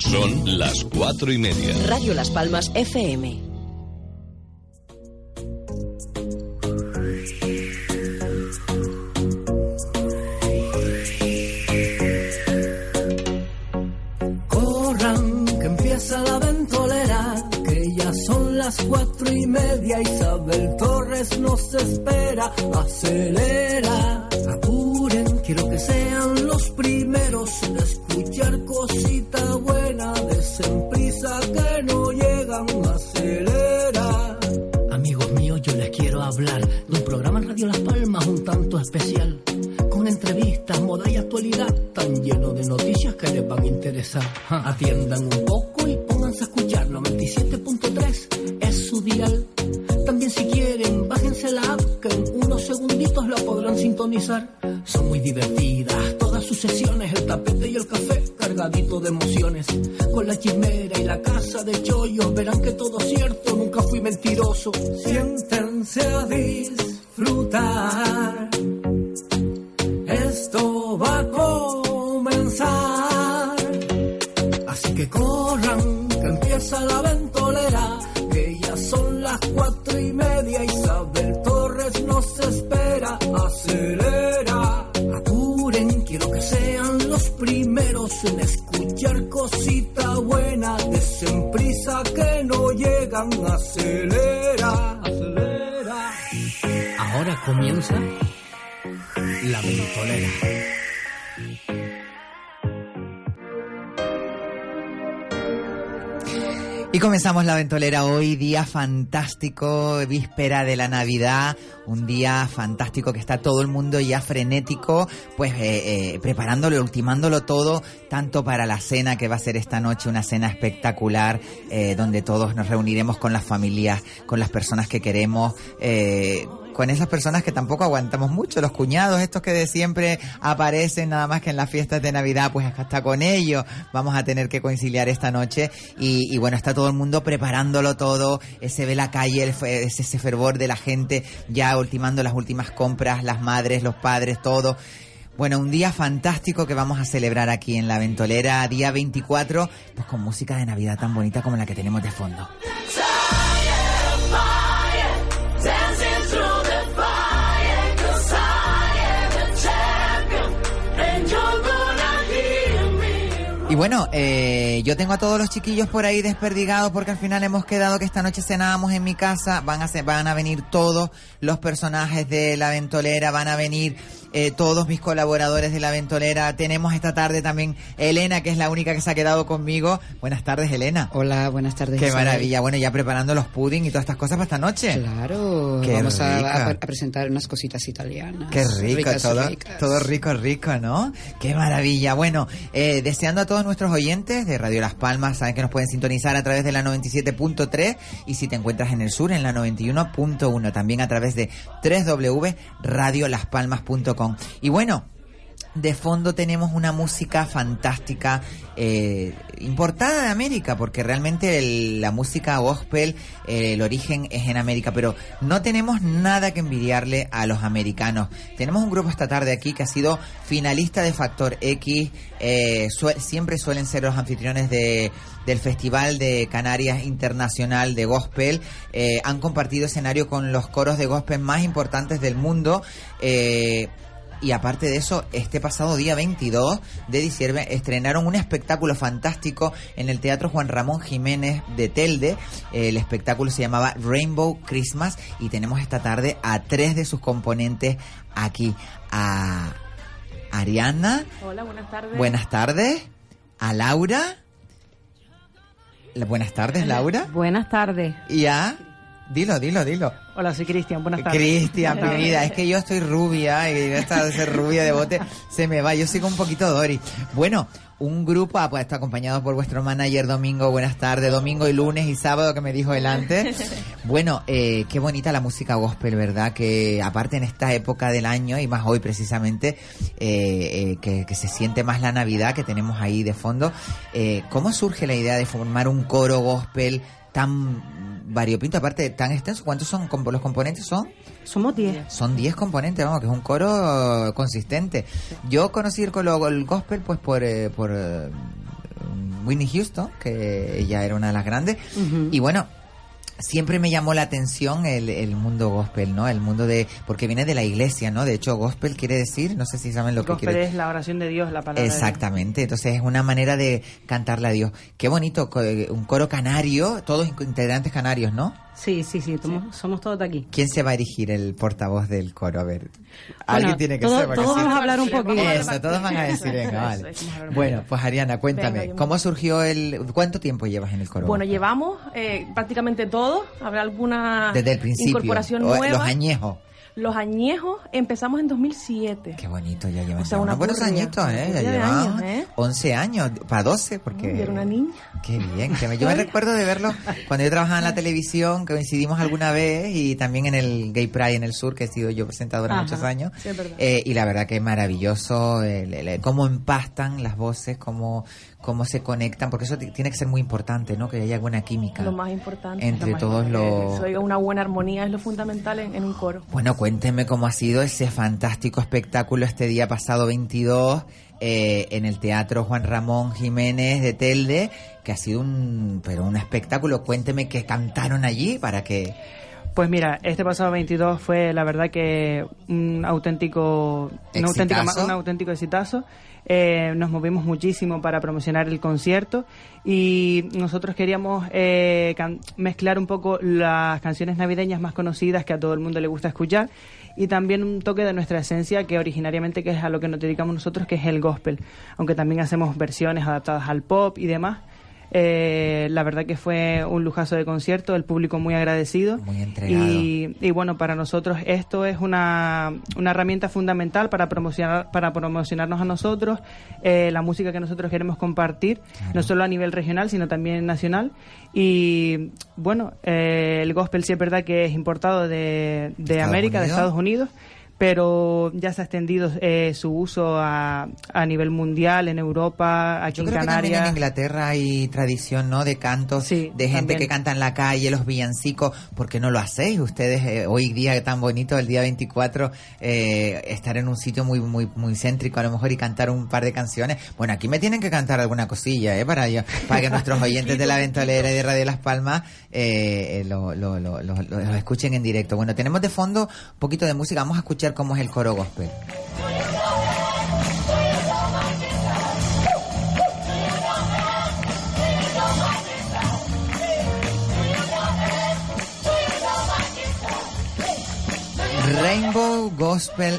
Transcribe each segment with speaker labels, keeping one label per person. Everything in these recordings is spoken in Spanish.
Speaker 1: Son las cuatro y media.
Speaker 2: Radio Las Palmas FM.
Speaker 3: Corran, que empieza la ventolera, que ya son las cuatro y media. Isabel Torres nos espera, acelera. Apuren, quiero que sean los primeros en escuchar cosita buena. Desen prisa que no llegan, acelera. Amigos míos, yo les quiero hablar de un programa en Radio Las Palmas un tanto especial. Con entrevistas, moda y actualidad, tan lleno de noticias que les van a interesar. Ja, Atiendan un poco y pónganse a escuchar. 97.3 es su dial. También si quieren, bájense la app que en unos segunditos la podrán sintonizar. Son muy divertidas todas sus sesiones, el tapete y el café cargadito de emociones. Con la chimera y la casa de chollos verán que todo es cierto, nunca fui mentiroso. Siéntense a disfrutar. Esto va a comenzar. Así que corran, que empieza la ventolera, que ya son las cuatro y media. Isabel Torres nos espera, acelera. Apuren, quiero que sean los primeros en escuchar cosita buena. Desen prisa que no llegan, acelera, acelera. Ahora comienza la ventolera.
Speaker 4: Y comenzamos la ventolera hoy, día fantástico, víspera de la Navidad, un día fantástico que está todo el mundo ya frenético, pues eh, eh, preparándolo, ultimándolo todo, tanto para la cena que va a ser esta noche, una cena espectacular, eh, donde todos nos reuniremos con las familias, con las personas que queremos. eh, con esas personas que tampoco aguantamos mucho, los cuñados, estos que de siempre aparecen nada más que en las fiestas de Navidad, pues hasta con ellos vamos a tener que conciliar esta noche. Y, y bueno, está todo el mundo preparándolo todo, eh, se ve la calle, el fe- ese, ese fervor de la gente ya ultimando las últimas compras, las madres, los padres, todo. Bueno, un día fantástico que vamos a celebrar aquí en La Ventolera, día 24, pues con música de Navidad tan bonita como la que tenemos de fondo.
Speaker 5: Dancing through the fire, 'cause I am the champion, and you're gonna hear me.
Speaker 4: Y bueno, eh, yo tengo a todos los chiquillos por ahí desperdigados porque al final hemos quedado que esta noche cenábamos en mi casa. Van a, ce- van a venir todos los personajes de La Ventolera, van a venir eh, todos mis colaboradores de La Ventolera. Tenemos esta tarde también Elena, que es la única que se ha quedado conmigo. Buenas tardes, Elena.
Speaker 6: Hola, buenas tardes.
Speaker 4: Qué
Speaker 6: Isabel.
Speaker 4: maravilla. Bueno, ya preparando los pudding y todas estas cosas para esta noche.
Speaker 6: Claro,
Speaker 4: Qué
Speaker 6: vamos a-
Speaker 4: rica.
Speaker 6: A, a presentar unas cositas italianas.
Speaker 4: Qué rico,
Speaker 6: Ricas,
Speaker 4: todo,
Speaker 6: ricas.
Speaker 4: todo rico, rico, ¿no? Qué maravilla. Bueno, eh, deseando a todos nuestros oyentes de Radio Las Palmas, saben que nos pueden sintonizar a través de la 97.3 y si te encuentras en el sur, en la 91.1, también a través de www.radiolaspalmas.com. Y bueno, de fondo tenemos una música fantástica, eh, importada de América, porque realmente el- la música gospel, eh, el origen es en América, pero no tenemos nada que envidiarle a los americanos. Tenemos un grupo esta tarde aquí que ha sido finalista de Factor X, eh, sue- siempre suelen ser los anfitriones de, del Festival de Canarias Internacional de Gospel. Eh, han compartido escenario con los coros de gospel más importantes del mundo. Eh, y aparte de eso, este pasado día 22 de diciembre estrenaron un espectáculo fantástico en el Teatro Juan Ramón Jiménez de Telde. El espectáculo se llamaba Rainbow Christmas y tenemos esta tarde a tres de sus componentes aquí. A Ariana,
Speaker 7: Hola, buenas tardes.
Speaker 4: buenas tardes. A Laura, la- buenas tardes Laura.
Speaker 7: Buenas tardes.
Speaker 4: Y a Dilo, dilo, dilo.
Speaker 7: Hola, soy Cristian, buenas tardes.
Speaker 4: Cristian,
Speaker 7: Buenas
Speaker 4: mi
Speaker 7: tardes.
Speaker 4: vida, es que yo estoy rubia eh, y esta de ser rubia de bote se me va. Yo sigo un poquito Dori. Bueno, un grupo ah, pues, está acompañado por vuestro manager Domingo, buenas tardes, domingo y lunes y sábado que me dijo él antes. Bueno, eh, qué bonita la música gospel, ¿verdad? Que aparte en esta época del año y más hoy precisamente, eh, eh, que, que se siente más la Navidad que tenemos ahí de fondo, eh, ¿cómo surge la idea de formar un coro gospel? tan variopinto, aparte tan extenso, ¿cuántos son compo- los componentes? Son
Speaker 7: Somos 10.
Speaker 4: son 10 componentes, vamos, que es un coro eh, consistente. Yo conocí el, colo- el gospel pues por, eh, por eh, Winnie Houston, que ella era una de las grandes. Y bueno, siempre me llamó la atención el, el mundo gospel, ¿no? El mundo de... Porque viene de la iglesia, ¿no? De hecho, gospel quiere decir, no sé si saben lo que
Speaker 7: Gospel
Speaker 4: quiere
Speaker 7: es la oración de Dios, la palabra. de Dios.
Speaker 4: Exactamente, entonces es una manera de cantarle a Dios. Qué bonito, co- eh, un coro canario, todos integrantes canarios, ¿no?
Speaker 8: Sí, sí, sí, tomo- somos todos de aquí.
Speaker 4: ¿Quién se va a erigir el portavoz del coro? A ver, alguien
Speaker 8: Bueno,
Speaker 4: tiene que
Speaker 8: todo-
Speaker 4: ser. porque
Speaker 8: Todos
Speaker 4: sí.
Speaker 8: vamos a hablar un poquito.
Speaker 4: Eso, todos van a decir, venga, vale. Bueno, pues Ariana, cuéntame, ¿cómo surgió el... ¿Cuánto tiempo llevas en el coro?
Speaker 9: Bueno, llevamos eh, prácticamente todos. Habrá alguna
Speaker 4: Desde el principio.
Speaker 9: incorporación
Speaker 4: o-
Speaker 9: nueva.
Speaker 4: Los añejos.
Speaker 9: Los añejos empezamos en 2007.
Speaker 4: Qué bonito, ya llevan
Speaker 9: O sea,
Speaker 4: ya
Speaker 9: una
Speaker 4: unos buenos
Speaker 9: burria,
Speaker 4: añitos, ¿eh?
Speaker 9: una
Speaker 4: Ya
Speaker 9: burria de
Speaker 4: llevan
Speaker 9: años, ¿eh?
Speaker 4: 11 años, para 12, porque...
Speaker 8: Mm,
Speaker 9: Uy, era una niña.
Speaker 4: Qué bien, que me, yo me recuerdo de verlo cuando yo trabajaba en la televisión, que coincidimos alguna vez, y también en el Gay Pride en el Sur, que he sido yo presentadora
Speaker 8: Ajá.
Speaker 4: muchos años.
Speaker 9: Sí, es verdad.
Speaker 4: Eh, y la verdad que es maravilloso el- el- el- cómo empastan las voces, cómo, cómo se conectan, porque eso t- tiene que ser muy importante, ¿no? Que haya buena química.
Speaker 9: Lo más importante.
Speaker 4: Entre
Speaker 9: Lo más
Speaker 4: todos
Speaker 9: importante.
Speaker 4: los-
Speaker 9: Que se oiga una buena armonía es lo fundamental en, en un coro.
Speaker 4: Bueno, cuénteme cómo ha sido ese fantástico espectáculo este día pasado 22 eh, en el Teatro Juan Ramón Jiménez de Telde, que ha sido un, pero un espectáculo. Cuénteme qué cantaron allí para que...
Speaker 7: Pues mira, este pasado 22 fue la verdad que un auténtico, un
Speaker 4: Exitazo.
Speaker 7: auténtico, un auténtico exitazo. Eh, nos movimos muchísimo para promocionar el concierto y nosotros queríamos eh, can- mezclar un poco las canciones navideñas más conocidas que a todo el mundo le gusta escuchar y también un toque de nuestra esencia que originariamente que es a lo que nos dedicamos nosotros que es el gospel, aunque también hacemos versiones adaptadas al pop y demás. Eh, la verdad que fue un lujazo de concierto, el público muy agradecido.
Speaker 4: Muy entregado.
Speaker 7: Y, y bueno, para nosotros esto es una, una herramienta fundamental para promocionar para promocionarnos a nosotros, eh, la música que nosotros queremos compartir, no solo a nivel regional, sino también nacional. Y bueno, eh, el gospel sí es verdad que es importado de, de
Speaker 4: Estados
Speaker 7: América, de
Speaker 4: Unidos.
Speaker 7: Estados Unidos, pero ya se ha extendido eh, su uso a, a nivel mundial, en Europa, aquí
Speaker 4: Yo
Speaker 7: en
Speaker 4: creo que también en
Speaker 7: Canarias.
Speaker 4: Inglaterra hay tradición, ¿no? De cantos,
Speaker 7: Sí,
Speaker 4: de gente
Speaker 7: también.
Speaker 4: que canta en la calle, los villancicos. ¿Por qué no lo hacéis ustedes eh, hoy día tan bonito, el día 24, eh, estar en un sitio muy, muy, muy céntrico a lo mejor y cantar un par de canciones? Bueno, aquí me tienen que cantar alguna cosilla, ¿eh? Para, yo- para que nuestros oyentes de La Ventolera y de Radio Las Palmas eh, eh, lo, lo, lo- lo- lo- lo escuchen en directo. Bueno, tenemos de fondo un poquito de música. Vamos a escuchar cómo es el coro gospel. Rainbow Gospel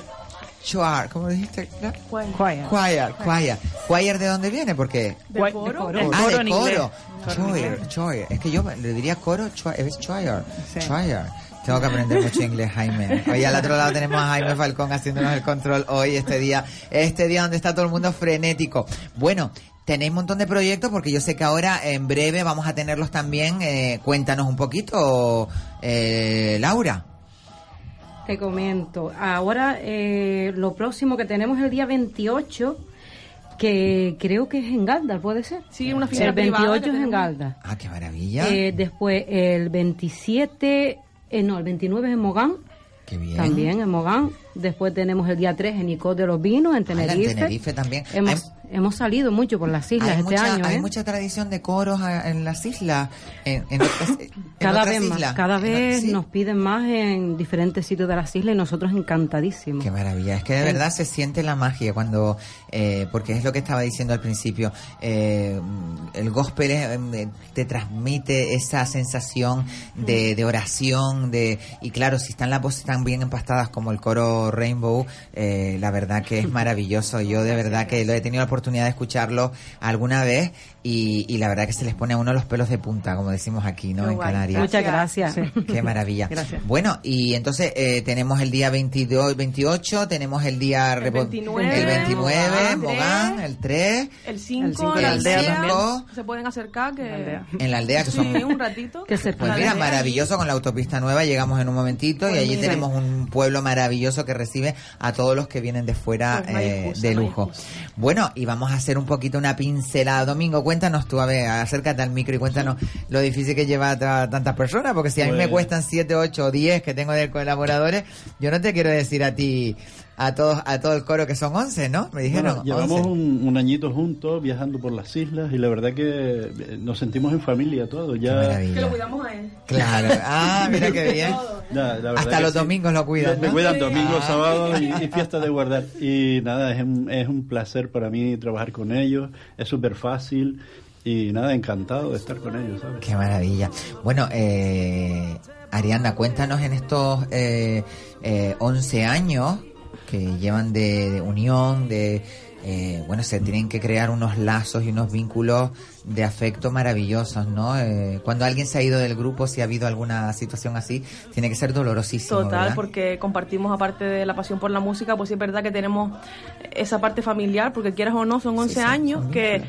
Speaker 4: Choir. ¿Cómo dijiste?
Speaker 7: Choir.
Speaker 4: Choir, choir. Choir, ¿de dónde viene? Porque...
Speaker 9: De
Speaker 7: Guay-
Speaker 9: coro.
Speaker 7: de coro.
Speaker 4: ah, de
Speaker 7: en
Speaker 4: coro.
Speaker 7: inglés. Coro en
Speaker 4: Choir,
Speaker 7: inglés.
Speaker 4: choir. Es que yo le diría coro, choir. Es choir,
Speaker 7: Sí.
Speaker 4: choir. Tengo que aprender mucho inglés, Jaime. Oye, al otro lado tenemos a Jaime Falcón haciéndonos el control hoy, este día. Este día donde está todo el mundo frenético. Bueno... Tenéis un montón de proyectos porque yo sé que ahora en breve vamos a tenerlos también. Eh, cuéntanos un poquito, eh, Laura.
Speaker 8: Te comento. Ahora, eh, lo próximo que tenemos es el día 28, que creo que es en Galda, ¿puede ser?
Speaker 9: Sí, una fiesta
Speaker 8: El
Speaker 9: privada
Speaker 8: 28
Speaker 9: que
Speaker 8: es en
Speaker 9: tenemos.
Speaker 8: Galda.
Speaker 4: Ah, qué maravilla.
Speaker 8: Eh, después, el 27, eh, no, el 29 es en Mogán.
Speaker 4: qué bien.
Speaker 8: También en Mogán. Después tenemos el día 3 en Nicot de los Vinos, en
Speaker 4: Ah, la- en
Speaker 8: Tenerife.
Speaker 4: Tenerife también.
Speaker 8: Hemos, hemos salido mucho por las islas
Speaker 4: hay,
Speaker 8: este
Speaker 4: mucha,
Speaker 8: año.
Speaker 4: hay
Speaker 8: ¿eh?
Speaker 4: mucha tradición de coros a- en las islas, en, en otras, en
Speaker 8: Cada
Speaker 4: otras
Speaker 8: vez más,
Speaker 4: islas.
Speaker 8: cada
Speaker 4: En-
Speaker 8: vez
Speaker 4: sí.
Speaker 8: nos piden más en diferentes sitios de las islas y nosotros encantadísimos.
Speaker 4: Qué maravilla, es que de verdad se siente la magia cuando, eh, porque es lo que estaba diciendo al principio, eh, el gospel es, eh, te transmite esa sensación
Speaker 8: Mm.
Speaker 4: de, de oración, de y claro, si están las voces tan bien empastadas como el coro Rainbow, eh, la verdad que es maravilloso, yo de verdad que lo he tenido la oportunidad oportunidad de escucharlo alguna vez y, y la verdad que se les pone a uno los pelos de punta, como decimos aquí, ¿no?
Speaker 8: Qué
Speaker 4: en
Speaker 8: guay.
Speaker 4: Canarias.
Speaker 8: Muchas gracias.
Speaker 4: Sí. Qué maravilla.
Speaker 8: Gracias.
Speaker 4: Bueno, y entonces eh, tenemos el día 22, 28, tenemos el día... repo-
Speaker 9: 29,
Speaker 4: el 29,
Speaker 9: Mogán,
Speaker 4: Mogán, el 3.
Speaker 9: El
Speaker 4: El
Speaker 9: 5,
Speaker 4: cinco,
Speaker 9: la
Speaker 4: el
Speaker 9: aldea,
Speaker 4: cinco.
Speaker 9: Se pueden acercar que...
Speaker 4: En la aldea, que
Speaker 9: Sí,
Speaker 4: son-
Speaker 9: un ratito.
Speaker 4: Pues mira, maravilloso con la autopista nueva, llegamos en un momentito y
Speaker 9: Pues
Speaker 4: allí
Speaker 9: mira.
Speaker 4: tenemos un pueblo maravilloso que recibe a todos los que vienen de fuera
Speaker 9: Pues no hay
Speaker 4: eh,
Speaker 9: excusa,
Speaker 4: de
Speaker 9: no hay
Speaker 4: lujo. Bueno, y vamos a hacer un poquito una pincelada. Domingo, cuéntanos tú, a ver, acércate al micro y cuéntanos lo difícil que lleva a tantas personas, porque si a mí me
Speaker 10: Pues-
Speaker 4: cuestan 7, 8 o 10 que tengo de colaboradores, yo no te quiero decir a ti, a todos a todo el coro que son 11, ¿no? Me dijeron
Speaker 10: Bueno, llevamos
Speaker 4: 11.
Speaker 10: un, un añito juntos viajando por las islas y la verdad que eh, nos sentimos en familia todos. Ya,
Speaker 9: Que lo cuidamos a él.
Speaker 4: Claro. Ah, mira qué bien.
Speaker 10: Ya, la verdad
Speaker 4: Hasta
Speaker 10: que
Speaker 4: los
Speaker 10: sí.
Speaker 4: domingos lo cuidan.
Speaker 10: Me
Speaker 4: ¿no?
Speaker 10: cuidan domingo,
Speaker 4: Ah.
Speaker 10: sábado y, y fiesta de guardar. Y nada, es un, es un placer para mí trabajar con ellos. Es súper fácil y nada, encantado de estar con ellos, ¿sabes?
Speaker 4: Qué maravilla. Bueno, eh, Arianda, cuéntanos en estos eh, eh, 11 años que llevan de, de unión, de... eh, bueno, se tienen que crear unos lazos y unos vínculos de afecto maravillosos, ¿no? Eh, cuando alguien se ha ido del grupo, si ha habido alguna situación así, tiene que ser dolorosísimo.
Speaker 9: Total,
Speaker 4: ¿verdad?
Speaker 9: porque compartimos aparte de la pasión por la música, pues sí es verdad que tenemos esa parte familiar, porque quieras o no, son 11 años que,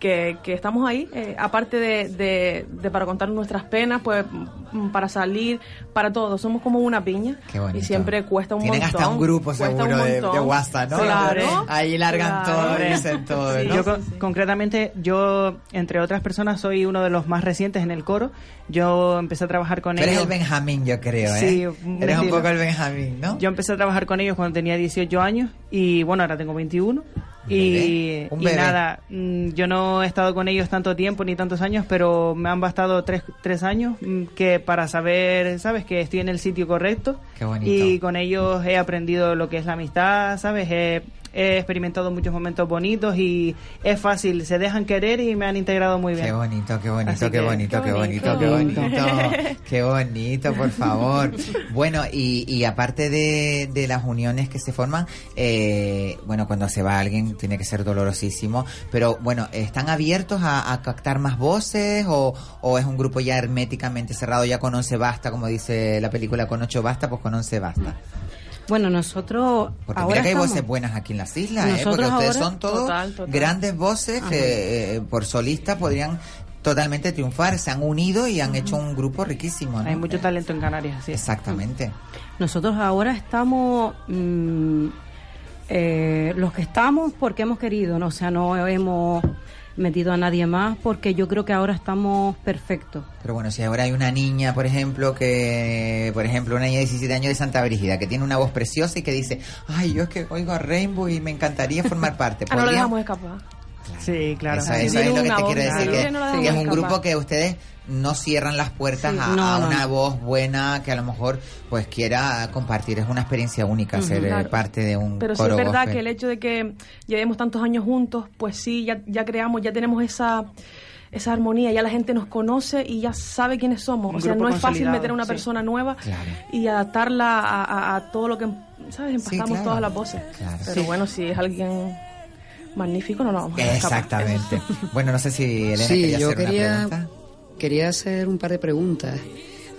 Speaker 9: que, que estamos ahí, eh, aparte de, de- de para contar nuestras penas, pues mm, para salir, para todo, somos como una piña
Speaker 4: Qué bonito.
Speaker 9: y siempre cuesta un
Speaker 4: Tienen
Speaker 9: montón.
Speaker 4: hasta un grupo
Speaker 9: cuesta
Speaker 4: seguro
Speaker 9: un
Speaker 4: de, de
Speaker 9: montón. Ah,
Speaker 4: WhatsApp, ¿no?
Speaker 9: Claro.
Speaker 4: Ahí largan
Speaker 9: Claro.
Speaker 4: todo, dicen todo.
Speaker 7: Sí,
Speaker 4: ¿no?
Speaker 7: Yo con- concretamente, yo entre otras personas soy uno de los más recientes en el coro. Yo empecé a trabajar con
Speaker 4: Tú eres
Speaker 7: ellos.
Speaker 4: el Benjamín, yo creo, ¿eh?
Speaker 7: Sí,
Speaker 4: eres
Speaker 7: un
Speaker 4: un
Speaker 7: estilo.
Speaker 4: poco el Benjamín, ¿no?
Speaker 7: Yo empecé a trabajar con ellos cuando tenía 18 años y bueno, ahora tengo 21. Y,
Speaker 4: Bebé, un
Speaker 7: y
Speaker 4: bebé.
Speaker 7: nada, mm, yo no he estado con ellos tanto tiempo ni tantos años, pero me han bastado tres, tres años mm, que para saber, ¿sabes? Que estoy en el sitio correcto.
Speaker 4: Qué bonito.
Speaker 7: Y con ellos he aprendido lo que es la amistad, ¿sabes? He, he experimentado muchos momentos bonitos y es fácil, se dejan querer y me han integrado muy bien.
Speaker 4: Qué bonito, qué
Speaker 7: Así
Speaker 4: bonito, qué
Speaker 7: que-
Speaker 4: bonito,
Speaker 7: qué
Speaker 4: qué bonito,
Speaker 7: bonito.
Speaker 4: qué bonito. Qué bonito, por favor. Bueno, y, y aparte de, de las uniones que se forman, eh, bueno, cuando se va alguien tiene que ser dolorosísimo, pero bueno, ¿están abiertos a, a captar más voces o, o es un grupo ya herméticamente cerrado, ya con 11 basta, como dice la película, con 8 basta, pues con 11 basta?
Speaker 6: Bueno, nosotros
Speaker 4: Porque
Speaker 6: ahora
Speaker 4: mira que hay
Speaker 6: estamos-
Speaker 4: voces buenas aquí en las islas, ¿eh?
Speaker 6: Nosotros
Speaker 4: porque ustedes
Speaker 6: ahora-
Speaker 4: son todos
Speaker 6: Total, total.
Speaker 4: grandes voces
Speaker 7: Ah,
Speaker 4: que eh, por solista podrían totalmente triunfar, se han unido y han hecho un grupo riquísimo. ¿no? Eh,
Speaker 7: Hay mucho talento en Canarias, sí.
Speaker 4: Exactamente.
Speaker 6: Nosotros ahora estamos mm, eh, los que estamos porque hemos querido, ¿no? o sea, no hemos metido a nadie más porque yo creo que ahora estamos perfectos.
Speaker 4: Pero bueno, si ahora hay una niña, por ejemplo, que, por ejemplo, una niña de 17 años de Santa Brígida, que tiene una voz preciosa y que dice, ay, yo es que oigo a Rainbow y me encantaría formar parte.
Speaker 9: Ah, no lo
Speaker 4: Podrían-
Speaker 9: dejamos escapar.
Speaker 7: Sí, claro.
Speaker 4: Eso,
Speaker 9: Sí,
Speaker 4: eso es lo que
Speaker 9: una
Speaker 4: te
Speaker 9: voz,
Speaker 4: quiero
Speaker 9: claro.
Speaker 4: decir,
Speaker 9: Sí,
Speaker 4: que,
Speaker 9: no la
Speaker 4: que es
Speaker 9: dejamos
Speaker 4: un grupo
Speaker 9: escapar.
Speaker 4: que ustedes no cierran las puertas
Speaker 9: Sí.
Speaker 4: a,
Speaker 9: No,
Speaker 4: a
Speaker 9: no,
Speaker 4: una voz buena que a lo mejor pues quiera compartir. Es una experiencia única
Speaker 9: Ujú,
Speaker 4: ser eh,
Speaker 9: claro.
Speaker 4: parte de un
Speaker 9: Pero sí
Speaker 4: coro
Speaker 9: es verdad
Speaker 4: gospel.
Speaker 9: que el hecho de que llevemos tantos años juntos, pues sí, ya, ya creamos, ya tenemos esa esa armonía, ya la gente nos conoce y ya sabe quiénes somos.
Speaker 7: Un
Speaker 9: o sea, no
Speaker 7: grupo
Speaker 9: es fácil
Speaker 7: consolidado,
Speaker 9: meter a una
Speaker 7: sí.
Speaker 9: persona nueva
Speaker 4: Claro.
Speaker 9: y adaptarla a, a- a todo lo que, ¿sabes? Empastamos
Speaker 4: claro.
Speaker 9: todas las voces.
Speaker 4: Claro.
Speaker 9: Pero
Speaker 4: Sí.
Speaker 9: bueno, si es alguien magnífico, no lo vamos a dejar escapar.
Speaker 4: Exactamente. bueno, no sé si Elena
Speaker 6: sí,
Speaker 4: quería
Speaker 6: yo
Speaker 4: hacer una
Speaker 6: quería,
Speaker 4: pregunta.
Speaker 6: quería hacer un par de preguntas.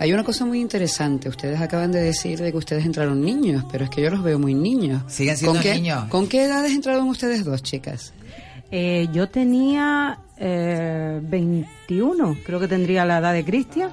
Speaker 6: Hay una cosa muy interesante. Ustedes acaban de decir de que ustedes entraron niños, pero es que yo los veo muy niños.
Speaker 4: Siguen siendo
Speaker 6: ¿Con qué,
Speaker 4: niños.
Speaker 6: ¿Con qué edades entraron ustedes dos, chicas?
Speaker 8: Eh, yo tenía eh, 21, creo que tendría la edad de Cristian,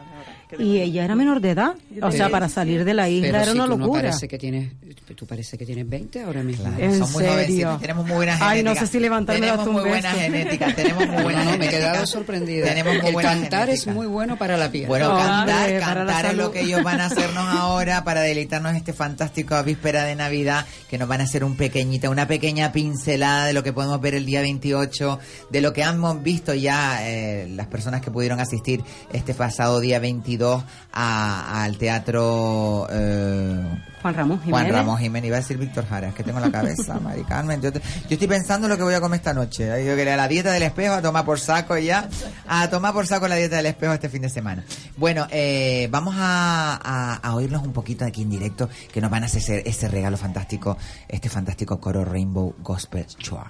Speaker 8: y ella era menor de edad. O sea, para salir de la isla
Speaker 6: Pero
Speaker 8: era
Speaker 6: si
Speaker 8: una
Speaker 6: tú no
Speaker 8: locura.
Speaker 6: parece que tienes, tú parece que tienes 20 ahora mismo.
Speaker 4: Claro,
Speaker 8: ¿En
Speaker 4: son muy
Speaker 8: serio?
Speaker 4: jovencitos, tenemos muy buena genética.
Speaker 8: Ay, no sé si levantarme de
Speaker 4: Tenemos
Speaker 8: hasta un
Speaker 4: muy buena
Speaker 8: beso.
Speaker 4: genética, tenemos muy buena
Speaker 6: No, no, me he
Speaker 4: genética.
Speaker 6: quedado sorprendida.
Speaker 4: Tenemos muy
Speaker 6: El
Speaker 4: buena
Speaker 6: cantar
Speaker 4: genética.
Speaker 6: es muy bueno para la piel.
Speaker 4: Bueno,
Speaker 8: No,
Speaker 4: cantar,
Speaker 8: hombre, para la
Speaker 4: cantar es lo
Speaker 8: salud.
Speaker 4: que ellos van a hacernos ahora para deleitarnos este fantástico víspera de Navidad, que nos van a hacer un pequeñita, una pequeña pincelada de lo que podemos ver el día 28, de lo que hemos visto ya eh, las personas que pudieron asistir este pasado día 22 a- al teatro eh,
Speaker 6: Juan Ramón
Speaker 4: Juan Ramón Jiménez, iba a decir Víctor Jara, es que tengo la cabeza, Mari Carmen. Yo, te- yo estoy pensando lo que voy a comer esta noche. Ay, Yo quería la dieta del espejo, a tomar por saco ya, a tomar por saco la dieta del espejo este fin de semana. Bueno, eh, vamos a, a- a oírlos un poquito aquí en directo, que nos van a hacer ese regalo fantástico, este fantástico coro Rainbow Gospel Choir.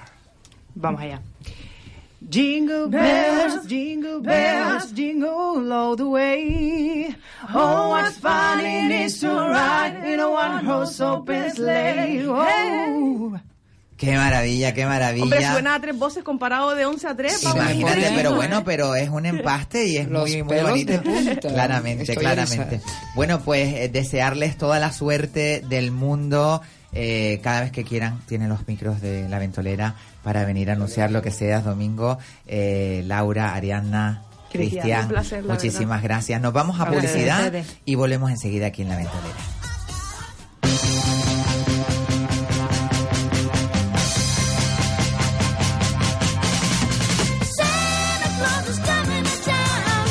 Speaker 7: Vamos allá. Jingle bells, jingle bells, jingle all the way. Oh, what fun it is to ride in a one-horse open sleigh. Oh.
Speaker 4: Qué maravilla, qué maravilla.
Speaker 9: Hombre, suena a tres voces comparado de 11 a ¿eh? 3.
Speaker 4: Sí, imagínate, pero bueno, pero es un empaste y es
Speaker 11: Los
Speaker 4: muy, muy
Speaker 11: pelos
Speaker 4: bonito.
Speaker 11: de punta.
Speaker 4: Claramente,
Speaker 11: Estoy
Speaker 4: claramente. Bueno, pues eh, desearles toda la suerte del mundo. Eh, cada vez que quieran, tienen los micros de la ventolera para venir a anunciar lo que seas domingo. Eh, Laura, Arianna,
Speaker 9: Cristian,
Speaker 4: Cristian,
Speaker 9: un placer, la
Speaker 4: muchísimas
Speaker 9: verdad.
Speaker 4: gracias. Nos vamos a
Speaker 9: A ustedes.
Speaker 4: publicidad y volvemos enseguida aquí en la ventolera.
Speaker 5: Santa Claus is coming to town.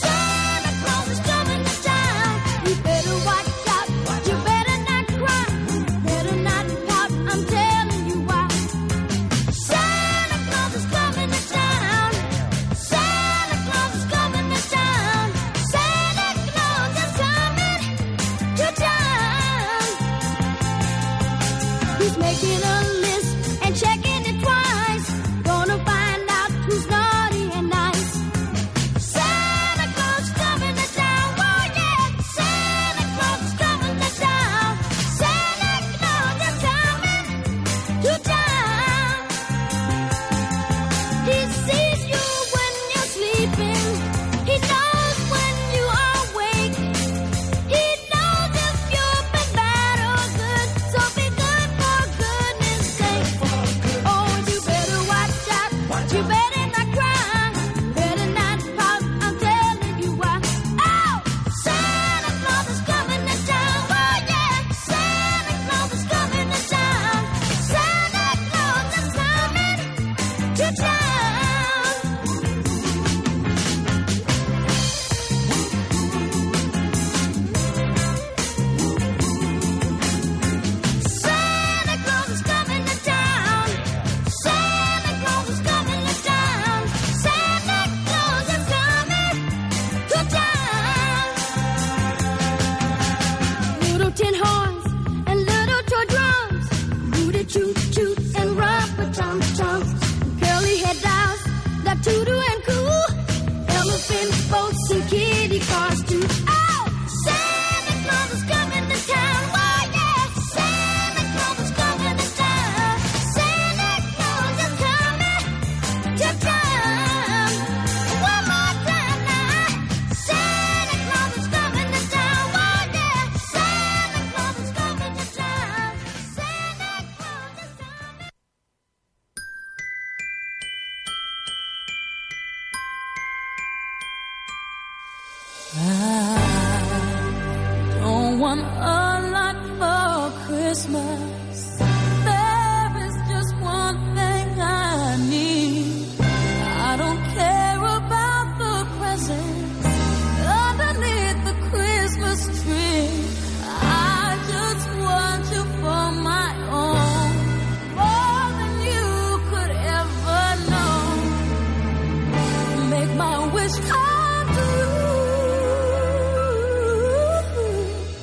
Speaker 5: Santa Claus is coming to town. You better watch out. You better not cry. You better not pout. I'm telling you why. Santa Claus is coming to town. Santa Claus is coming to town. Santa Claus is coming to town. He's making a list and checking it twice. Gonna find out who's naughty and nice. Santa Claus coming to town. Oh yeah, Santa Claus is coming to town. Santa Claus is coming to town. He sees you when you're sleeping. He knows when you are awake. He knows if you've been bad or good, so be good for goodness sake. Oh, you better watch out. You better not cry. Better not pout. I'm telling you why. Oh, Santa Claus is coming to town. Oh yeah, Santa Claus is coming to town. Santa Claus is coming to town. Santa Claus is coming to town. Santa Claus is coming to town. Santa Claus is coming to town. Little tin horns and little toy drums. Rooty choo choo and rubber tum tum. Curly head dolls that toodoo and coo. Elephant boats and kitty cars too. Oh, Santa Claus is coming to town. Oh yeah, Santa Claus is coming to town. Santa Claus is coming to town. One more time now. Santa Claus is coming to town. Oh yeah, Santa Claus is coming to town. Santa Claus is coming.
Speaker 12: Don't want a lot for Christmas. There is just one thing I need. I don't care about the presents underneath the Christmas tree. I just want you for my own, more than you could ever know. Make my wish come true.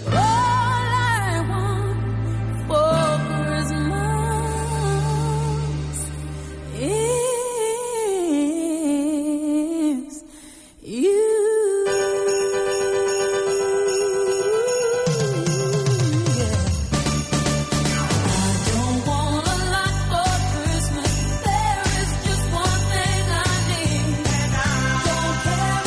Speaker 12: All I want for Christmas is you. Yeah. Don't want a lot for Christmas. There is just one thing I need. Don't care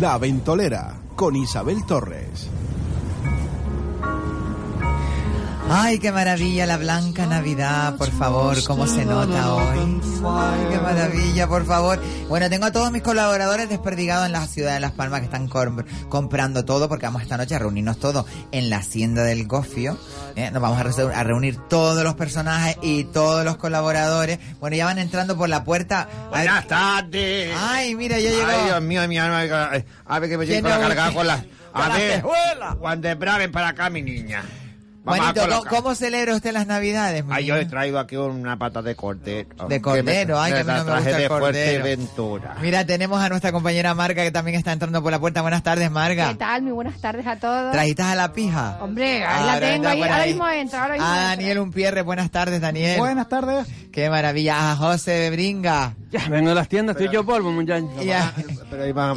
Speaker 11: La Ventolera con Isabel Torres.
Speaker 4: Ay, qué maravilla la blanca Navidad, por favor, cómo se nota hoy. Ay, qué maravilla, por favor. Bueno, tengo a todos mis colaboradores desperdigados en la ciudad de Las Palmas que están com- comprando todo porque vamos esta noche a reunirnos todos en la hacienda del Gofio. ¿eh? Nos vamos a, rese- a reunir todos los personajes y todos los colaboradores. Bueno, ya van entrando por la puerta.
Speaker 13: Buenas tardes.
Speaker 4: Ay, mira, ya llegó.
Speaker 13: Ay, Dios mío, mi alma. ay, A ver que me
Speaker 4: ¿Quién
Speaker 13: llevo para
Speaker 4: es
Speaker 13: cargar
Speaker 4: usted?
Speaker 13: con las. A
Speaker 4: Con las
Speaker 13: ver, Juan de Braven para acá, mi niña. Vamos a
Speaker 4: Juanito, ¿cómo,
Speaker 13: colocar.
Speaker 4: cómo celebra usted las Navidades? mi
Speaker 13: Ay, yo
Speaker 4: niño?
Speaker 13: he traído aquí una pata de cordero.
Speaker 4: De cordero, ay, que a mí
Speaker 13: la
Speaker 4: no me
Speaker 13: traje
Speaker 4: gusta el
Speaker 13: de
Speaker 4: cordero.
Speaker 13: Fuerteventura.
Speaker 4: Mira, tenemos a nuestra compañera Marga que también está entrando por la puerta. Buenas tardes,
Speaker 14: ¿Qué
Speaker 4: Marga.
Speaker 14: tal? Muy buenas tardes a todos.
Speaker 4: ¿Trajitas a la pija?
Speaker 14: Hombre, ahí
Speaker 4: Ah, Ahora
Speaker 14: la tengo
Speaker 4: anda
Speaker 14: ahí.
Speaker 4: por
Speaker 14: Ahora
Speaker 4: ahí.
Speaker 14: mismo entra, ahora mismo
Speaker 4: A
Speaker 14: entra.
Speaker 4: Ah, Daniel Unpierre, buenas tardes, Daniel. Buenas
Speaker 15: tardes.
Speaker 4: Qué maravilla. A José Bringa.
Speaker 15: Vengo de las tiendas, estoy yo polvo, muchacho.
Speaker 4: Y a,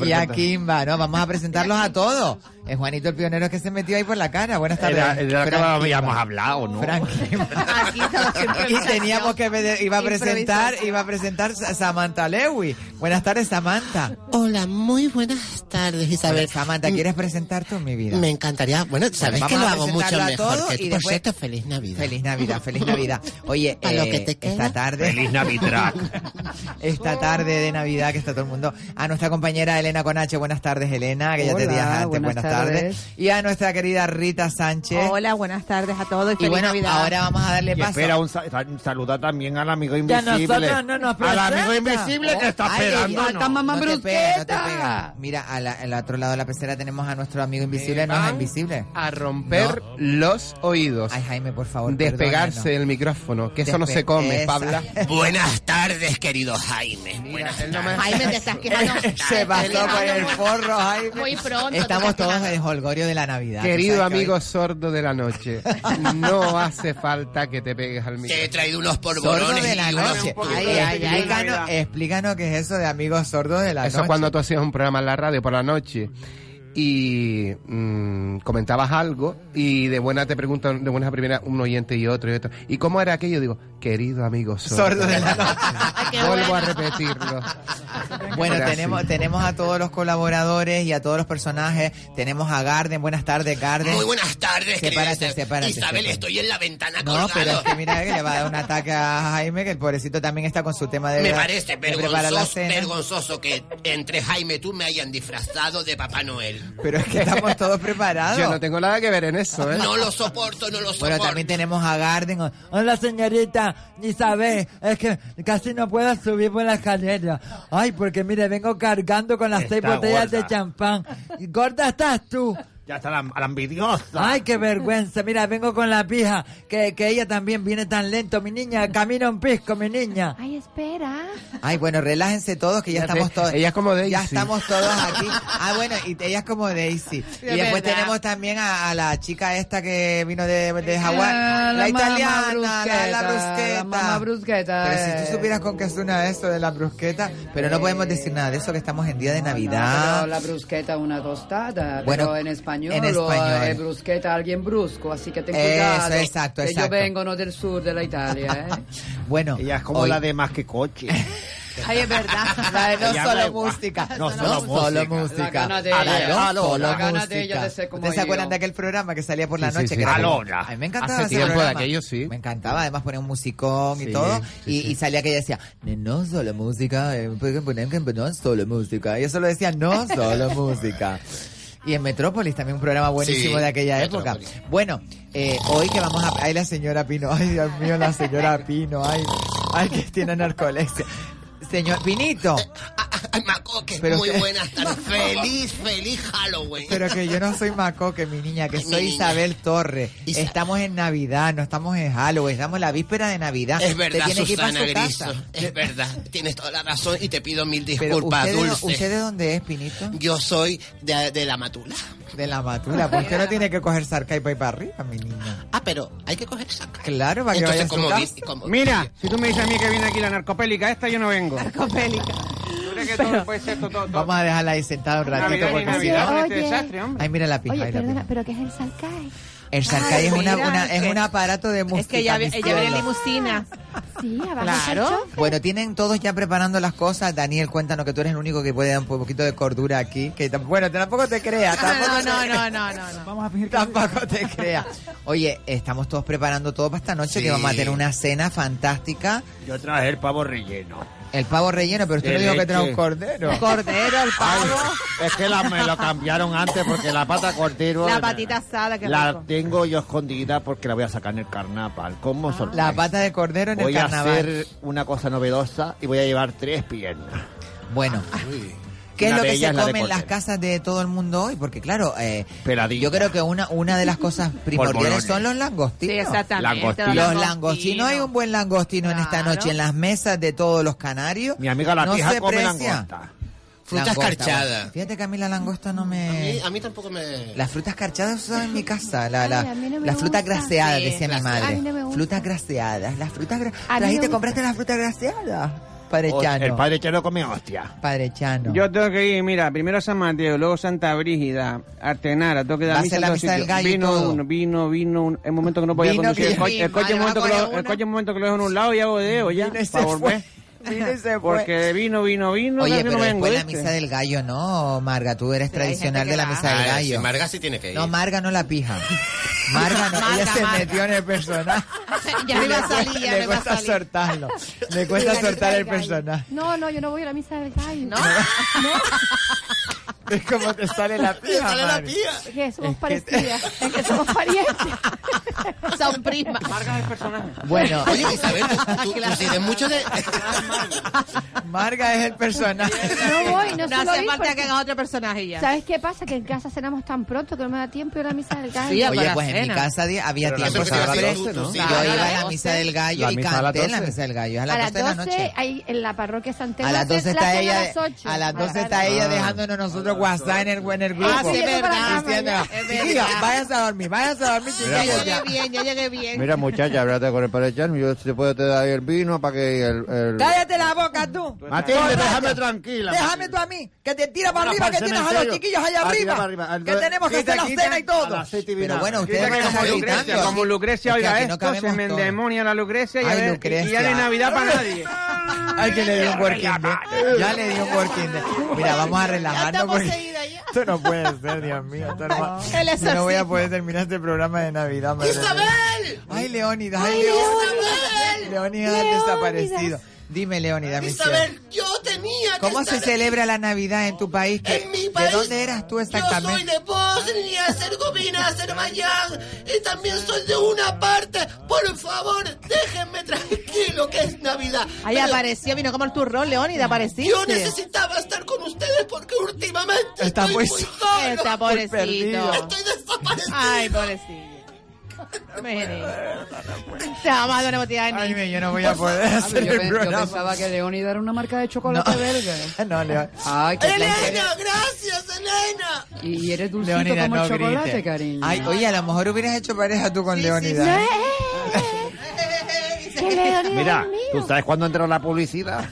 Speaker 4: y a Kimba, ¿no? Vamos a presentarlos a todos. Es Juanito el pionero que se metió ahí por la cara. Buenas tardes.
Speaker 13: Era, era que
Speaker 4: Frank Kimba.
Speaker 13: habíamos hablado, ¿no?
Speaker 4: y teníamos que ver- iba a presentar iba a presentar Sa- Samantha Lewy buenas tardes Samantha
Speaker 16: Hola, muy buenas tardes, Isabel. Mm.
Speaker 4: Bueno, Samantha quieres presentar tú mi vida
Speaker 16: Me encantaría. Bueno, sabes
Speaker 4: Bueno,
Speaker 16: que lo
Speaker 4: vamos a
Speaker 16: hago mucho
Speaker 4: presentarlo a
Speaker 16: mejor
Speaker 4: todo
Speaker 16: que tú.
Speaker 4: y
Speaker 16: Por
Speaker 4: después-
Speaker 16: cierto, feliz Navidad.
Speaker 4: Feliz Navidad, feliz Navidad. Oye,
Speaker 16: Para lo
Speaker 4: eh,
Speaker 16: que te queda.
Speaker 4: esta tarde.
Speaker 16: Feliz Navidrac.
Speaker 4: Esta tarde de Navidad que está todo el mundo. A nuestra compañera Elena Conache, buenas tardes, Elena, que ya te
Speaker 17: Hola,
Speaker 4: días antes, buenas,
Speaker 17: buenas
Speaker 4: tardes.
Speaker 17: tardes.
Speaker 4: Y a nuestra querida Rita Sánchez.
Speaker 17: Hola, buenas tardes a todos. Y,
Speaker 4: Y
Speaker 17: feliz
Speaker 4: bueno,
Speaker 17: Navidad.
Speaker 4: ahora vamos a darle
Speaker 13: Y
Speaker 4: paso.
Speaker 13: espera, un, sa- un saludo también al amigo
Speaker 4: Ya
Speaker 13: invisible.
Speaker 4: nosotros no nos
Speaker 13: al
Speaker 4: presenta.
Speaker 13: amigo invisible que está
Speaker 4: Ay,
Speaker 13: esperando.
Speaker 4: ya está mamá no te pega, no te pega. Mira, a la- al otro lado de la pecera tenemos a nuestro amigo invisible, no es
Speaker 5: van
Speaker 4: invisible.
Speaker 5: A romper los oídos.
Speaker 4: Ay, Jaime, por favor.
Speaker 5: Despegarse
Speaker 4: perdónanos.
Speaker 5: del micrófono, que eso no
Speaker 4: Despe-
Speaker 5: se come,
Speaker 4: Esa.
Speaker 5: Pabla.
Speaker 16: Buenas tardes, querido Jaime. Buenas tardes.
Speaker 14: Jaime, te estás quejando.
Speaker 4: Se pasó
Speaker 16: Ah,
Speaker 4: por el forro, Jaime.
Speaker 14: Muy pronto. te
Speaker 4: Estamos
Speaker 14: estás
Speaker 4: todos en el holgorio de la Navidad.
Speaker 5: Querido
Speaker 4: Tú sabes que
Speaker 5: amigo
Speaker 4: hoy-
Speaker 5: sordo de la noche, no hace falta que te pegues al micrófono. Te he
Speaker 16: traído unos
Speaker 4: Sordo de la noche. Ay, ay, ay, explícanos,
Speaker 5: Eso
Speaker 4: explícanos qué es eso de amigos sordos de la
Speaker 5: es
Speaker 4: noche.
Speaker 5: cuando tú hacías un programa en la radio por la noche y mm, comentabas algo y de buena te preguntan, de buenas a primeras, un oyente y otro y otro. ¿Y cómo era aquello? Digo, querido amigo sordo.
Speaker 4: Sordo de la noche.
Speaker 5: Vuelvo a repetirlo.
Speaker 4: Bueno,
Speaker 5: Era así.
Speaker 4: tenemos, tenemos a todos los colaboradores y a todos los personajes. Tenemos a Garden. Buenas tardes, Garden.
Speaker 16: Muy buenas tardes,
Speaker 4: Sepárate,
Speaker 16: querida
Speaker 4: sepárate.
Speaker 16: Isabel,
Speaker 4: sepárate.
Speaker 16: estoy en la ventana
Speaker 4: No,
Speaker 16: colgado.
Speaker 4: pero es que mira que le va a dar un ataque a Jaime, que el pobrecito también está con su tema de...
Speaker 16: Me
Speaker 4: de
Speaker 16: parece
Speaker 4: preparar la
Speaker 16: vergonzoso,
Speaker 4: cena.
Speaker 16: vergonzoso que entre Jaime y tú me hayan disfrazado de Papá Noel.
Speaker 4: Pero es que estamos todos preparados.
Speaker 5: Yo no tengo nada que ver en eso, ¿eh?
Speaker 16: No lo soporto, no lo soporto.
Speaker 4: Bueno, también tenemos a Garden.
Speaker 18: Hola señorita, Isabel, es que casi no puedo subir por la escalera. Ay, porque mire, vengo cargando con las
Speaker 13: Está
Speaker 18: seis botellas
Speaker 13: gorda.
Speaker 18: de champán. Y Gorda estás tú.
Speaker 13: Ya está la, la envidiosa.
Speaker 18: Ay, qué vergüenza. Mira, vengo con la pija, que, que ella también viene tan lento. Mi niña, camina un pisco, mi niña.
Speaker 14: Ay, espera.
Speaker 4: Ay, bueno, relájense todos que ya
Speaker 5: Fíjate,
Speaker 4: estamos todos.
Speaker 5: ella es como Daisy.
Speaker 4: Ya estamos todos aquí. Ah, bueno, y ella es como Daisy. Y
Speaker 5: De
Speaker 4: después
Speaker 5: verdad.
Speaker 4: tenemos también a, a la chica esta que vino de, de Hawái.
Speaker 17: Ah,
Speaker 4: La,
Speaker 17: mamá
Speaker 4: italiana, la, la
Speaker 17: brusqueta,
Speaker 4: brusqueta.
Speaker 17: La mamá brusqueta.
Speaker 4: Pero si tú
Speaker 17: eh.
Speaker 4: supieras con qué suena eso de la brusqueta, pero no podemos decir nada de eso que estamos en día de
Speaker 17: Pero
Speaker 4: Navidad.
Speaker 17: la brusqueta es una tostada,
Speaker 4: Bueno,
Speaker 17: pero en español,
Speaker 4: en español.
Speaker 17: eh, brusqueta alguien brusco, así que ten
Speaker 4: Eso,
Speaker 17: cuidado.
Speaker 4: exacto,
Speaker 17: que
Speaker 4: exacto.
Speaker 17: yo vengo no del sur de la Italia, ¿eh?
Speaker 4: Bueno,
Speaker 13: ella es como
Speaker 4: hoy-
Speaker 13: la de más que coche.
Speaker 17: Ay, es verdad.
Speaker 4: La de no
Speaker 13: Ella
Speaker 4: solo
Speaker 13: habla igual.
Speaker 4: música.
Speaker 13: No solo música.
Speaker 4: música.
Speaker 13: La gana de ella.
Speaker 4: no
Speaker 13: Aló,
Speaker 4: solo
Speaker 13: la gana
Speaker 4: música.
Speaker 13: de ella de ser como
Speaker 4: ¿Ustedes se
Speaker 13: yo.
Speaker 4: acuerdan de aquel programa que salía por la
Speaker 5: Sí, sí,
Speaker 4: noche?
Speaker 5: sí,
Speaker 4: que era
Speaker 5: sí.
Speaker 4: como-
Speaker 5: Alora.
Speaker 4: A mí me encantaba
Speaker 5: Hace
Speaker 4: ese
Speaker 5: tiempo de
Speaker 4: programa.
Speaker 5: aquello, sí.
Speaker 4: Me encantaba. Además ponía un musicón y
Speaker 5: Sí,
Speaker 4: todo.
Speaker 5: sí,
Speaker 4: y,
Speaker 5: sí.
Speaker 4: y salía que ella decía, no solo música, eh, pueden poner que no solo música. Y eso lo decía, no solo música. Y en Metrópolis también un programa buenísimo
Speaker 16: Sí,
Speaker 4: de aquella época. Bueno, eh, hoy que vamos a... Ay, la señora Pino. Ay, Dios mío, la señora Pino. Ay, ay que tiene narcolepsia. Señor Pinito.
Speaker 16: Ay, Macoque,
Speaker 4: Pero
Speaker 16: muy
Speaker 4: que-
Speaker 16: buenas tardes. Feliz, feliz Halloween.
Speaker 4: Pero que yo no soy Macoque, mi niña, que
Speaker 16: Ay, mi
Speaker 4: soy
Speaker 16: niña.
Speaker 4: Isabel Torres. Estamos en Navidad, no estamos en Halloween, estamos en la víspera de Navidad.
Speaker 16: Es
Speaker 4: Usted
Speaker 16: verdad,
Speaker 4: tiene que ir pa'
Speaker 16: Susana
Speaker 4: su
Speaker 16: Griso.
Speaker 4: casa.
Speaker 16: Es verdad. Tienes toda la razón y te pido mil
Speaker 4: Pero
Speaker 16: disculpas,
Speaker 4: usted, de-
Speaker 16: Dulce.
Speaker 4: ¿usted de dónde es, Pinito?
Speaker 16: Yo soy de, de la matula.
Speaker 4: De la matula. ¿Por qué no tiene que coger Sarcaipa y para arriba, mi niña?
Speaker 16: Ah, pero hay que coger saca.
Speaker 4: Claro, para que vaya
Speaker 16: Entonces,
Speaker 4: a su
Speaker 16: como
Speaker 4: casa.
Speaker 16: vi- como-
Speaker 15: Mira, si tú me dices a mí que viene aquí la narcopélica esta, yo no vengo.
Speaker 16: Narcopélica.
Speaker 13: crees que todo puede ser todo, todo, todo?
Speaker 4: Vamos a dejarla ahí sentada un ratito
Speaker 13: Navidad ni
Speaker 4: porque
Speaker 13: Navidad
Speaker 4: si no-
Speaker 13: con este Oye. desastre, hombre.
Speaker 4: Ay, mira la pija.
Speaker 14: Oye,
Speaker 4: ahí la
Speaker 14: perdona,
Speaker 4: pija.
Speaker 14: ¿pero qué es el Salcae?
Speaker 4: El Sarkay es, una, una- es un aparato de música.
Speaker 9: Es que ella,
Speaker 4: mis
Speaker 9: ella viene en
Speaker 4: cielos.
Speaker 9: limusina.
Speaker 14: Sí, abajo
Speaker 9: Claro.
Speaker 14: está el chofer.
Speaker 4: Bueno, tienen todos ya preparando las cosas. Daniel, cuéntanos que tú eres el único que puede dar un poquito de cordura aquí. Que tam- bueno, tampoco te creas. Tampoco
Speaker 9: No,
Speaker 4: te
Speaker 9: no,
Speaker 4: creas.
Speaker 9: no, no, no, no.
Speaker 4: Vamos a Tampoco te creas. Oye, estamos todos preparando todo para esta noche
Speaker 13: Sí.
Speaker 4: que vamos a tener una cena fantástica.
Speaker 13: Yo traje el pavo relleno.
Speaker 4: El pavo relleno, pero usted
Speaker 13: De
Speaker 4: no dijo que
Speaker 13: leche.
Speaker 4: trae un cordero.
Speaker 9: Cordero, el
Speaker 13: Ay,
Speaker 9: pavo,
Speaker 13: es que la- me lo cambiaron antes porque la pata continua.
Speaker 9: la patita asada, que
Speaker 13: La
Speaker 9: rico.
Speaker 13: tengo yo escondida porque la voy a sacar en el carnaval. ¿Cómo son?
Speaker 4: Ah. La pata de cordero en
Speaker 13: Voy
Speaker 4: el
Speaker 13: a
Speaker 4: carnaval.
Speaker 13: hacer una cosa novedosa y voy a llevar tres piernas. Ah.
Speaker 4: Bueno, ¿Qué es
Speaker 13: Una
Speaker 4: lo
Speaker 13: de
Speaker 4: que
Speaker 13: ellas
Speaker 4: se
Speaker 13: es la de
Speaker 4: come en las
Speaker 13: cordero.
Speaker 4: casas de todo el mundo hoy? Porque claro, eh,
Speaker 13: Peladita.
Speaker 4: yo creo que una, una de las cosas primordiales
Speaker 13: Polvorones.
Speaker 4: son los langostinos.
Speaker 9: Sí, exactamente.
Speaker 13: Langostino.
Speaker 4: Los langostinos, hay un buen langostino en esta noche en las mesas de todos los canarios.
Speaker 13: Mi amiga la
Speaker 4: no
Speaker 13: pija
Speaker 4: se
Speaker 13: come
Speaker 4: precia.
Speaker 13: langosta.
Speaker 16: Fruta
Speaker 4: Langosta,
Speaker 16: escarchada.
Speaker 4: bueno. Fíjate que a mí la langosta no
Speaker 16: A mí,
Speaker 4: me...
Speaker 16: a mí tampoco me...
Speaker 4: Las frutas carchadas son en mi casa, la, la,
Speaker 14: Ay, a mí no me
Speaker 4: las frutas
Speaker 14: gusta.
Speaker 4: graseadas,
Speaker 14: Sí,
Speaker 4: decía mi
Speaker 14: graseadas.
Speaker 4: madre.
Speaker 14: A mí no me gusta.
Speaker 4: frutas graseadas, las frutas gra-
Speaker 14: A mí me
Speaker 4: ¿Trajiste,
Speaker 14: gusta.
Speaker 4: compraste las frutas graseadas? Padre
Speaker 13: O-
Speaker 4: Chano.
Speaker 13: El padre Chano come hostia.
Speaker 4: Padre Chano.
Speaker 15: Yo tengo que ir, mira, primero a San Mateo, luego Santa Brígida, Artenara, tengo que
Speaker 4: Va
Speaker 15: dar
Speaker 4: a ser
Speaker 15: misa en
Speaker 4: la
Speaker 15: dos
Speaker 4: misa del
Speaker 15: sitios.
Speaker 4: gallo y
Speaker 15: Vino
Speaker 4: todo.
Speaker 15: uno, vino, vino, un, es momento que no podía
Speaker 4: Vino,
Speaker 15: conducir. el
Speaker 4: vino.
Speaker 15: coche, el coche
Speaker 4: Madre,
Speaker 15: es momento que
Speaker 4: ahora
Speaker 15: lo,
Speaker 4: coge
Speaker 15: el
Speaker 4: una.
Speaker 15: coche es momento que lo dejo en un lado y hago dedo ya,
Speaker 4: Vino y se
Speaker 15: para volver.
Speaker 4: fue. Vino y se fue.
Speaker 15: Porque vino, vino, vino,
Speaker 4: Oye, pero
Speaker 15: también no me
Speaker 4: después la
Speaker 15: enganche.
Speaker 4: misa del gallo, no, Marga, tú eres tradicional de la misa del
Speaker 16: Ah, sí,
Speaker 4: gallo.
Speaker 16: Marga sí tiene que ir.
Speaker 4: No, Marga no la pija. Marga no, ella
Speaker 9: Marga,
Speaker 4: se
Speaker 9: Marga.
Speaker 4: metió en el personaje. pues,
Speaker 9: ya me va a salir, ya
Speaker 4: Le
Speaker 9: me va a
Speaker 4: cuesta
Speaker 9: salir.
Speaker 4: soltarlo. Le cuesta
Speaker 14: Sí, la
Speaker 4: soltar
Speaker 14: misa
Speaker 4: el
Speaker 14: del gallo.
Speaker 4: personaje.
Speaker 14: No, no, yo no voy a la misa del gallo. No,
Speaker 4: Es como te sale la pija.
Speaker 16: sale la
Speaker 4: Marga.
Speaker 16: pija.
Speaker 14: es que somos parecidas, es que somos parientes.
Speaker 9: Son primas.
Speaker 15: Marga es el personaje.
Speaker 4: Bueno,
Speaker 16: Oye, Isabel, tú, tú, tú tienes mucho de...
Speaker 4: Marga es el personaje.
Speaker 14: No voy, no,
Speaker 9: No,
Speaker 14: suelo
Speaker 9: hace
Speaker 14: ir
Speaker 9: falta que
Speaker 14: porque-
Speaker 9: haga otro personaje ya.
Speaker 14: ¿Sabes qué pasa? Que en casa cenamos tan pronto que no me da tiempo ir a la misa del gallo.
Speaker 9: Sí, a-
Speaker 4: Oye,
Speaker 9: para
Speaker 4: pues en mi
Speaker 9: cena.
Speaker 4: casa di- había
Speaker 16: Pero la
Speaker 4: tiempo
Speaker 16: misa que
Speaker 4: siempre.
Speaker 16: hacías tú, tú
Speaker 4: Yo
Speaker 16: sí.
Speaker 4: iba
Speaker 9: Claro,
Speaker 4: a
Speaker 9: a
Speaker 4: la
Speaker 9: las
Speaker 4: misa
Speaker 9: 12.
Speaker 4: del gallo
Speaker 13: La
Speaker 4: y
Speaker 13: misa a las
Speaker 4: canté en la
Speaker 13: 12.
Speaker 4: misa del gallo. Es a
Speaker 14: a
Speaker 4: las
Speaker 14: las
Speaker 4: 12 de la
Speaker 14: 12
Speaker 4: noche.
Speaker 14: hay en la parroquia San Telmo.
Speaker 4: A las 12
Speaker 14: la
Speaker 4: está
Speaker 14: cena
Speaker 4: ella,
Speaker 14: A las 8.
Speaker 4: a las 12 está
Speaker 16: Ah.
Speaker 4: ella dejándonos nosotros WhatsApp en el, en el grupo.
Speaker 9: Ah, sí, es verdad.
Speaker 4: Diciendo,
Speaker 9: Es
Speaker 4: "Chiquillos,
Speaker 9: verdad.
Speaker 4: váyanse a dormir, váyanse a dormir,
Speaker 9: Ah, Ya
Speaker 4: chiquillos.
Speaker 9: llegué
Speaker 4: ya".
Speaker 9: bien, ya llegué bien.
Speaker 18: Mira, muchacha, hablate con el padre Chano. Yo te puedo te dar el vino para que el. el-
Speaker 4: Cállate la boca tú.
Speaker 13: Matilde,
Speaker 4: Borracha.
Speaker 13: déjame tranquila.
Speaker 4: Déjame tú a mí, que te tira para
Speaker 13: Ahora
Speaker 4: arriba, que
Speaker 13: pa'l
Speaker 4: tienes a los
Speaker 13: cementerio.
Speaker 4: chiquillos allá
Speaker 13: Ah, tira
Speaker 4: arriba.
Speaker 13: para arriba.
Speaker 4: Que tenemos que
Speaker 13: Quita,
Speaker 4: hacer la
Speaker 13: quita,
Speaker 4: cena y
Speaker 13: al
Speaker 4: todo.
Speaker 13: aceite y
Speaker 4: Pero
Speaker 13: vinagre.
Speaker 4: bueno,
Speaker 13: Quita
Speaker 4: ustedes
Speaker 13: que
Speaker 4: van a
Speaker 13: como
Speaker 4: estar
Speaker 13: Lucrecia,
Speaker 4: gritando.
Speaker 13: como
Speaker 15: Lucrecia,
Speaker 4: Es que
Speaker 15: oiga
Speaker 4: aquí no
Speaker 15: esto, se
Speaker 4: cabemos
Speaker 15: me
Speaker 4: todos.
Speaker 15: endemonia la Lucrecia y,
Speaker 4: Ay,
Speaker 15: a ver, y- y ya no
Speaker 4: Lucrecia.
Speaker 15: hay Navidad para nadie.
Speaker 4: Ay, que le dio un working day. ¿eh? Ya le dio un working day. Mira, vamos a relajarnos
Speaker 9: está
Speaker 4: porque...
Speaker 9: poseída ya.
Speaker 4: Esto no puede ser, Dios mío. esto no-
Speaker 9: El
Speaker 4: Yo no voy a
Speaker 9: exorcismo.
Speaker 4: poder terminar este programa de Navidad. madre mía.
Speaker 16: ¡Isabel!
Speaker 4: ¡Ay, Leónidas! ¡Ay, Leónidas! Leónidas ha desaparecido. Dime, Leónidas, mi cielo.
Speaker 16: Isabel, yo tenía que
Speaker 4: ¿Cómo
Speaker 16: estar
Speaker 4: se celebra la Navidad en tu país? ¿Qué-
Speaker 16: En mi
Speaker 4: ¿De
Speaker 16: país,
Speaker 4: dónde eras tú
Speaker 16: Yo soy
Speaker 4: exactamente?
Speaker 16: de Bosnia, Herzegovina, Azerbaiyán y también soy de una parte. Por favor, déjenme tranquilo que es Navidad.
Speaker 9: Ahí
Speaker 16: Pero
Speaker 9: apareció, vino como el turrón, León, y te apareciste.
Speaker 16: Yo necesitaba estar con ustedes porque últimamente
Speaker 4: Este. Está
Speaker 16: estoy
Speaker 4: muy
Speaker 16: muy,
Speaker 4: solo.
Speaker 16: solo.
Speaker 4: perdido.
Speaker 9: Está pobrecito.
Speaker 16: Estoy desaparecido.
Speaker 9: Ay, pobrecillo. Vení. Te vamos a dar una botella de
Speaker 4: Ay,
Speaker 9: niño.
Speaker 4: mira, yo no voy a poder hacer
Speaker 17: Ah, yo,
Speaker 4: el
Speaker 17: pe- yo
Speaker 4: programa.
Speaker 17: pensaba que Leónida era una marca de chocolate verde.
Speaker 4: Ah, No, León.
Speaker 17: Ay, qué
Speaker 16: Elena, gracias, Elena.
Speaker 17: Y, y eres dulcito
Speaker 4: Leónidas,
Speaker 17: como
Speaker 4: no
Speaker 17: el chocolate,
Speaker 4: grites.
Speaker 17: cariño.
Speaker 4: Ay, oye, a lo mejor hubieras hecho pareja tú con
Speaker 14: No,
Speaker 4: Leónidas.
Speaker 14: eh, eh, eh, que Leonidas
Speaker 18: Mira,
Speaker 14: es mío.
Speaker 18: ¿tú sabes cuándo entró la publicidad?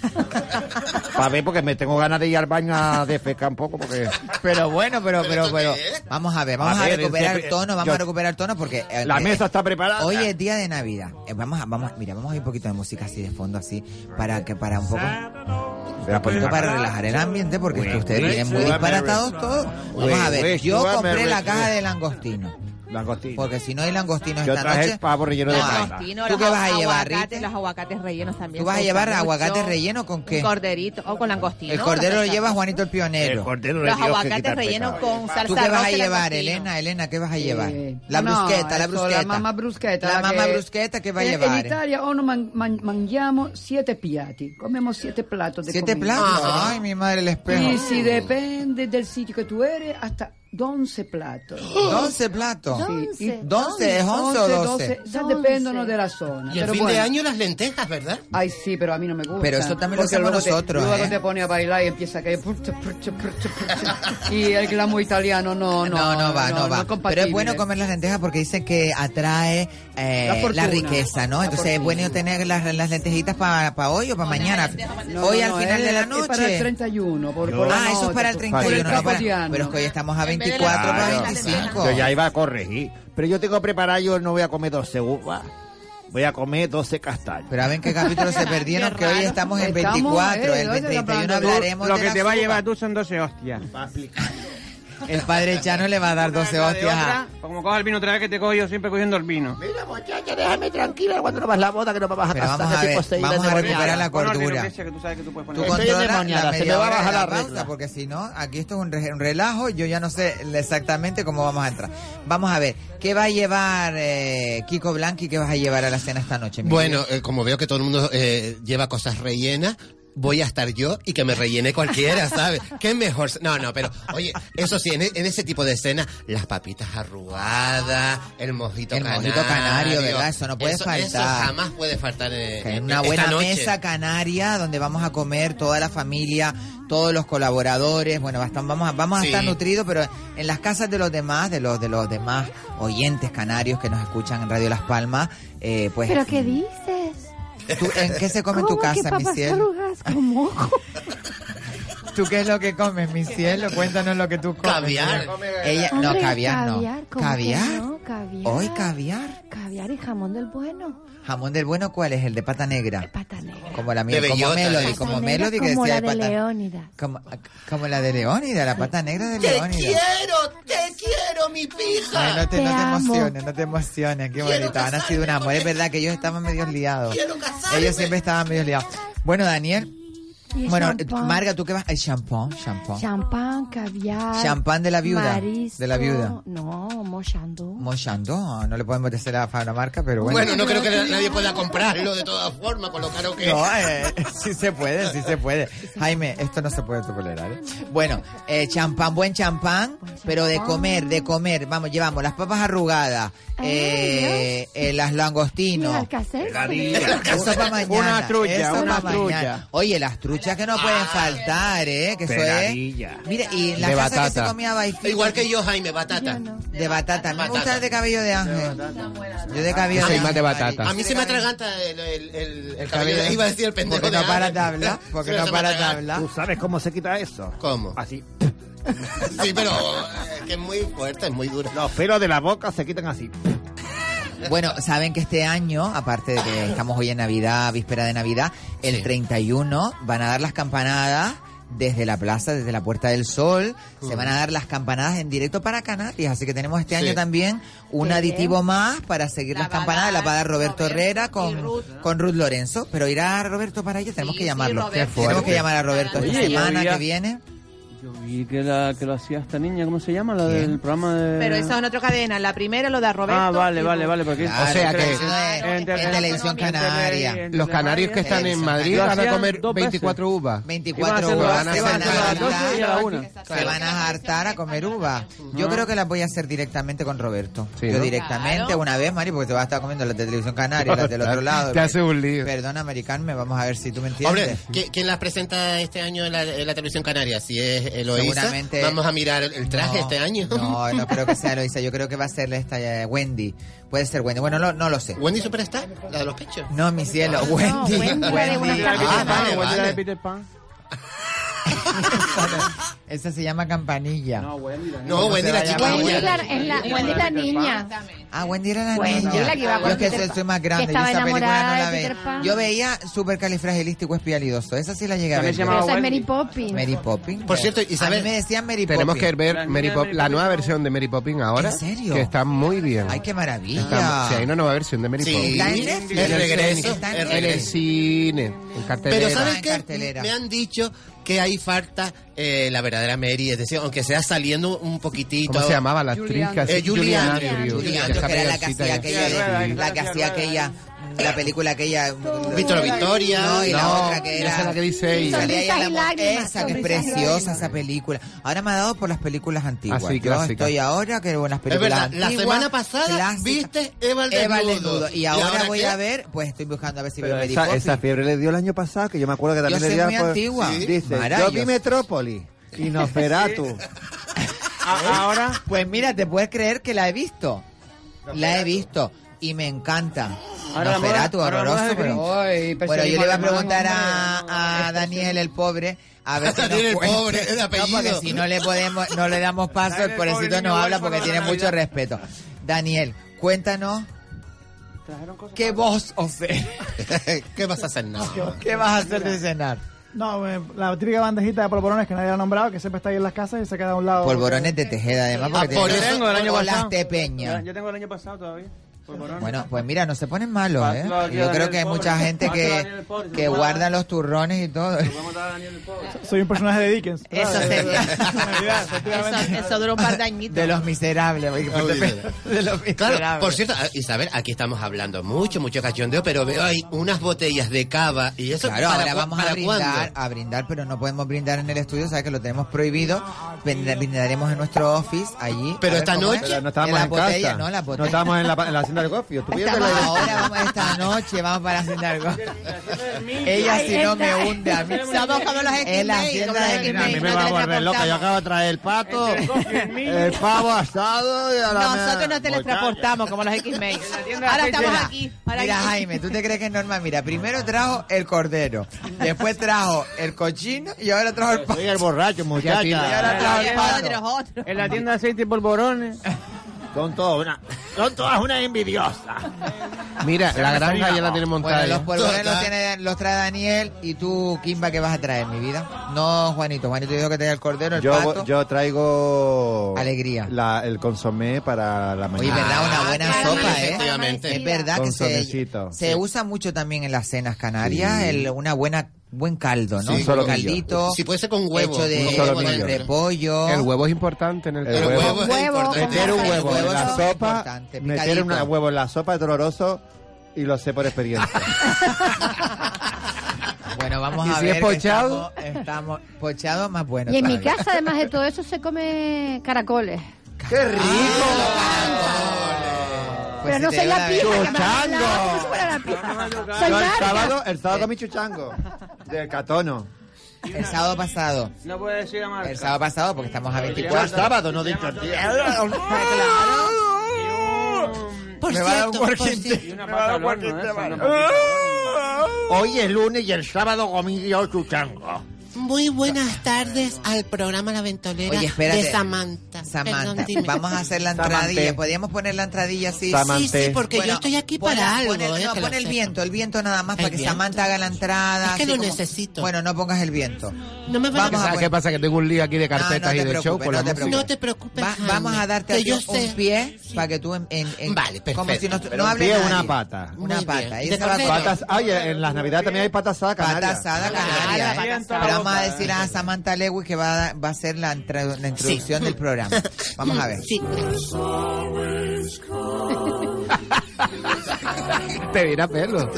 Speaker 18: para ver, porque me tengo ganas de ir al baño a defecar un poco, porque.
Speaker 4: Pero bueno, pero, pero, pero, vamos a ver, vamos
Speaker 18: A
Speaker 4: a,
Speaker 18: ver,
Speaker 4: recuperar
Speaker 18: siempre- eh,
Speaker 4: tono, vamos
Speaker 18: yo-
Speaker 4: a recuperar tono porque eh,
Speaker 18: La
Speaker 4: eh,
Speaker 18: mesa está preparada.
Speaker 4: Hoy es día de Navidad. Eh, Vamos, a, vamos, mira, vamos a ir un poquito de música así de fondo, así para que para un poco,
Speaker 18: Voy a
Speaker 4: un poquito
Speaker 18: poner-
Speaker 4: para relajar el ambiente, porque es que ustedes vienen muy
Speaker 18: Uy,
Speaker 4: disparatados todos.
Speaker 18: Uy,
Speaker 4: Vamos a ver,
Speaker 18: uy,
Speaker 4: yo
Speaker 18: uy,
Speaker 4: compré
Speaker 18: uy,
Speaker 4: la
Speaker 18: uy.
Speaker 4: caja de langostino,
Speaker 18: Langostino.
Speaker 4: porque si no hay langostinos
Speaker 18: Yo
Speaker 4: esta
Speaker 18: traje
Speaker 19: este
Speaker 4: noche,
Speaker 18: el pavo relleno de
Speaker 4: no hay.
Speaker 18: palta.
Speaker 9: Tino,
Speaker 4: ¿Tú
Speaker 9: los
Speaker 4: qué vas a
Speaker 9: aguacates,
Speaker 4: llevar, Rite?
Speaker 9: Los aguacates rellenos también.
Speaker 4: ¿Tú vas a
Speaker 9: se
Speaker 4: llevar
Speaker 9: usan mucho.
Speaker 4: aguacate relleno con qué?
Speaker 9: Un corderito o con langostino.
Speaker 4: El cordero lo
Speaker 9: Las
Speaker 4: lleva
Speaker 9: salsas.
Speaker 4: Juanito el
Speaker 18: El
Speaker 4: Pionero.
Speaker 18: cordero le
Speaker 9: Los
Speaker 18: digo que
Speaker 9: aguacates
Speaker 18: quitar
Speaker 9: rellenos
Speaker 18: pecado.
Speaker 9: con salsa
Speaker 4: ¿Tú qué vas a
Speaker 9: rosa y
Speaker 4: llevar,
Speaker 9: langostino.
Speaker 4: Elena? Elena, ¿qué vas a llevar?
Speaker 17: Eh,
Speaker 4: La
Speaker 17: no,
Speaker 4: brusqueta, la
Speaker 17: eso,
Speaker 4: brusqueta.
Speaker 17: La mamma brusquetta.
Speaker 4: La mamma
Speaker 17: che-
Speaker 4: brusquetta che vai a
Speaker 17: Eh,
Speaker 4: fare.
Speaker 17: In Italia o non man- man- mangiamo siete piatti, comiamo siete plato. di
Speaker 4: ¿Siete
Speaker 17: Ah, comida.
Speaker 4: Ah, platos? Ay, mi madre, el espejo.
Speaker 17: Y si depende del sitio que tú eres, hasta 11 platos.
Speaker 4: 12 platos.
Speaker 17: Sí, y-
Speaker 4: 12, ¿es 11 o 12?
Speaker 17: Ya depende no de la zona.
Speaker 20: Y el
Speaker 17: pero
Speaker 20: fin de
Speaker 17: bueno.
Speaker 20: año las lentejas, ¿verdad?
Speaker 17: Ay, sí, pero a mí no me gusta.
Speaker 4: Pero eso también lo
Speaker 17: Porque
Speaker 4: hacemos
Speaker 17: luego te-
Speaker 4: nosotros,
Speaker 17: luego
Speaker 4: ¿eh?
Speaker 17: te pone a bailar y empieza a caer. prrcha, prrcha, prrcha, prrcha. Y el glamour italiano no, no.
Speaker 4: No, no va, no, va. Pero
Speaker 17: compatible.
Speaker 4: es bueno comer las lentejas porque dice que atrae eh,
Speaker 17: La
Speaker 4: la,
Speaker 17: fortuna.
Speaker 4: riqueza, ¿no?
Speaker 17: La
Speaker 4: Entonces es bueno tener las, las lentejitas para hoy o para mañana.
Speaker 17: No,
Speaker 4: hoy
Speaker 17: no,
Speaker 4: al
Speaker 17: no,
Speaker 4: final
Speaker 17: es-
Speaker 4: de la
Speaker 17: es
Speaker 4: noche.
Speaker 17: para el 31. Por, por la
Speaker 4: ah, eso es
Speaker 17: noche,
Speaker 4: para el
Speaker 17: por-
Speaker 4: 31, no,
Speaker 17: por el
Speaker 4: no, para-
Speaker 17: gregoriano.
Speaker 4: Pero es que hoy estamos a 24 para
Speaker 13: Claro,
Speaker 4: 25.
Speaker 13: Yo ya iba a corregir. Pero yo tengo preparado, yo no voy a comer 12 uvas. Voy a comer 12 castañas.
Speaker 4: Pero a ver en qué capítulo se perdieron, que hoy estamos en
Speaker 13: Estamos,
Speaker 4: 24,
Speaker 13: eh,
Speaker 4: el
Speaker 13: ¿dónde está
Speaker 4: 31
Speaker 13: hablando?
Speaker 4: hablaremos
Speaker 15: Lo
Speaker 4: de
Speaker 15: que
Speaker 4: la
Speaker 15: te va a
Speaker 4: sopa.
Speaker 15: llevar tú son 12 hostias.
Speaker 4: El padre Chano le va a dar 12
Speaker 15: La de
Speaker 4: hostias.
Speaker 15: otra, Como coja el vino otra vez que te cojo yo siempre cogiendo el vino.
Speaker 13: Mira, muchacha, déjame tranquila cuando no vas a la boda, que no me vas a
Speaker 4: Pero
Speaker 13: casar.
Speaker 4: vamos a
Speaker 13: que estoy
Speaker 4: ver,
Speaker 13: poseída
Speaker 4: vamos
Speaker 13: de
Speaker 4: a
Speaker 13: demoniada.
Speaker 4: recuperar la
Speaker 15: Pon orden,
Speaker 4: cordura.
Speaker 15: Lucrecia, que tú sabes que tú puedes poner
Speaker 4: Tú
Speaker 13: Estoy
Speaker 4: controla
Speaker 13: endemoniada,
Speaker 4: la
Speaker 13: se
Speaker 4: media
Speaker 13: me va a
Speaker 4: hora de
Speaker 13: bajar
Speaker 4: la
Speaker 13: la regla.
Speaker 4: pausa, porque si no, aquí esto es un, re- un relajo, yo ya no sé exactamente cómo vamos a entrar. Vamos a ver, ¿qué va a llevar eh, Kiko Blanqui? ¿Qué vas a llevar a la cena esta noche? mi
Speaker 16: Bueno,
Speaker 4: querido?
Speaker 16: eh, como veo que todo el mundo eh, lleva cosas rellenas, voy a estar yo y que me rellene cualquiera, ¿sabes? Qué mejor. se- No, no, pero oye, eso sí, en, e- en ese tipo de escena, las papitas arrugadas, el mojito
Speaker 4: El
Speaker 16: canario.
Speaker 4: mojito canario, ¿verdad? Eso no puede
Speaker 16: Eso
Speaker 4: faltar.
Speaker 16: jamás puede faltar en,
Speaker 4: En
Speaker 16: en
Speaker 4: una
Speaker 16: Eh, esta
Speaker 4: buena
Speaker 16: noche.
Speaker 4: mesa canaria donde vamos a comer toda la familia, todos los colaboradores. Bueno, bastan- vamos a, vamos a
Speaker 16: Sí.
Speaker 4: estar nutridos, pero en las casas de los demás, de los de los demás oyentes canarios que nos escuchan en Radio Las Palmas, eh, pues.
Speaker 14: ¿Pero qué dices?
Speaker 4: ¿tú- ¿En qué se come en tu
Speaker 14: ¿Cómo que
Speaker 4: casa, mi
Speaker 14: papas
Speaker 4: cielo?
Speaker 14: arrugas con moco?
Speaker 4: ¿Tú qué es lo que comes, mi cielo? Cuéntanos lo que tú comes.
Speaker 16: Caviar.
Speaker 4: Ella, no,
Speaker 14: Hombre,
Speaker 4: caviar no.
Speaker 14: ¿cómo que
Speaker 4: ¿Caviar?
Speaker 14: no? Caviar.
Speaker 4: Hoy caviar.
Speaker 14: Caviar y jamón del bueno.
Speaker 4: Jamón del bueno, ¿cuál es? El de pata negra.
Speaker 14: Pata negra.
Speaker 4: Como la mía,
Speaker 16: De
Speaker 4: como
Speaker 16: bellota,
Speaker 4: Melody,
Speaker 16: ¿eh?
Speaker 4: como
Speaker 14: Pata negra
Speaker 4: Melody que
Speaker 14: como
Speaker 4: decía
Speaker 14: la
Speaker 4: de
Speaker 14: de
Speaker 4: pata
Speaker 14: Leónida.
Speaker 4: Como, como la de Leónida, la pata negra de
Speaker 20: ¡Te
Speaker 4: Leónida.
Speaker 20: quiero! ¡Te quiero, mi pija!
Speaker 4: Ay, no te, no te
Speaker 20: amo.
Speaker 4: emociones, no te emociones, qué
Speaker 20: Quiero
Speaker 4: bonito. Han
Speaker 20: casarme
Speaker 4: sido un amor, es verdad que ellos estaban medio liados.
Speaker 20: Quiero casarme.
Speaker 4: Ellos siempre estaban medio liados. Bueno, Daniel,
Speaker 14: Y
Speaker 4: bueno, eh,
Speaker 14: champán.
Speaker 4: Marga, ¿tú qué vas? El champán, champán.
Speaker 14: Champán, caviar.
Speaker 4: Champán de la viuda,
Speaker 14: marisco.
Speaker 4: de la viuda.
Speaker 14: No, mochandú.
Speaker 4: Mochando, no le podemos decir la fama marca, pero bueno.
Speaker 16: Bueno, no creo que na- nadie pueda comprarlo de todas formas, con lo caro que
Speaker 4: No,
Speaker 16: es.
Speaker 4: eh, sí se puede, sí se puede. Jaime, esto no se puede tolerar. ¿eh? Bueno, eh, champán, buen champán, pero de comer, de comer. Vamos, llevamos las papas arrugadas, eh, eh, las
Speaker 14: Mira,
Speaker 4: langostinos.
Speaker 14: alcacel.
Speaker 4: Eso para mañana.
Speaker 15: Una trulla,
Speaker 4: eso
Speaker 15: una
Speaker 4: pa' mañana.
Speaker 15: trulla.
Speaker 4: Oye, las truchas que no pueden faltar, ¿eh? Que eso
Speaker 15: Peladilla.
Speaker 4: es. Mira, y en la
Speaker 15: De
Speaker 4: casa que se
Speaker 15: batata.
Speaker 4: comía baifita.
Speaker 16: Igual que yo, Jaime, batata.
Speaker 4: De batata. Me
Speaker 16: Batata.
Speaker 4: gusta de cabello de ángel. Yo de
Speaker 16: Yo
Speaker 4: cabello
Speaker 16: soy
Speaker 4: de
Speaker 16: más
Speaker 4: ángel.
Speaker 16: de batata.
Speaker 4: Yo
Speaker 16: A mí
Speaker 4: de
Speaker 16: se me
Speaker 4: cabello-
Speaker 16: atraganta el, el, el, el cabello. de- Iba a decir el pendejo.
Speaker 4: Porque
Speaker 16: de
Speaker 4: no para
Speaker 16: Ángel.
Speaker 4: de hablar. Porque
Speaker 16: Sí,
Speaker 4: no
Speaker 16: se me
Speaker 4: para de
Speaker 16: atraganta.
Speaker 4: hablar.
Speaker 13: ¿Tú sabes cómo se quita eso?
Speaker 16: ¿Cómo?
Speaker 13: Así.
Speaker 16: Sí, pero eh, que es muy fuerte, es muy duro.
Speaker 13: Los pelos de la boca se quitan así.
Speaker 4: Bueno, saben que este año, aparte de que estamos hoy en Navidad, víspera de Navidad, el 31 van a dar las campanadas desde la plaza, desde la Puerta del Sol. Se van a dar las campanadas en directo para Canarias. Así que tenemos este
Speaker 16: Sí.
Speaker 4: año también un
Speaker 14: Qué
Speaker 4: aditivo más para seguir las campanadas. La va a dar Roberto Herrera con Ruth. con Ruth Lorenzo. Pero irá Roberto para allá, tenemos que llamarlo.
Speaker 13: Roberto. Qué
Speaker 4: tenemos
Speaker 13: fuerte.
Speaker 4: que llamar a Roberto esta
Speaker 15: Oye, yo
Speaker 4: semana
Speaker 15: diría-
Speaker 4: que viene.
Speaker 15: Yo vi que la, que lo hacía esta niña, ¿cómo se llama? La del programa de...
Speaker 19: Pero esa es en otra cadena. La primera lo da Roberto.
Speaker 15: Ah, vale,
Speaker 19: y
Speaker 15: vale,
Speaker 19: Ruth.
Speaker 15: vale. Porque
Speaker 4: Claro,
Speaker 16: O sea
Speaker 4: pero
Speaker 16: que-
Speaker 4: eso es
Speaker 15: En
Speaker 4: en,
Speaker 15: tele-
Speaker 4: televisión
Speaker 15: en tele-
Speaker 4: canaria.
Speaker 15: en
Speaker 21: Los canarios que están en
Speaker 4: Televisión
Speaker 21: Madrid
Speaker 4: canaria.
Speaker 21: van a comer
Speaker 15: Lo hacían dos
Speaker 21: 24 uvas.
Speaker 15: Iban a
Speaker 4: 24
Speaker 15: hacerlo
Speaker 4: uvas.
Speaker 15: a-
Speaker 4: se
Speaker 15: iban a
Speaker 4: van a
Speaker 15: hacerlo a las
Speaker 4: hartar.
Speaker 15: 12 y a la 1.
Speaker 4: Se van a hartar a comer uva. Yo creo que las voy a hacer directamente con Roberto.
Speaker 21: Sí,
Speaker 4: Yo
Speaker 21: ¿no?
Speaker 4: directamente, una vez, Mari, porque te vas a estar comiendo las de Televisión Canaria, las del otro lado.
Speaker 21: Te hace un lío.
Speaker 4: Perdona, americano, vamos a ver si tú me entiendes.
Speaker 16: Hombre, ¿qui- ¿quién las presenta este año en la, en la televisión canaria? Si es Eloísa,
Speaker 4: Seguramente-
Speaker 16: vamos a mirar el, el traje
Speaker 4: No,
Speaker 16: este año.
Speaker 4: No, no creo que sea Eloisa. Yo creo que va a ser esta eh, Wendy. Puede ser Wendy. Bueno, no, no lo sé.
Speaker 16: ¿Wendy Superstar? ¿La de los pechos?
Speaker 4: No, mi cielo, Wendy.
Speaker 19: Ah, Wendy, la de
Speaker 4: Wendy.
Speaker 19: una
Speaker 4: Ah,
Speaker 16: Ah, vale,
Speaker 15: ¿Cuál era de
Speaker 16: vale.
Speaker 15: Peter Pan?
Speaker 4: Esa se llama Campanilla.
Speaker 15: No, Wendy. la
Speaker 16: No,
Speaker 4: ¿Cómo
Speaker 16: Wendy
Speaker 4: se
Speaker 16: la
Speaker 4: va a
Speaker 16: chica.
Speaker 4: llamar?
Speaker 14: Wendy
Speaker 16: buena.
Speaker 14: es la, es la- Wendy es la niña.
Speaker 4: Ah, Wendy era la
Speaker 14: Wendy,
Speaker 4: niña.
Speaker 14: la que iba con
Speaker 4: Yo es que
Speaker 14: Peter
Speaker 4: soy- soy más
Speaker 14: Pan.
Speaker 4: grande.
Speaker 14: Que
Speaker 4: Yo
Speaker 14: estaba
Speaker 4: esa película no
Speaker 14: enamorada
Speaker 4: la
Speaker 14: de
Speaker 4: veía.
Speaker 14: Peter Pan.
Speaker 4: Yo veía Supercalifragilístico Espialidoso. Esa sí la llegué a ver.
Speaker 15: También se
Speaker 14: Pero
Speaker 15: llamaba
Speaker 14: esa es Mary
Speaker 15: Wendy.
Speaker 14: Poppins.
Speaker 4: Mary Poppins.
Speaker 16: Por cierto, Isabel-
Speaker 4: A mí me decían Mary Poppins.
Speaker 21: Tenemos que
Speaker 15: La
Speaker 21: ver Mary
Speaker 15: niña
Speaker 21: Pop-
Speaker 15: de Mary
Speaker 21: la
Speaker 15: Poppins.
Speaker 21: nueva versión de Mary Poppins ahora.
Speaker 4: ¿En serio?
Speaker 21: Que está muy bien.
Speaker 4: Ay, qué
Speaker 21: Está-
Speaker 4: maravilla.
Speaker 21: sí, hay una nueva versión de Mary
Speaker 16: Sí,
Speaker 4: Está
Speaker 21: Poppins.
Speaker 4: en Netflix.
Speaker 16: el regreso.
Speaker 4: Está en
Speaker 16: el
Speaker 21: En el
Speaker 16: regreso.
Speaker 21: cine, en cartelera.
Speaker 16: Pero ¿sabes
Speaker 4: en
Speaker 16: qué?
Speaker 4: cartelera.
Speaker 16: Me han dicho que ahí falta eh, la verdadera Mary, es decir, aunque sea saliendo un poquitito.
Speaker 21: ¿Cómo se llamaba la actriz?
Speaker 17: Julie Andrews.
Speaker 21: que hacía-
Speaker 16: Eh, Julie
Speaker 21: Julie
Speaker 16: Andrews.
Speaker 21: Andrews.
Speaker 4: Julie
Speaker 16: Julie
Speaker 4: Andrews,
Speaker 16: Andrews,
Speaker 4: que era la que
Speaker 21: jovencita
Speaker 4: hacía
Speaker 21: ya.
Speaker 4: aquella, de-
Speaker 15: Sí,
Speaker 4: la que hacía aquella la película aquella.
Speaker 22: Víctor Victoria.
Speaker 4: No, y la
Speaker 22: No,
Speaker 4: otra que
Speaker 22: esa
Speaker 4: era.
Speaker 22: es la que dice ella.
Speaker 4: Salía ella
Speaker 22: Sonrisas y
Speaker 4: la mo-
Speaker 22: lágrimas,
Speaker 4: Esa, que es
Speaker 22: sonrisas y
Speaker 4: preciosa
Speaker 22: lágrimas.
Speaker 4: esa película. Ahora me ha dado por las películas antiguas.
Speaker 22: Ah, sí,
Speaker 4: Yo
Speaker 22: clásica.
Speaker 4: estoy ahora que buenas
Speaker 22: Es
Speaker 4: películas
Speaker 22: verdad, la
Speaker 4: antiguas,
Speaker 22: semana pasada
Speaker 4: clásicas.
Speaker 22: viste Eva el
Speaker 4: Eva el
Speaker 22: desnudo.
Speaker 4: desnudo. Y
Speaker 22: ¿Y
Speaker 4: ahora,
Speaker 22: ahora
Speaker 4: voy
Speaker 22: qué?
Speaker 4: a ver, pues estoy buscando a ver si veo
Speaker 13: Pero
Speaker 4: Mary
Speaker 13: esa,
Speaker 4: Poppins.
Speaker 13: esa fiebre le dio el año pasado, que yo me acuerdo que también
Speaker 4: Yo
Speaker 13: le
Speaker 4: soy
Speaker 13: dio
Speaker 4: muy antigua. Sí.
Speaker 13: Dice,
Speaker 4: Mara,
Speaker 13: yo
Speaker 4: yo
Speaker 13: vi
Speaker 4: sé.
Speaker 13: Metrópolis y Nosferatu.
Speaker 4: Ahora, pues mira, te puedes creer que la he visto. La he visto y me encanta.
Speaker 7: Ahora la moda-
Speaker 4: Nosferatu,
Speaker 7: ahora la moda
Speaker 4: horroroso,
Speaker 7: de
Speaker 4: pero...
Speaker 7: Grinch. Ay,
Speaker 4: Bueno, yo le iba a
Speaker 7: perseguimos
Speaker 4: preguntar
Speaker 7: a la
Speaker 4: a, a Daniel el pobre, a ver si nos
Speaker 7: Daniel el
Speaker 4: cuenta.
Speaker 7: pobre, el apellido.
Speaker 4: No, porque si no le, podemos, no le damos paso,
Speaker 7: Daniel
Speaker 4: el
Speaker 7: el
Speaker 4: pobrecito
Speaker 7: pobre,
Speaker 4: no
Speaker 7: niño
Speaker 4: habla
Speaker 7: huérfano
Speaker 4: porque
Speaker 7: de
Speaker 4: tiene
Speaker 7: Navidad.
Speaker 4: mucho respeto. Daniel, cuéntanos, ¿qué vos hacer?
Speaker 22: ¿Qué vas a hacer? No.
Speaker 4: ¿Qué vas a hacer de cenar?
Speaker 1: No, eh, la típica bandejita de polvorones que nadie ha nombrado, que siempre está ahí en las casas y se queda a un lado.
Speaker 4: Polvorones de tejeda, además,
Speaker 1: Ah,
Speaker 4: porque
Speaker 1: por
Speaker 4: te-
Speaker 1: eso-
Speaker 4: o
Speaker 1: tengo el año
Speaker 4: o
Speaker 1: pasado.
Speaker 4: las tepeñas.
Speaker 1: Yo tengo el año pasado todavía.
Speaker 4: Bueno, pues mira, no se ponen malos, ¿eh?
Speaker 1: Pásalo aquí a
Speaker 4: Yo
Speaker 1: Daniel
Speaker 4: creo que
Speaker 1: el
Speaker 4: hay
Speaker 1: Pobre.
Speaker 4: mucha gente
Speaker 1: Pásalo a Daniel
Speaker 4: que,
Speaker 1: el Pobre, se
Speaker 4: que
Speaker 1: lo voy a
Speaker 4: guarda los turrones y todo.
Speaker 1: Soy un personaje de Dickens. Ah, eh.
Speaker 4: Eso sería.
Speaker 7: Eso, eso duró un par de añitos.
Speaker 4: De los miserables. porque-
Speaker 22: Claro, por cierto, a- Isabel, aquí estamos hablando mucho, mucho cachondeo, pero veo ahí unas botellas de cava y eso
Speaker 4: Claro,
Speaker 22: ¿para
Speaker 4: ahora
Speaker 22: cu-
Speaker 4: vamos a
Speaker 22: para
Speaker 4: brindar,
Speaker 22: cuándo?
Speaker 4: a brindar, pero no podemos brindar en el estudio, sabes que lo tenemos prohibido. Brinda- Brindaremos en nuestro office allí.
Speaker 13: Pero
Speaker 4: A ver
Speaker 13: esta
Speaker 4: cómo es.
Speaker 13: noche- Pero no estábamos
Speaker 4: la
Speaker 13: en
Speaker 4: botella,
Speaker 13: casa.
Speaker 4: No, la
Speaker 13: No
Speaker 4: botella.
Speaker 13: estábamos en la pa- en la hacienda del golf, yo estuve viendo
Speaker 4: Estamos-
Speaker 13: la-
Speaker 4: Ahora vamos esta noche, vamos para la hacienda del golf. Ella si no me hunde a mí.
Speaker 7: Somos como los X-Men,
Speaker 4: Es la
Speaker 7: como
Speaker 4: hacienda
Speaker 7: los
Speaker 4: del
Speaker 7: X-Men.
Speaker 13: Mira, a mí me va a volver loca. Yo acabo de traer el pato, el pavo asado y a la
Speaker 7: Nosotros nos teletransportamos como los X-Men. Ahora estamos aquí. Ahora
Speaker 4: Mira,
Speaker 7: aquí.
Speaker 4: Jaime, ¿tú te crees que es normal? Mira, primero trajo el cordero, después trajo el cochino y ahora trajo el pato.
Speaker 13: Soy el borracho, muchacha.
Speaker 4: Y ahora trajo el pato.
Speaker 13: En la tienda de aceite y polvorones. Son todas una, son todas unas envidiosas.
Speaker 5: Mira, la granja ya la tienen montada.
Speaker 4: Bueno, los
Speaker 5: ya.
Speaker 4: polvorones los, tiene- los trae Daniel y tú, Kimba, ¿qué vas a traer, mi vida? No, Juanito. Juanito dijo que traía el cordero, el
Speaker 13: Yo,
Speaker 4: pato.
Speaker 13: yo traigo
Speaker 4: Alegría.
Speaker 13: la- el consomé para la
Speaker 4: Oye,
Speaker 13: mañana.
Speaker 4: verdad, una buena sopa, ¿eh?
Speaker 13: efectivamente.
Speaker 4: Es verdad que
Speaker 13: Con
Speaker 4: se,
Speaker 13: sonecito.
Speaker 4: se usa mucho también en las cenas canarias,
Speaker 13: Sí.
Speaker 4: el- una buena buen caldo, ¿no?
Speaker 13: Sí,
Speaker 4: un
Speaker 13: solomillo.
Speaker 4: caldito.
Speaker 13: Si
Speaker 22: puede ser con
Speaker 5: huevo,
Speaker 4: Hecho de,
Speaker 5: un solomillo.
Speaker 4: de repollo.
Speaker 5: El huevo es importante en el
Speaker 13: El huevo,
Speaker 4: huevo es Huevo, importante.
Speaker 13: meter un
Speaker 4: con
Speaker 13: huevo,
Speaker 4: huevo
Speaker 13: en la
Speaker 4: es
Speaker 13: sopa,
Speaker 4: importante,
Speaker 13: meter
Speaker 4: picadito.
Speaker 13: un huevo en la sopa es doloroso y lo sé por experiencia.
Speaker 4: Bueno, vamos
Speaker 13: ¿Y
Speaker 4: a
Speaker 13: si
Speaker 4: ver.
Speaker 13: es
Speaker 4: que
Speaker 13: pochado?
Speaker 4: Estamos, estamos- pochado más bueno.
Speaker 14: Y en mi
Speaker 4: todavía.
Speaker 14: casa, además de todo eso, se come caracoles.
Speaker 13: ¡Qué rico!
Speaker 4: Pues
Speaker 14: Pero no soy la pija que me ha hablado,
Speaker 13: ¡Chuchango!
Speaker 14: no fuera la pija. Soy
Speaker 13: Yo el
Speaker 14: larga.
Speaker 13: sábado, el sábado comí chuchango. Del catono.
Speaker 4: El sábado pasado.
Speaker 15: No puede decir la marca.
Speaker 4: El sábado pasado, porque estamos a
Speaker 13: Yo el
Speaker 4: 24.
Speaker 13: sábado, no dicho el día.
Speaker 4: Por
Speaker 13: Me va a dar un
Speaker 4: cierto, por
Speaker 13: cuarquín.
Speaker 4: cierto.
Speaker 13: Me va a dar un cuarquín de mano. Hoy es lunes y el sábado comí yo chuchango.
Speaker 16: Muy buenas tardes al programa La Ventolera
Speaker 4: Oye, espérate.
Speaker 16: de Samantha.
Speaker 4: Samantha,
Speaker 16: Perdón, dime.
Speaker 4: vamos a hacer la
Speaker 16: Samantha.
Speaker 4: entradilla. pues, ¿Podríamos poner la entradilla así?
Speaker 16: Samantha. Sí, sí, porque yo estoy aquí
Speaker 4: pon-
Speaker 16: para
Speaker 4: pon
Speaker 16: algo,
Speaker 4: el-
Speaker 16: eh,
Speaker 4: no,
Speaker 16: que
Speaker 4: pon
Speaker 16: lo
Speaker 4: el
Speaker 16: sepa.
Speaker 4: viento, el viento nada más,
Speaker 16: El
Speaker 4: para que
Speaker 16: viento.
Speaker 4: Samantha haga la entrada.
Speaker 16: Es que
Speaker 4: así
Speaker 16: lo
Speaker 4: como-
Speaker 16: necesito.
Speaker 4: Bueno, no pongas el viento.
Speaker 16: No me van
Speaker 5: ¿Qué pasa? ¿Qué pasa? Que tengo un lío aquí de carpetas y de show por la música.
Speaker 16: No te preocupes.
Speaker 4: Va- vamos a darte
Speaker 16: que
Speaker 4: a ti
Speaker 16: yo
Speaker 4: un
Speaker 16: sé.
Speaker 4: pie para que tú en, en- en-
Speaker 13: Vale,
Speaker 4: como
Speaker 13: perfecto.
Speaker 4: si no,
Speaker 13: Pero
Speaker 4: no
Speaker 13: un
Speaker 4: hables
Speaker 13: pie,
Speaker 4: nadie.
Speaker 13: una pata.
Speaker 4: una pata y
Speaker 13: De
Speaker 4: esa va con-
Speaker 13: patas, ay, en las navidades también hay patas Ah, asada canaria.
Speaker 4: Pata asada canaria, ¿eh? Pero vamos a decir a Samantha Lewis que va a, va a ser la, entra- la introducción del programa. Vamos a ver.
Speaker 5: Te dirá pelo.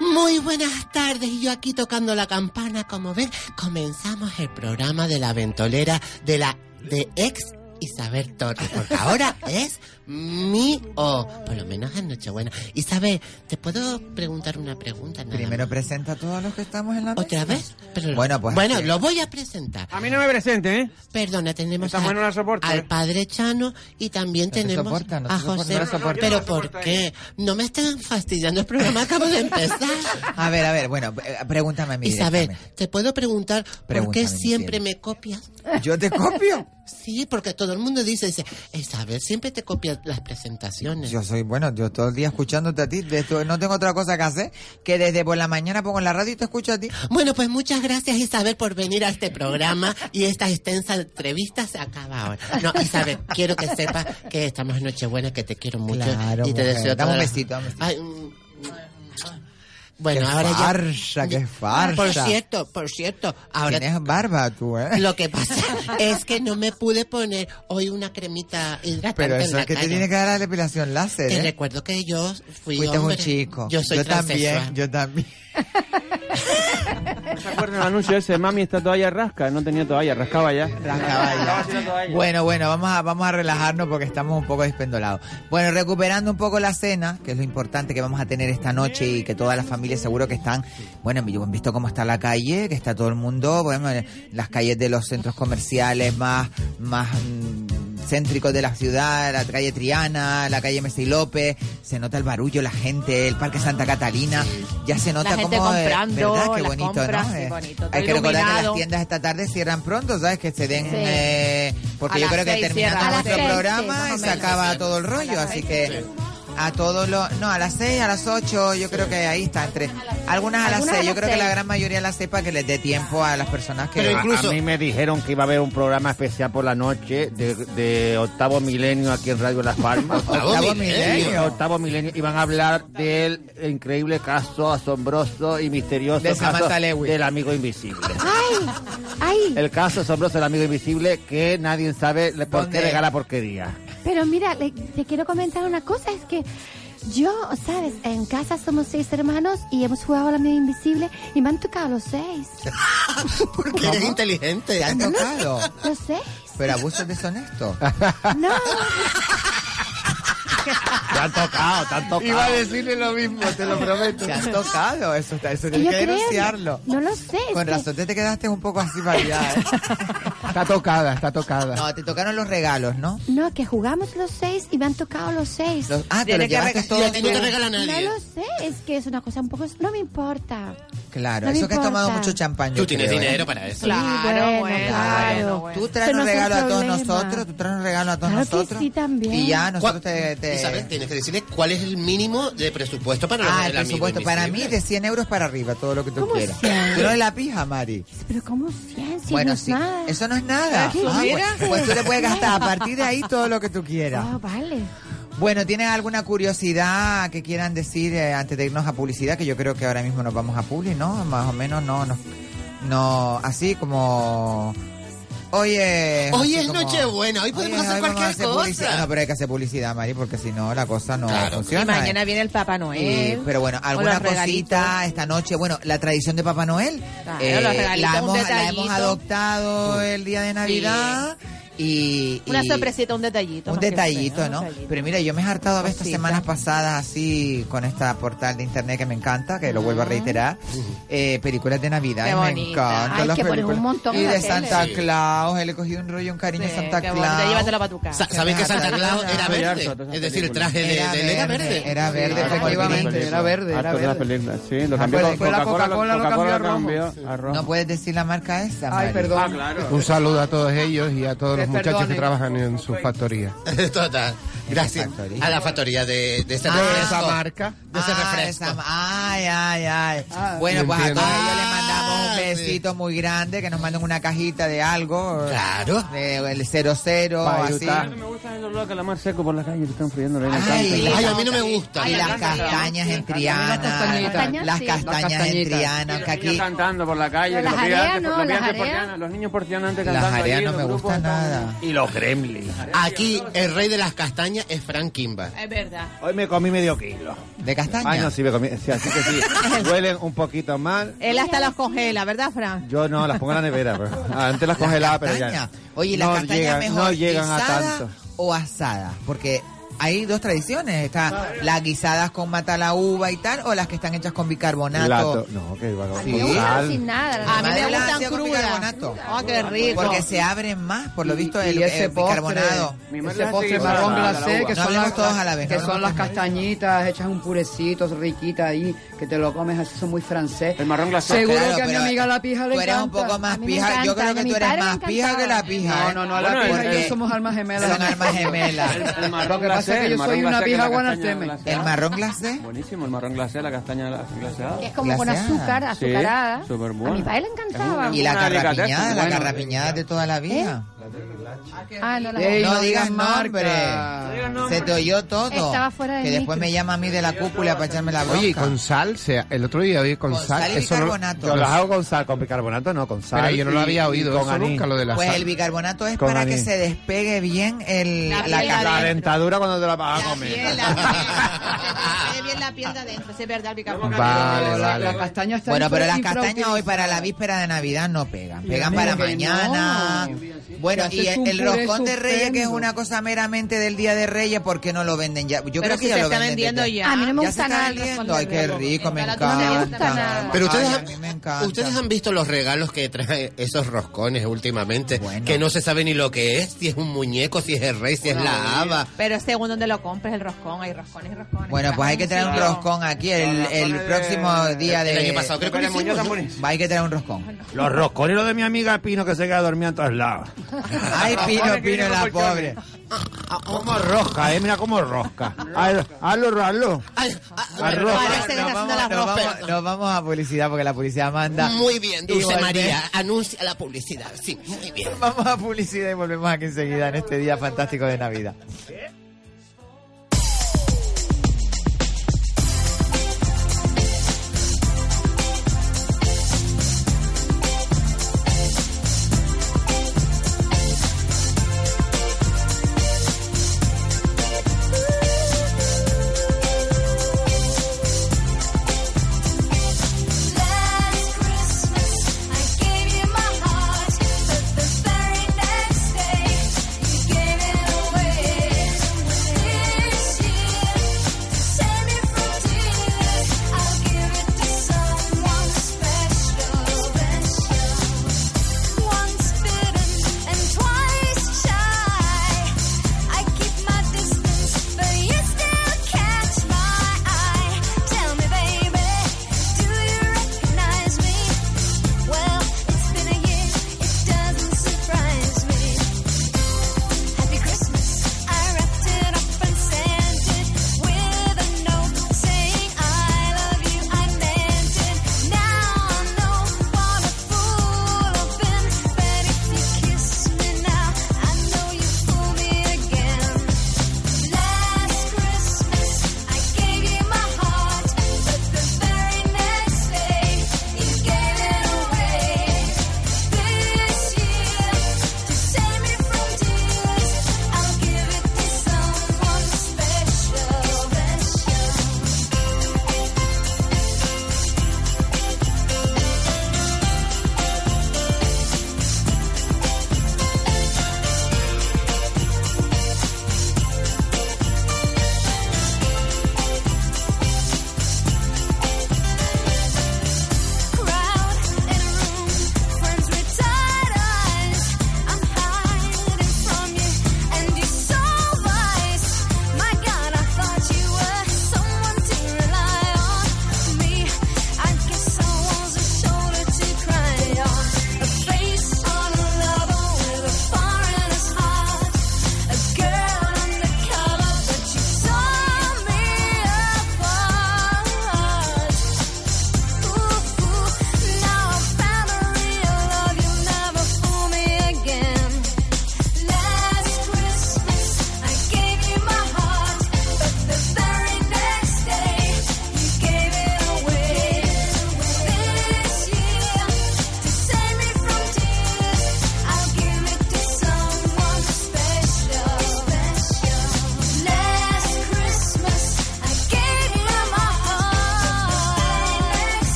Speaker 16: Muy buenas tardes. Y yo aquí tocando la campana. Como ven, comenzamos el programa de La Ventolera de la de ex Isabel Torres. Porque ahora es mío. Por lo menos en Nochebuena. Isabel, ¿te puedo preguntar una pregunta? nada
Speaker 4: Primero presenta a todos los que estamos en la ¿Otra
Speaker 16: vez?
Speaker 4: bueno, pues
Speaker 16: bueno, lo voy a presentar. A mí no me presente, ¿eh? Perdona, tenemos
Speaker 4: Esta mujer
Speaker 16: a-
Speaker 4: no la soporta,
Speaker 16: al
Speaker 4: ¿eh?
Speaker 16: padre Chano y también
Speaker 4: No te
Speaker 16: tenemos
Speaker 4: soporta, no te
Speaker 16: a
Speaker 4: soporta,
Speaker 16: José.
Speaker 4: no la soporta.
Speaker 16: Pero
Speaker 4: No, yo no la ¿eh?
Speaker 16: ¿por qué? No me están fastidiando el programa, acabo de empezar.
Speaker 4: A ver, a ver, bueno, eh, pregúntame a mí.
Speaker 16: Isabel, ¿te puedo preguntar por
Speaker 4: Pregúntame,
Speaker 16: qué
Speaker 4: mi
Speaker 16: siempre me copias?
Speaker 4: directamente. ¿Yo te copio?
Speaker 16: Sí, porque todo el mundo dice, dice, Isabel, siempre te copias las presentaciones.
Speaker 4: Yo soy, bueno, yo todo el día escuchándote a ti, de esto, no tengo otra cosa que hacer que desde por la mañana pongo la radio y te escucho a ti.
Speaker 16: Bueno, pues muchas gracias Isabel por venir a este programa y esta extensa entrevista se acaba ahora. No, Isabel, quiero que sepas que estamos en Nochebuena, que te quiero mucho
Speaker 4: Claro,
Speaker 16: y te
Speaker 4: mujer.
Speaker 16: deseo
Speaker 4: Dame un
Speaker 16: todas las-
Speaker 4: besito, dame un besito.
Speaker 16: Ay, mm, Bueno,
Speaker 4: Qué
Speaker 16: ahora ya- Ah,
Speaker 4: farsa, qué farsa.
Speaker 16: Por cierto, por cierto, ahora
Speaker 4: Tienes barba tú, ¿eh?
Speaker 16: lo que pasa es que no me pude poner hoy una cremita hidratante
Speaker 4: Pero
Speaker 16: en
Speaker 4: eso
Speaker 16: la
Speaker 4: es que te
Speaker 16: cara.
Speaker 4: tiene que dar la depilación láser,
Speaker 16: Te
Speaker 4: ¿eh?
Speaker 16: recuerdo que yo fui
Speaker 4: Fuiste
Speaker 16: hombre.
Speaker 4: un chico.
Speaker 16: Yo soy
Speaker 4: también,
Speaker 16: transexual.
Speaker 4: yo también.
Speaker 15: ¿Se acuerdan del anuncio ese? Mami, esta toalla rasca. No tenía toalla, rascaba ya.
Speaker 4: Bueno, bueno, vamos a, vamos a relajarnos porque estamos un poco despendolados. Bueno, recuperando un poco la cena, que es lo importante que vamos a tener esta noche y que todas las familias seguro que están, bueno, yo han visto cómo está la calle, que está todo el mundo, bueno, en las calles de los centros comerciales más, más mm, céntricos de la ciudad, la calle Triana, la calle Messi López, se nota el barullo, la gente, el Parque Santa Catalina, ya se nota
Speaker 19: La gente
Speaker 4: cómo, eh,
Speaker 19: comprando,
Speaker 4: ¿verdad? Qué
Speaker 19: las
Speaker 4: bonito,
Speaker 19: compras,
Speaker 4: ¿no?
Speaker 19: qué
Speaker 4: Eh,
Speaker 19: bonito, todo
Speaker 4: Hay que recordar que las
Speaker 19: iluminado.
Speaker 4: tiendas esta tarde cierran pronto, ¿sabes? Que se den...
Speaker 19: Sí.
Speaker 4: eh, porque
Speaker 19: A
Speaker 4: yo
Speaker 19: las
Speaker 4: creo que
Speaker 19: seis
Speaker 4: terminando
Speaker 19: cierra. A las
Speaker 4: nuestro
Speaker 19: seis, sí,
Speaker 4: programa
Speaker 19: más o
Speaker 4: se
Speaker 19: menos.
Speaker 4: acaba todo el rollo, así que a todos los... No, a las 6, a las 8, yo creo que ahí está entre... Algunas a las
Speaker 19: Algunas a
Speaker 4: 6, yo
Speaker 19: las
Speaker 4: creo que la
Speaker 19: seis.
Speaker 4: gran mayoría a las 6 para que les dé tiempo a las personas que...
Speaker 13: A- a, mí me dijeron que iba a haber un programa especial por la noche de, de Octavo Milenio aquí en Radio Las Palmas.
Speaker 4: Octavo Octavo Milenio. Milenio.
Speaker 13: Octavo Milenio. Iban a hablar del increíble caso asombroso y misterioso
Speaker 4: De Samantha
Speaker 13: caso
Speaker 4: Lewis.
Speaker 13: del amigo invisible.
Speaker 14: ¡Ay! ¡Ay!
Speaker 13: El caso asombroso del amigo invisible que nadie sabe le- por
Speaker 4: ¿Dónde?
Speaker 13: qué regala porquería.
Speaker 14: Pero mira, le- te quiero comentar una cosa, es que yo, sabes, en casa somos seis hermanos y hemos jugado a la media invisible y me han tocado los seis.
Speaker 16: Porque eres inteligente.
Speaker 4: Te han tocado.
Speaker 14: Los seis.
Speaker 4: Pero abusos deshonestos.
Speaker 14: No.
Speaker 13: Te han tocado, te han tocado.
Speaker 4: Iba a decirle lo mismo, te lo prometo. Te han tocado, eso, está, eso
Speaker 14: Y
Speaker 4: tienes
Speaker 14: yo
Speaker 4: que
Speaker 14: creo-
Speaker 4: denunciarlo.
Speaker 14: No lo sé. es
Speaker 4: Con
Speaker 14: que-
Speaker 4: razón, te, te quedaste un poco así variada.
Speaker 21: Está tocada, está tocada.
Speaker 4: No, te tocaron los regalos, ¿no?
Speaker 14: No, que jugamos los seis y me han tocado los seis.
Speaker 4: Los- ah, te los llevaste todos
Speaker 19: pues.
Speaker 4: tú.
Speaker 14: No lo sé, es que es una cosa un poco... No me importa.
Speaker 4: Claro,
Speaker 14: No me
Speaker 4: eso que has tomado
Speaker 14: importa.
Speaker 4: mucho champán.
Speaker 16: Tú
Speaker 4: yo
Speaker 16: tienes
Speaker 4: creo, ¿eh?
Speaker 16: dinero para eso.
Speaker 14: Claro, bueno, claro.
Speaker 4: Tú
Speaker 14: Eso
Speaker 4: traes
Speaker 14: no
Speaker 4: un
Speaker 14: es un
Speaker 4: regalo a todos
Speaker 14: problema.
Speaker 4: nosotros, tú traes un regalo a todos
Speaker 14: Claro que
Speaker 4: nosotros.
Speaker 14: sí, también.
Speaker 4: Y ya nosotros
Speaker 16: ¿Cuál-
Speaker 4: te... te-
Speaker 16: Isabel, tienes que decirle cuál es el mínimo de presupuesto para
Speaker 4: Ah,
Speaker 16: el
Speaker 4: por
Speaker 16: amigo
Speaker 4: supuesto, para mí
Speaker 16: invisible.
Speaker 4: de 100 euros para arriba, todo lo que tú
Speaker 14: ¿Cómo
Speaker 4: quieras.
Speaker 14: cien?
Speaker 4: Tú no es la pija, Mari.
Speaker 14: Pero ¿cómo cien? Si
Speaker 4: bueno,
Speaker 14: no es
Speaker 4: sí.
Speaker 14: nada.
Speaker 4: Eso no es nada.
Speaker 14: Eso,
Speaker 4: Ah,
Speaker 14: mira.
Speaker 4: pues, pues tú le puedes gastar a partir de ahí todo lo que tú quieras.
Speaker 14: Ah, vale.
Speaker 4: Bueno, ¿tienen alguna curiosidad que quieran decir eh, antes de irnos a publicidad? Que yo creo que ahora mismo nos vamos a publi, ¿no? Más o menos, no, no, no así como... Oye, así
Speaker 16: Hoy es
Speaker 4: como-
Speaker 16: Nochebuena, hoy podemos hacer
Speaker 4: vamos a
Speaker 16: cualquier
Speaker 4: publicidad.
Speaker 16: cosa.
Speaker 4: No, pero hay que hacer publicidad, Mari, porque si no la cosa no
Speaker 16: Claro.
Speaker 4: funciona.
Speaker 19: Y mañana viene el Papá
Speaker 4: Eh,
Speaker 19: Noel.
Speaker 4: pero bueno,
Speaker 19: con
Speaker 4: alguna
Speaker 19: los regalitos.
Speaker 4: cosita esta noche. Bueno, la tradición de Papá Noel. eh,
Speaker 19: Claro, los regalitos,
Speaker 4: la,
Speaker 19: un
Speaker 4: hemos, la
Speaker 19: detallito.
Speaker 4: hemos adoptado el día de Navidad. Y,
Speaker 19: Una
Speaker 4: y
Speaker 19: sorpresita, un detallito.
Speaker 4: Un
Speaker 19: más que
Speaker 4: detallito,
Speaker 19: sea,
Speaker 4: ¿no?
Speaker 19: un detallito.
Speaker 4: Pero mira, yo me he hartado a ver estas
Speaker 19: Cosita.
Speaker 4: semanas pasadas así con esta portal de internet que me encanta, que lo vuelvo a reiterar. Eh, películas de Navidad,
Speaker 19: Qué
Speaker 4: y me
Speaker 19: bonita.
Speaker 4: encantan
Speaker 14: Ay,
Speaker 4: las
Speaker 14: que ponen
Speaker 4: películas.
Speaker 14: un montón
Speaker 4: Y
Speaker 14: en la
Speaker 4: de
Speaker 14: tele.
Speaker 4: Santa
Speaker 16: Sí.
Speaker 4: Claus, él le cogió un rollo, un cariño a
Speaker 9: Eh,
Speaker 19: Sí,
Speaker 4: Santa
Speaker 19: qué bonito, Llévatelo
Speaker 4: Claus.
Speaker 19: para tu casa.
Speaker 16: Sa- ¿Sabéis que Santa Claus era
Speaker 15: Soy harto de
Speaker 16: verde?
Speaker 15: todas esas
Speaker 16: Es decir, el
Speaker 15: películas.
Speaker 16: traje de, de-
Speaker 4: Era
Speaker 16: era, verde.
Speaker 4: verde. Era verde,
Speaker 15: Harto de las
Speaker 4: efectivamente,
Speaker 15: películas.
Speaker 4: era verde, era
Speaker 15: Harto de las
Speaker 4: verde.
Speaker 15: películas, sí. Lo
Speaker 4: Ah,
Speaker 15: cambió
Speaker 4: pues,
Speaker 15: con
Speaker 4: fue la
Speaker 15: Coca-Cola.
Speaker 4: Coca-Cola, lo
Speaker 15: Coca-Cola
Speaker 4: cambió a
Speaker 15: cambió a rojo.
Speaker 4: No puedes decir la marca esa.
Speaker 15: Ay,
Speaker 4: Mari.
Speaker 15: perdón. Ah, claro.
Speaker 21: Un saludo a todos ellos y a todos
Speaker 19: Que
Speaker 21: los muchachos que
Speaker 19: perdonen.
Speaker 21: trabajan en su factoría.
Speaker 16: Total. Gracias
Speaker 4: factoría.
Speaker 16: a la factoría de, este de ese
Speaker 4: Ah,
Speaker 16: refresco.
Speaker 4: esa
Speaker 21: marca.
Speaker 16: De ese
Speaker 4: Ah,
Speaker 16: refresco.
Speaker 4: esa ma- ay, ay, ay.
Speaker 1: Ah.
Speaker 4: bueno,
Speaker 21: Yo
Speaker 4: pues a
Speaker 21: entiendo.
Speaker 4: todos ellos les mandamos un
Speaker 16: Ah, sí.
Speaker 4: besito muy grande, que nos manden una cajita de algo.
Speaker 16: Claro.
Speaker 4: De, el 00,
Speaker 15: Pa'
Speaker 4: así.
Speaker 15: Utah. No me gusta el olor a calamar seco por la calle, te están friendo. Lorena,
Speaker 4: Ay,
Speaker 15: tanto.
Speaker 4: la-
Speaker 16: Ay, a mí no me gusta.
Speaker 4: Y las castañas en Triana.
Speaker 19: Las castañitas.
Speaker 4: Las
Speaker 14: Sí.
Speaker 4: castañas en Triana, que
Speaker 15: Los niños
Speaker 4: aquí...
Speaker 15: cantando por la calle.
Speaker 14: Pero
Speaker 15: que
Speaker 14: las
Speaker 15: los pibes
Speaker 14: areas
Speaker 15: antes-
Speaker 14: no,
Speaker 15: los pibes
Speaker 14: las
Speaker 15: antes
Speaker 14: areas.
Speaker 15: porteaban, Los niños porteanan antes
Speaker 4: Las
Speaker 15: cantando.
Speaker 4: areas
Speaker 15: allí,
Speaker 4: no
Speaker 15: los
Speaker 4: me
Speaker 15: grupos
Speaker 4: gustan
Speaker 15: estaban-
Speaker 4: nada.
Speaker 13: Y los gremlins.
Speaker 16: Aquí el rey de las castañas es Frank Kimba.
Speaker 19: Es verdad.
Speaker 13: Hoy me comí medio kilo.
Speaker 4: ¿De castaña?
Speaker 13: Ay, no, sí me comí. sí, así que sí. Huelen un poquito mal.
Speaker 19: Él hasta los congela, ¿verdad, Fran?
Speaker 13: Yo no, las pongo en la nevera. Pero. Ah, Antes las congelaba, pero
Speaker 4: castaña.
Speaker 13: ya.
Speaker 4: Oye, las
Speaker 13: no
Speaker 4: castañas
Speaker 13: llegan,
Speaker 4: mejor
Speaker 13: No llegan a
Speaker 4: guisada
Speaker 13: tanto.
Speaker 4: o asada, porque hay dos tradiciones, está las guisadas con mata la uva y tal o las que están hechas con bicarbonato.
Speaker 13: Lato. No, que va
Speaker 4: Sí.
Speaker 14: Me
Speaker 13: con
Speaker 14: gusta
Speaker 13: sal.
Speaker 14: sin nada.
Speaker 19: A mí me
Speaker 4: Además,
Speaker 19: gustan
Speaker 4: hacía con
Speaker 19: crudas.
Speaker 4: bicarbonato.
Speaker 19: Oh, qué rico.
Speaker 4: Porque se abren más, por lo visto,
Speaker 17: Ah, y
Speaker 4: el,
Speaker 17: ese
Speaker 4: el
Speaker 17: postre,
Speaker 4: bicarbonado.
Speaker 15: Mi madre
Speaker 17: Ese
Speaker 15: le
Speaker 17: postre
Speaker 15: sigue
Speaker 17: marrón
Speaker 15: la- la
Speaker 17: glacé,
Speaker 15: uva.
Speaker 4: No
Speaker 17: que son,
Speaker 4: hablemos
Speaker 17: las,
Speaker 4: todos a la vez,
Speaker 17: que
Speaker 4: no
Speaker 17: son
Speaker 4: hablemos
Speaker 17: las castañitas hechas un purecito riquita ahí, que te lo comes así, son muy francés.
Speaker 15: El marrón glacé.
Speaker 17: Seguro
Speaker 4: Claro,
Speaker 17: que a mi
Speaker 4: pero
Speaker 17: amiga la pija le
Speaker 4: Tú eres un
Speaker 17: encanta.
Speaker 4: poco más
Speaker 14: A mí me
Speaker 4: pija. Yo
Speaker 14: encanta,
Speaker 4: creo
Speaker 14: a
Speaker 4: que
Speaker 14: mi
Speaker 4: tú eres
Speaker 14: padre me
Speaker 4: más pija
Speaker 14: encantaba.
Speaker 4: que la pija.
Speaker 17: No,
Speaker 4: ¿eh?
Speaker 17: no, no, la
Speaker 15: Bueno,
Speaker 17: pija
Speaker 15: el-
Speaker 17: y yo somos almas gemelas.
Speaker 4: Son almas gemelas.
Speaker 15: El, el marrón
Speaker 17: Lo que pasa
Speaker 15: glacé,
Speaker 17: es que
Speaker 15: el
Speaker 17: yo
Speaker 15: marrón
Speaker 17: soy una
Speaker 15: glacé que
Speaker 17: pija
Speaker 15: la castaña
Speaker 17: guanateme.
Speaker 4: El
Speaker 15: glaseada.
Speaker 4: marrón glacé.
Speaker 15: Buenísimo, el marrón glacé, la castaña glaseada.
Speaker 14: Que es como con
Speaker 4: Glaseada.
Speaker 14: azúcar,
Speaker 15: Sí,
Speaker 14: azucarada.
Speaker 15: súper
Speaker 14: A mi
Speaker 15: buena.
Speaker 14: padre le encantaba.
Speaker 4: Y la
Speaker 15: Una delicatez,
Speaker 4: carrapiñada, la
Speaker 15: bueno.
Speaker 4: carrapiñada de toda la vida.
Speaker 7: Ah, no, la
Speaker 4: Ey, no digas
Speaker 7: digas
Speaker 4: nombre.
Speaker 7: marca. No digas nombre.
Speaker 4: Se te oyó todo.
Speaker 7: Estaba fuera del
Speaker 4: que después
Speaker 7: micro.
Speaker 4: me llama a mí de la cúpula para echarme la bronca.
Speaker 23: Oye, y con sal, se- el otro día vi con,
Speaker 4: Con sal y
Speaker 23: eso no-
Speaker 4: bicarbonato.
Speaker 23: Yo
Speaker 4: Yo
Speaker 23: lo
Speaker 4: las
Speaker 23: hago
Speaker 4: hago
Speaker 23: con-
Speaker 13: Con sal, con bicarbonato, no, con sal.
Speaker 23: Pero yo no lo
Speaker 13: y-
Speaker 23: había
Speaker 13: y
Speaker 23: oído,
Speaker 13: con
Speaker 23: eso
Speaker 13: anís.
Speaker 23: nunca, lo de la
Speaker 4: pues el bicarbonato es
Speaker 13: Con
Speaker 4: para que
Speaker 13: anís.
Speaker 4: se despegue bien el, la,
Speaker 13: La,
Speaker 4: cadena.
Speaker 13: dentadura cuando te la vas a comer.
Speaker 9: Bien la piel. Ah, Se
Speaker 16: Ah.
Speaker 9: te ve bien la piel de adentro. Ese verde al bicarbonato.
Speaker 4: Vale,
Speaker 9: vale.
Speaker 4: Las
Speaker 7: castañas están
Speaker 4: Bueno, pero las
Speaker 7: infrautilizadas.
Speaker 4: castañas hoy para la víspera de Navidad no pegan.
Speaker 7: Y
Speaker 4: Pegan
Speaker 7: amigo,
Speaker 4: para
Speaker 7: que
Speaker 4: mañana.
Speaker 7: no.
Speaker 4: Bueno,
Speaker 7: Que
Speaker 4: y
Speaker 7: haces un
Speaker 4: el, el
Speaker 7: puré
Speaker 4: roscón de Reyes, que es
Speaker 7: estupendo.
Speaker 4: una cosa meramente del Día de Reyes, ¿por qué no lo venden ya? Yo
Speaker 7: Pero
Speaker 4: creo
Speaker 7: si
Speaker 4: que ya
Speaker 7: se
Speaker 4: lo
Speaker 7: está
Speaker 4: venden.
Speaker 7: vendiendo
Speaker 4: desde-
Speaker 7: ya. A mí no me
Speaker 4: Ya se
Speaker 7: gusta
Speaker 4: está
Speaker 7: nada el
Speaker 4: vendiendo.
Speaker 7: roscón de
Speaker 4: Ay, qué
Speaker 7: Reyes.
Speaker 4: rico, me
Speaker 7: Venga, la-
Speaker 4: encanta.
Speaker 7: no me gusta nada.
Speaker 16: Pero ustedes,
Speaker 4: Ay, a
Speaker 16: han,
Speaker 4: mí me encanta.
Speaker 16: ustedes han visto los regalos que traen esos roscones últimamente, que no se sabe ni lo que es, si es un muñeco, si es el rey, si es la haba.
Speaker 9: Pero según donde lo compres, el roscón, hay roscones y roscones.
Speaker 4: Bueno, pues hay que traer un
Speaker 9: Sí, no.
Speaker 4: roscón aquí el, el próximo día de...
Speaker 13: El año pasado creo que lo hicimos, ¿no?
Speaker 4: Va, Pues Hay que traer un roscón.
Speaker 13: Los roscones de mi amiga Pino que se queda dormida en todos lados.
Speaker 4: Ay, Pino,
Speaker 13: Roscones que
Speaker 4: Pino,
Speaker 13: vienen
Speaker 4: la
Speaker 13: con
Speaker 4: pobre.
Speaker 13: Como rosca, eh, mira cómo rosca. Hazlo, hazlo, hazlo. Hazlo.
Speaker 4: Nos vamos, nos vamos a publicidad porque la publicidad manda. ¿eh?
Speaker 16: Muy bien,
Speaker 4: Y
Speaker 16: Dulce
Speaker 4: volvemos-
Speaker 16: María, anuncia la publicidad. Sí, muy bien.
Speaker 4: Vamos a publicidad y volvemos aquí enseguida en este día fantástico de Navidad.
Speaker 5: Last Christmas I gave you my heart, but the very next day you gave it away.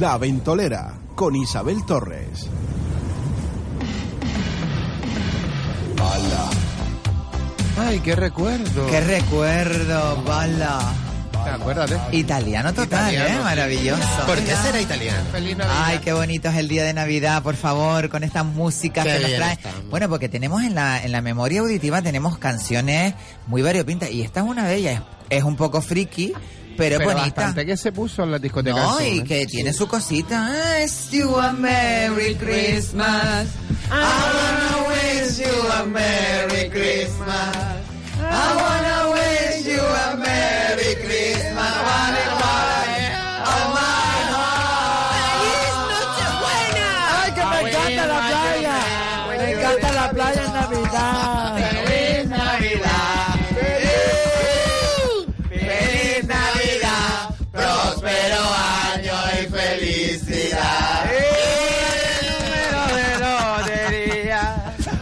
Speaker 11: La Ventolera con Isabel Torres.
Speaker 21: Ay, qué recuerdo.
Speaker 4: Qué recuerdo, bala.
Speaker 21: ¿Te acuerdas de?
Speaker 4: Italiano total,
Speaker 21: Italiano,
Speaker 4: ¿eh?
Speaker 21: sí.
Speaker 4: Maravilloso.
Speaker 16: ¿Por qué será italiano?
Speaker 4: Ay, qué bonito es el día de Navidad, por favor, con estas músicas
Speaker 16: Qué
Speaker 4: que nos
Speaker 16: bien
Speaker 4: traen.
Speaker 16: estamos.
Speaker 4: Bueno, porque tenemos en la, en la memoria auditiva tenemos canciones muy variopintas y esta es una de ellas. Es, es un poco friki, pero, es bonita.
Speaker 21: bastante que se puso en la discoteca.
Speaker 4: No,
Speaker 21: azul,
Speaker 4: y
Speaker 21: ¿eh?
Speaker 4: que tiene su cosita. Ah, Yes,
Speaker 12: you a Merry Christmas.
Speaker 5: Ah.
Speaker 12: I wanna wish you a Merry Christmas. I wanna wish you a Merry Christmas. Wanna buy all my heart. ¡Feliz Nochebuena! ¡Ay, que me encanta la playa! ¡Me encanta la playa en Navidad! ¡Feliz Navidad! ¡Feliz Navidad! ¡Próspero año y felicidad!
Speaker 16: ¡Eh!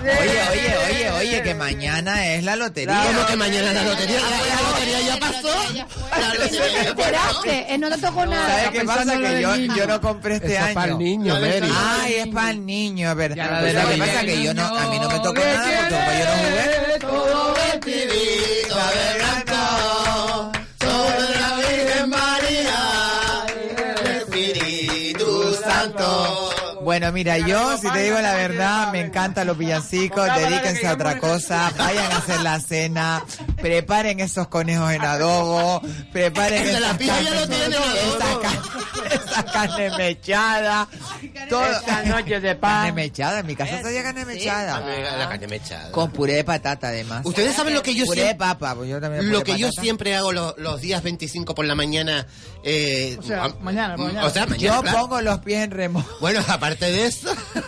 Speaker 4: Oye, oye, oye, oye, que mañana es la lotería.
Speaker 16: ¿Cómo que mañana es la lotería? La- la lotería ya pasó. La lotería ya pasó.
Speaker 14: Esperaste, eh, no te tocó nada.
Speaker 4: ¿Sabes qué pasa? Que yo, yo no compré este
Speaker 21: Eso
Speaker 4: año.
Speaker 21: es pa'l niño, Mary.
Speaker 4: Ay, es para el niño, Ah, pero.
Speaker 21: Ya,
Speaker 4: ¿Sabes
Speaker 21: la
Speaker 4: qué
Speaker 21: de
Speaker 4: pasa? Que yo no, a mí no me tocó nada porque como yo no jugué.
Speaker 12: Todo vestidito de blanco, sobre la Virgen María, el Espíritu Santo.
Speaker 4: Bueno, mira, yo, si te digo la verdad, me encantan los villancicos, dedíquense a otra cosa, vayan a hacer la cena, preparen esos conejos en adobo, preparen
Speaker 16: Esa, la
Speaker 4: esas
Speaker 16: pija ya lo
Speaker 4: carnes-
Speaker 16: tiene,
Speaker 4: esas
Speaker 16: adobo.
Speaker 4: carnes- esas carnes mechadas, todas
Speaker 16: Esa
Speaker 4: noche de pan. Carne mechada, en mi casa se carne mechada.
Speaker 16: Amiga, La carne mechada.
Speaker 4: Con puré de patata, además.
Speaker 16: Ustedes saben lo que yo
Speaker 4: Puré de
Speaker 16: siempre-
Speaker 4: papa, pues yo también
Speaker 16: Lo
Speaker 4: puré
Speaker 16: que
Speaker 4: de
Speaker 16: yo
Speaker 4: patata.
Speaker 16: siempre hago los, los días 25 por la mañana. eh,
Speaker 1: O sea,
Speaker 16: ah,
Speaker 1: mañana,
Speaker 16: mm,
Speaker 1: mañana.
Speaker 16: O sea, mañana.
Speaker 4: Yo
Speaker 16: claro.
Speaker 4: pongo los pies en remo.
Speaker 16: Bueno, aparte de eso,
Speaker 4: ¿Tú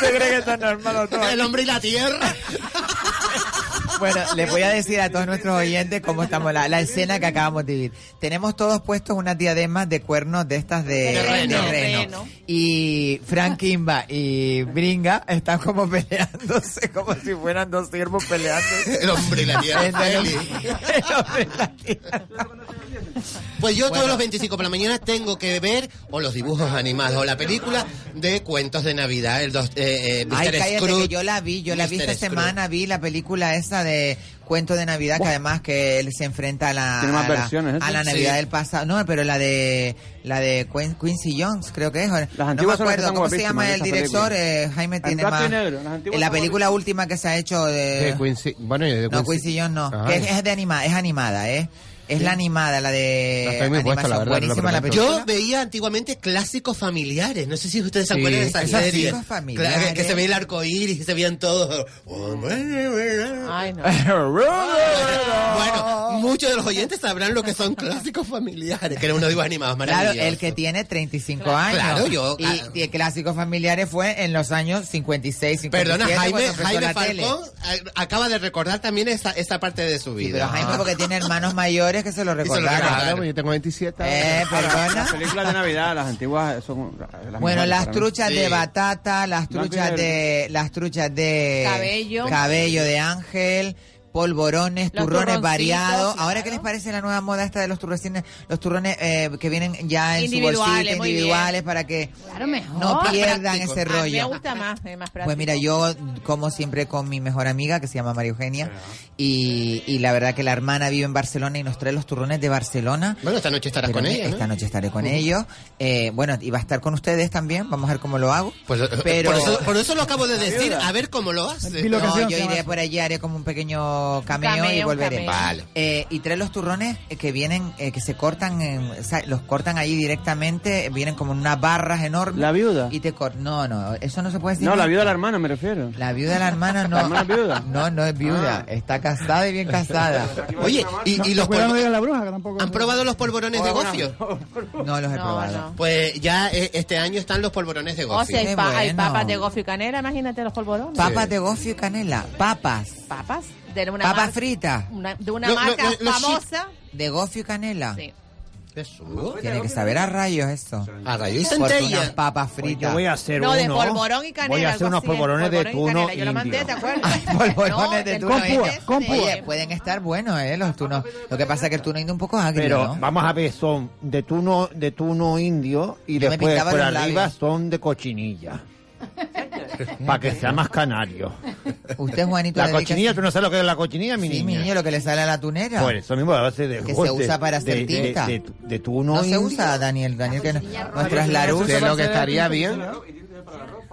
Speaker 4: te crees que está normal o todo?
Speaker 16: el hombre y la tierra.
Speaker 4: Bueno, les voy a decir a todos nuestros oyentes cómo estamos, la, la escena que acabamos de vivir. Tenemos todos puestos unas diademas de cuernos de estas de,
Speaker 16: De reno.
Speaker 4: de reno.
Speaker 16: Reno.
Speaker 4: Y Frank Kimba y Bringa están como peleándose, como si fueran dos siervos peleándose.
Speaker 16: El hombre y la tierra.
Speaker 4: Entre los-
Speaker 16: Eli.
Speaker 4: el hombre y la tierra.
Speaker 16: Pues yo
Speaker 4: Bueno.
Speaker 16: todos los 25 por la mañana tengo que ver o los dibujos animados o la película de cuentos de Navidad. El dos, eh, eh, Mr.
Speaker 4: Ay, cállate,
Speaker 16: Scrooge.
Speaker 4: que yo la vi, yo la vi
Speaker 16: Mr.
Speaker 4: esta
Speaker 16: Scrooge.
Speaker 4: semana, vi la película esa de Cuento de Navidad, que además que él se enfrenta a la,
Speaker 15: Tiene más
Speaker 4: a la,
Speaker 15: versiones, ¿eh?
Speaker 4: a la
Speaker 15: Sí.
Speaker 4: Navidad del pasado. No, pero la de la de Quen- Quincy Jones, creo que es.
Speaker 15: Las
Speaker 4: no me
Speaker 15: antiguas son las
Speaker 4: acuerdo,
Speaker 15: que están
Speaker 4: ¿cómo se
Speaker 15: guapísimas
Speaker 4: llama el
Speaker 15: de esa
Speaker 4: director?
Speaker 15: película.
Speaker 4: Eh, Jaime tiene
Speaker 15: En blanco
Speaker 4: más.
Speaker 15: y negro, las antiguas
Speaker 4: la
Speaker 15: son
Speaker 4: película última que se ha hecho de...
Speaker 21: De Quincy. Bueno, y de
Speaker 4: Eh, no,
Speaker 21: Quincy-
Speaker 4: Quincy Jones no.
Speaker 21: Ajá.
Speaker 4: Que es, es de anima, es animada, ¿eh? Es la animada, la de...
Speaker 21: No estoy muy puesto, la
Speaker 4: animación.
Speaker 21: verdad,
Speaker 4: Buenísima
Speaker 21: lo
Speaker 4: la
Speaker 21: prometo.
Speaker 4: película.
Speaker 16: Yo veía antiguamente clásicos familiares. No sé si ustedes se
Speaker 21: Sí,
Speaker 16: acuerdan de esa
Speaker 4: esas
Speaker 16: serie.
Speaker 4: clásicos familiares.
Speaker 16: Claro, que se veía el arco iris y se veían todos.
Speaker 19: Ay, no.
Speaker 16: Bueno, muchos de los oyentes sabrán lo que son clásicos familiares. Que eran unos dibujos animados
Speaker 4: Claro,
Speaker 16: maravillosos.
Speaker 4: el que tiene 35 años.
Speaker 16: Claro, yo-
Speaker 4: Y, y el clásico familiares fue en los años 56, 57.
Speaker 16: Perdona, Jaime,
Speaker 4: cuando empezó
Speaker 16: Jaime
Speaker 4: la tele.
Speaker 16: Falcón a- acaba de recordar también esa, esa parte de su vida.
Speaker 4: Pero Jaime porque tiene hermanos mayores que se lo recordaron.
Speaker 21: Claro, yo tengo 27.
Speaker 4: Eh, perdona.
Speaker 15: Las películas de Navidad, las antiguas son las
Speaker 4: Bueno,
Speaker 15: mejores
Speaker 4: las
Speaker 15: para mí.
Speaker 4: truchas de
Speaker 16: Sí.
Speaker 4: batata, las
Speaker 15: Blanco y
Speaker 4: truchas
Speaker 15: negro.
Speaker 4: de las truchas de
Speaker 19: Cabello.
Speaker 4: cabello de ángel, polvorones,
Speaker 19: Los
Speaker 4: turrones
Speaker 19: turroncitos,
Speaker 4: variados.
Speaker 19: claro.
Speaker 4: Ahora, ¿qué les parece la nueva moda esta de los turrones, los turrones eh, que vienen ya en su bolsita,
Speaker 19: Individuales, muy bien.
Speaker 4: individuales, para que
Speaker 19: Claro, mejor.
Speaker 4: no pierdan
Speaker 16: práctico.
Speaker 4: ese
Speaker 19: A mí me
Speaker 4: rollo?
Speaker 19: gusta más, es más práctico.
Speaker 4: Pues mira, yo como siempre con mi mejor amiga que se llama María Eugenia y, y la verdad que la hermana vive en Barcelona y nos trae los turrones de Barcelona.
Speaker 16: Bueno, esta noche estarás
Speaker 4: Pero
Speaker 16: con
Speaker 4: mi-
Speaker 16: ella. ¿no?
Speaker 4: Esta noche estaré con ellos. Eh, bueno, y va a estar con ustedes también. Vamos a ver cómo lo hago.
Speaker 16: Pues, eh,
Speaker 4: Pero-
Speaker 16: por, eso, por eso lo acabo de decir, a ver cómo lo hace.
Speaker 4: Pues, eh, No,
Speaker 1: Bilocación
Speaker 4: yo
Speaker 1: se llama
Speaker 4: iré
Speaker 1: eso.
Speaker 4: por allí, haré como un pequeño cameo, y
Speaker 19: Cameo,
Speaker 4: volveré.
Speaker 19: cameo.
Speaker 16: Vale.
Speaker 4: Eh, y trae los turrones eh, que vienen, eh, que se cortan, en- o sea, los cortan ahí directamente, eh, vienen como en unas barras enormes.
Speaker 15: La viuda.
Speaker 4: Y te cor- No, no, eso no se puede decir.
Speaker 15: No, la
Speaker 4: nunca.
Speaker 15: viuda de la hermana, me refiero.
Speaker 4: La viuda de la hermana no.
Speaker 15: ¿La hermana es viuda? Ah.
Speaker 4: No, no es viuda. Está casada y bien casada.
Speaker 16: Oye, y, y los
Speaker 1: Cuidado, no
Speaker 16: polvo-
Speaker 1: digas la bruja, que tampoco.
Speaker 16: ¿Han probado los polvorones de gofio?
Speaker 4: No los he
Speaker 19: No,
Speaker 4: probado.
Speaker 19: no.
Speaker 16: Pues ya eh, este año están los polvorones de
Speaker 19: O
Speaker 16: gofio.
Speaker 19: sea, hay,
Speaker 4: Oh, Qué
Speaker 19: pa- hay
Speaker 4: bueno.
Speaker 19: papas de gofio y canela, imagínate los polvorones.
Speaker 4: Papas de gofio y canela. Papas.
Speaker 19: Papas de una
Speaker 4: Papas
Speaker 19: marca-
Speaker 4: fritas.
Speaker 19: una- de una
Speaker 16: Lo- lo-
Speaker 19: marca
Speaker 16: lo- lo
Speaker 19: famosa.
Speaker 4: De gofio y canela.
Speaker 19: Sí.
Speaker 4: Tiene que saber a rayos esto.
Speaker 16: A rayos y
Speaker 4: Porque
Speaker 16: centella.
Speaker 4: unas papas
Speaker 16: Pues
Speaker 4: fritas.
Speaker 16: yo voy a hacer
Speaker 19: No, de uno. polvorón y canela,
Speaker 4: Voy a hacer
Speaker 19: algo
Speaker 4: unos
Speaker 19: así, de
Speaker 4: polvorones de
Speaker 19: polvorón y
Speaker 4: tuno
Speaker 19: canela. Yo lo mandé,
Speaker 4: indio.
Speaker 19: ¿te acuerdas?
Speaker 4: polvorones
Speaker 19: No,
Speaker 4: de
Speaker 19: del
Speaker 4: tuno
Speaker 19: tuno
Speaker 4: indio.
Speaker 19: este, con púa.
Speaker 4: Oye, pueden estar buenos, ¿eh? Los tunos. Lo que pasa es que el tuno indio un poco es agrio,
Speaker 13: Pero
Speaker 4: ¿no?
Speaker 13: vamos a ver, son de tuno, de tuno indio y
Speaker 4: Yo me
Speaker 13: después
Speaker 4: pintaba
Speaker 13: por
Speaker 4: los
Speaker 13: arriba
Speaker 4: labios.
Speaker 13: son de cochinilla. Para que sea más canario.
Speaker 4: Usted, Juanito,
Speaker 13: La
Speaker 4: dedica-
Speaker 13: cochinilla, ¿tú no sabes lo que es la cochinilla, mi
Speaker 4: Sí, mi
Speaker 13: niña?
Speaker 4: niño, lo que le sale a la tunera.
Speaker 13: Por eso mismo, a base de...
Speaker 4: Que
Speaker 13: de-
Speaker 4: se usa para hacer
Speaker 13: de- de-
Speaker 4: tinta.
Speaker 13: De, de tuno
Speaker 4: No se
Speaker 13: indio.
Speaker 4: usa, Daniel. Daniel, que no- nuestras
Speaker 13: roja.
Speaker 4: larus.
Speaker 21: De lo que estaría bien.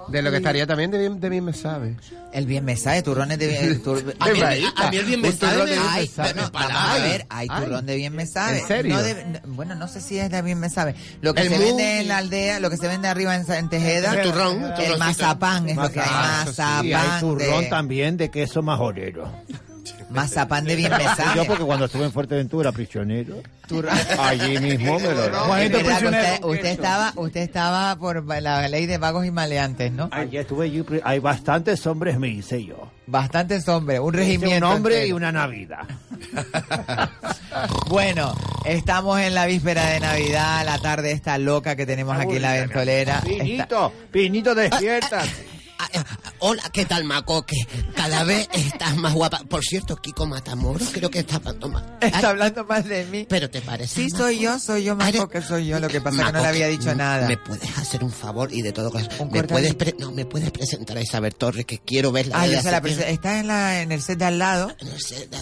Speaker 21: De lo que estaría también de bien, de bien me sabe.
Speaker 4: El bien me sabe, turrones de bien. tur-
Speaker 21: A mí el- a
Speaker 16: ¿eh?
Speaker 21: mí el bien me
Speaker 4: Un turrón
Speaker 21: sabe
Speaker 4: de
Speaker 21: me-
Speaker 4: bien me
Speaker 21: ay,
Speaker 4: sabe.
Speaker 21: pero
Speaker 4: No,
Speaker 21: para
Speaker 4: vamos a
Speaker 21: ahí.
Speaker 4: ver, hay
Speaker 21: Ay.
Speaker 4: turrón de bien me sabe.
Speaker 21: ¿En serio?
Speaker 4: No de- no- bueno, no sé si es de bien me sabe. Lo que
Speaker 21: El
Speaker 4: se
Speaker 21: mousse.
Speaker 4: vende en la aldea, lo que se vende arriba en, Sa- en Tejeda.
Speaker 13: El turrón, el
Speaker 4: El
Speaker 13: turroncito.
Speaker 4: mazapán es lo que hay.
Speaker 13: Ah, eso sí,
Speaker 4: Mazapán.
Speaker 13: hay turrón
Speaker 4: de-
Speaker 13: también de queso majorero.
Speaker 4: Mazapán de bien me sabe.
Speaker 13: Yo porque cuando estuve en Fuerteventura, prisionero,
Speaker 4: Turrón.
Speaker 13: allí mismo me lo daban.
Speaker 4: Es verdad que usted, usted estaba, usted estaba por la ley de vagos y maleantes, ¿no?
Speaker 13: Allí estuve yo, pri- hay bastantes hombres, me hice yo.
Speaker 4: Bastantes hombres, un
Speaker 13: Me hice
Speaker 4: regimiento.
Speaker 13: Un hombre
Speaker 4: entero.
Speaker 13: y una Navidad.
Speaker 4: Bueno, estamos en la víspera de Navidad, la tarde esta loca que tenemos aquí en la ventolera.
Speaker 13: Piñito, Piñito, despierta.
Speaker 2: Ah, eh, Hola, ¿qué tal, Macoque? Cada vez estás más guapa. Por cierto, Kiko Matamoros creo que está hablando más.
Speaker 4: Está hablando más de mí.
Speaker 2: Pero te parece.
Speaker 4: Sí, soy yo, soy yo, Marco, que soy yo. Lo que pasa es que no le
Speaker 2: Macoque,
Speaker 4: había dicho
Speaker 2: mm,
Speaker 4: nada.
Speaker 2: ¿Me puedes hacer un favor y de todo corazón? ¿Me
Speaker 4: cortadito.
Speaker 2: puedes, pre- no, ¿Me puedes presentar a Isabel Torres que quiero verla?
Speaker 4: Ah,
Speaker 2: desde
Speaker 4: yo se
Speaker 2: hace
Speaker 4: la
Speaker 2: tiempo?
Speaker 4: presento. Está en, la, en el set de al lado.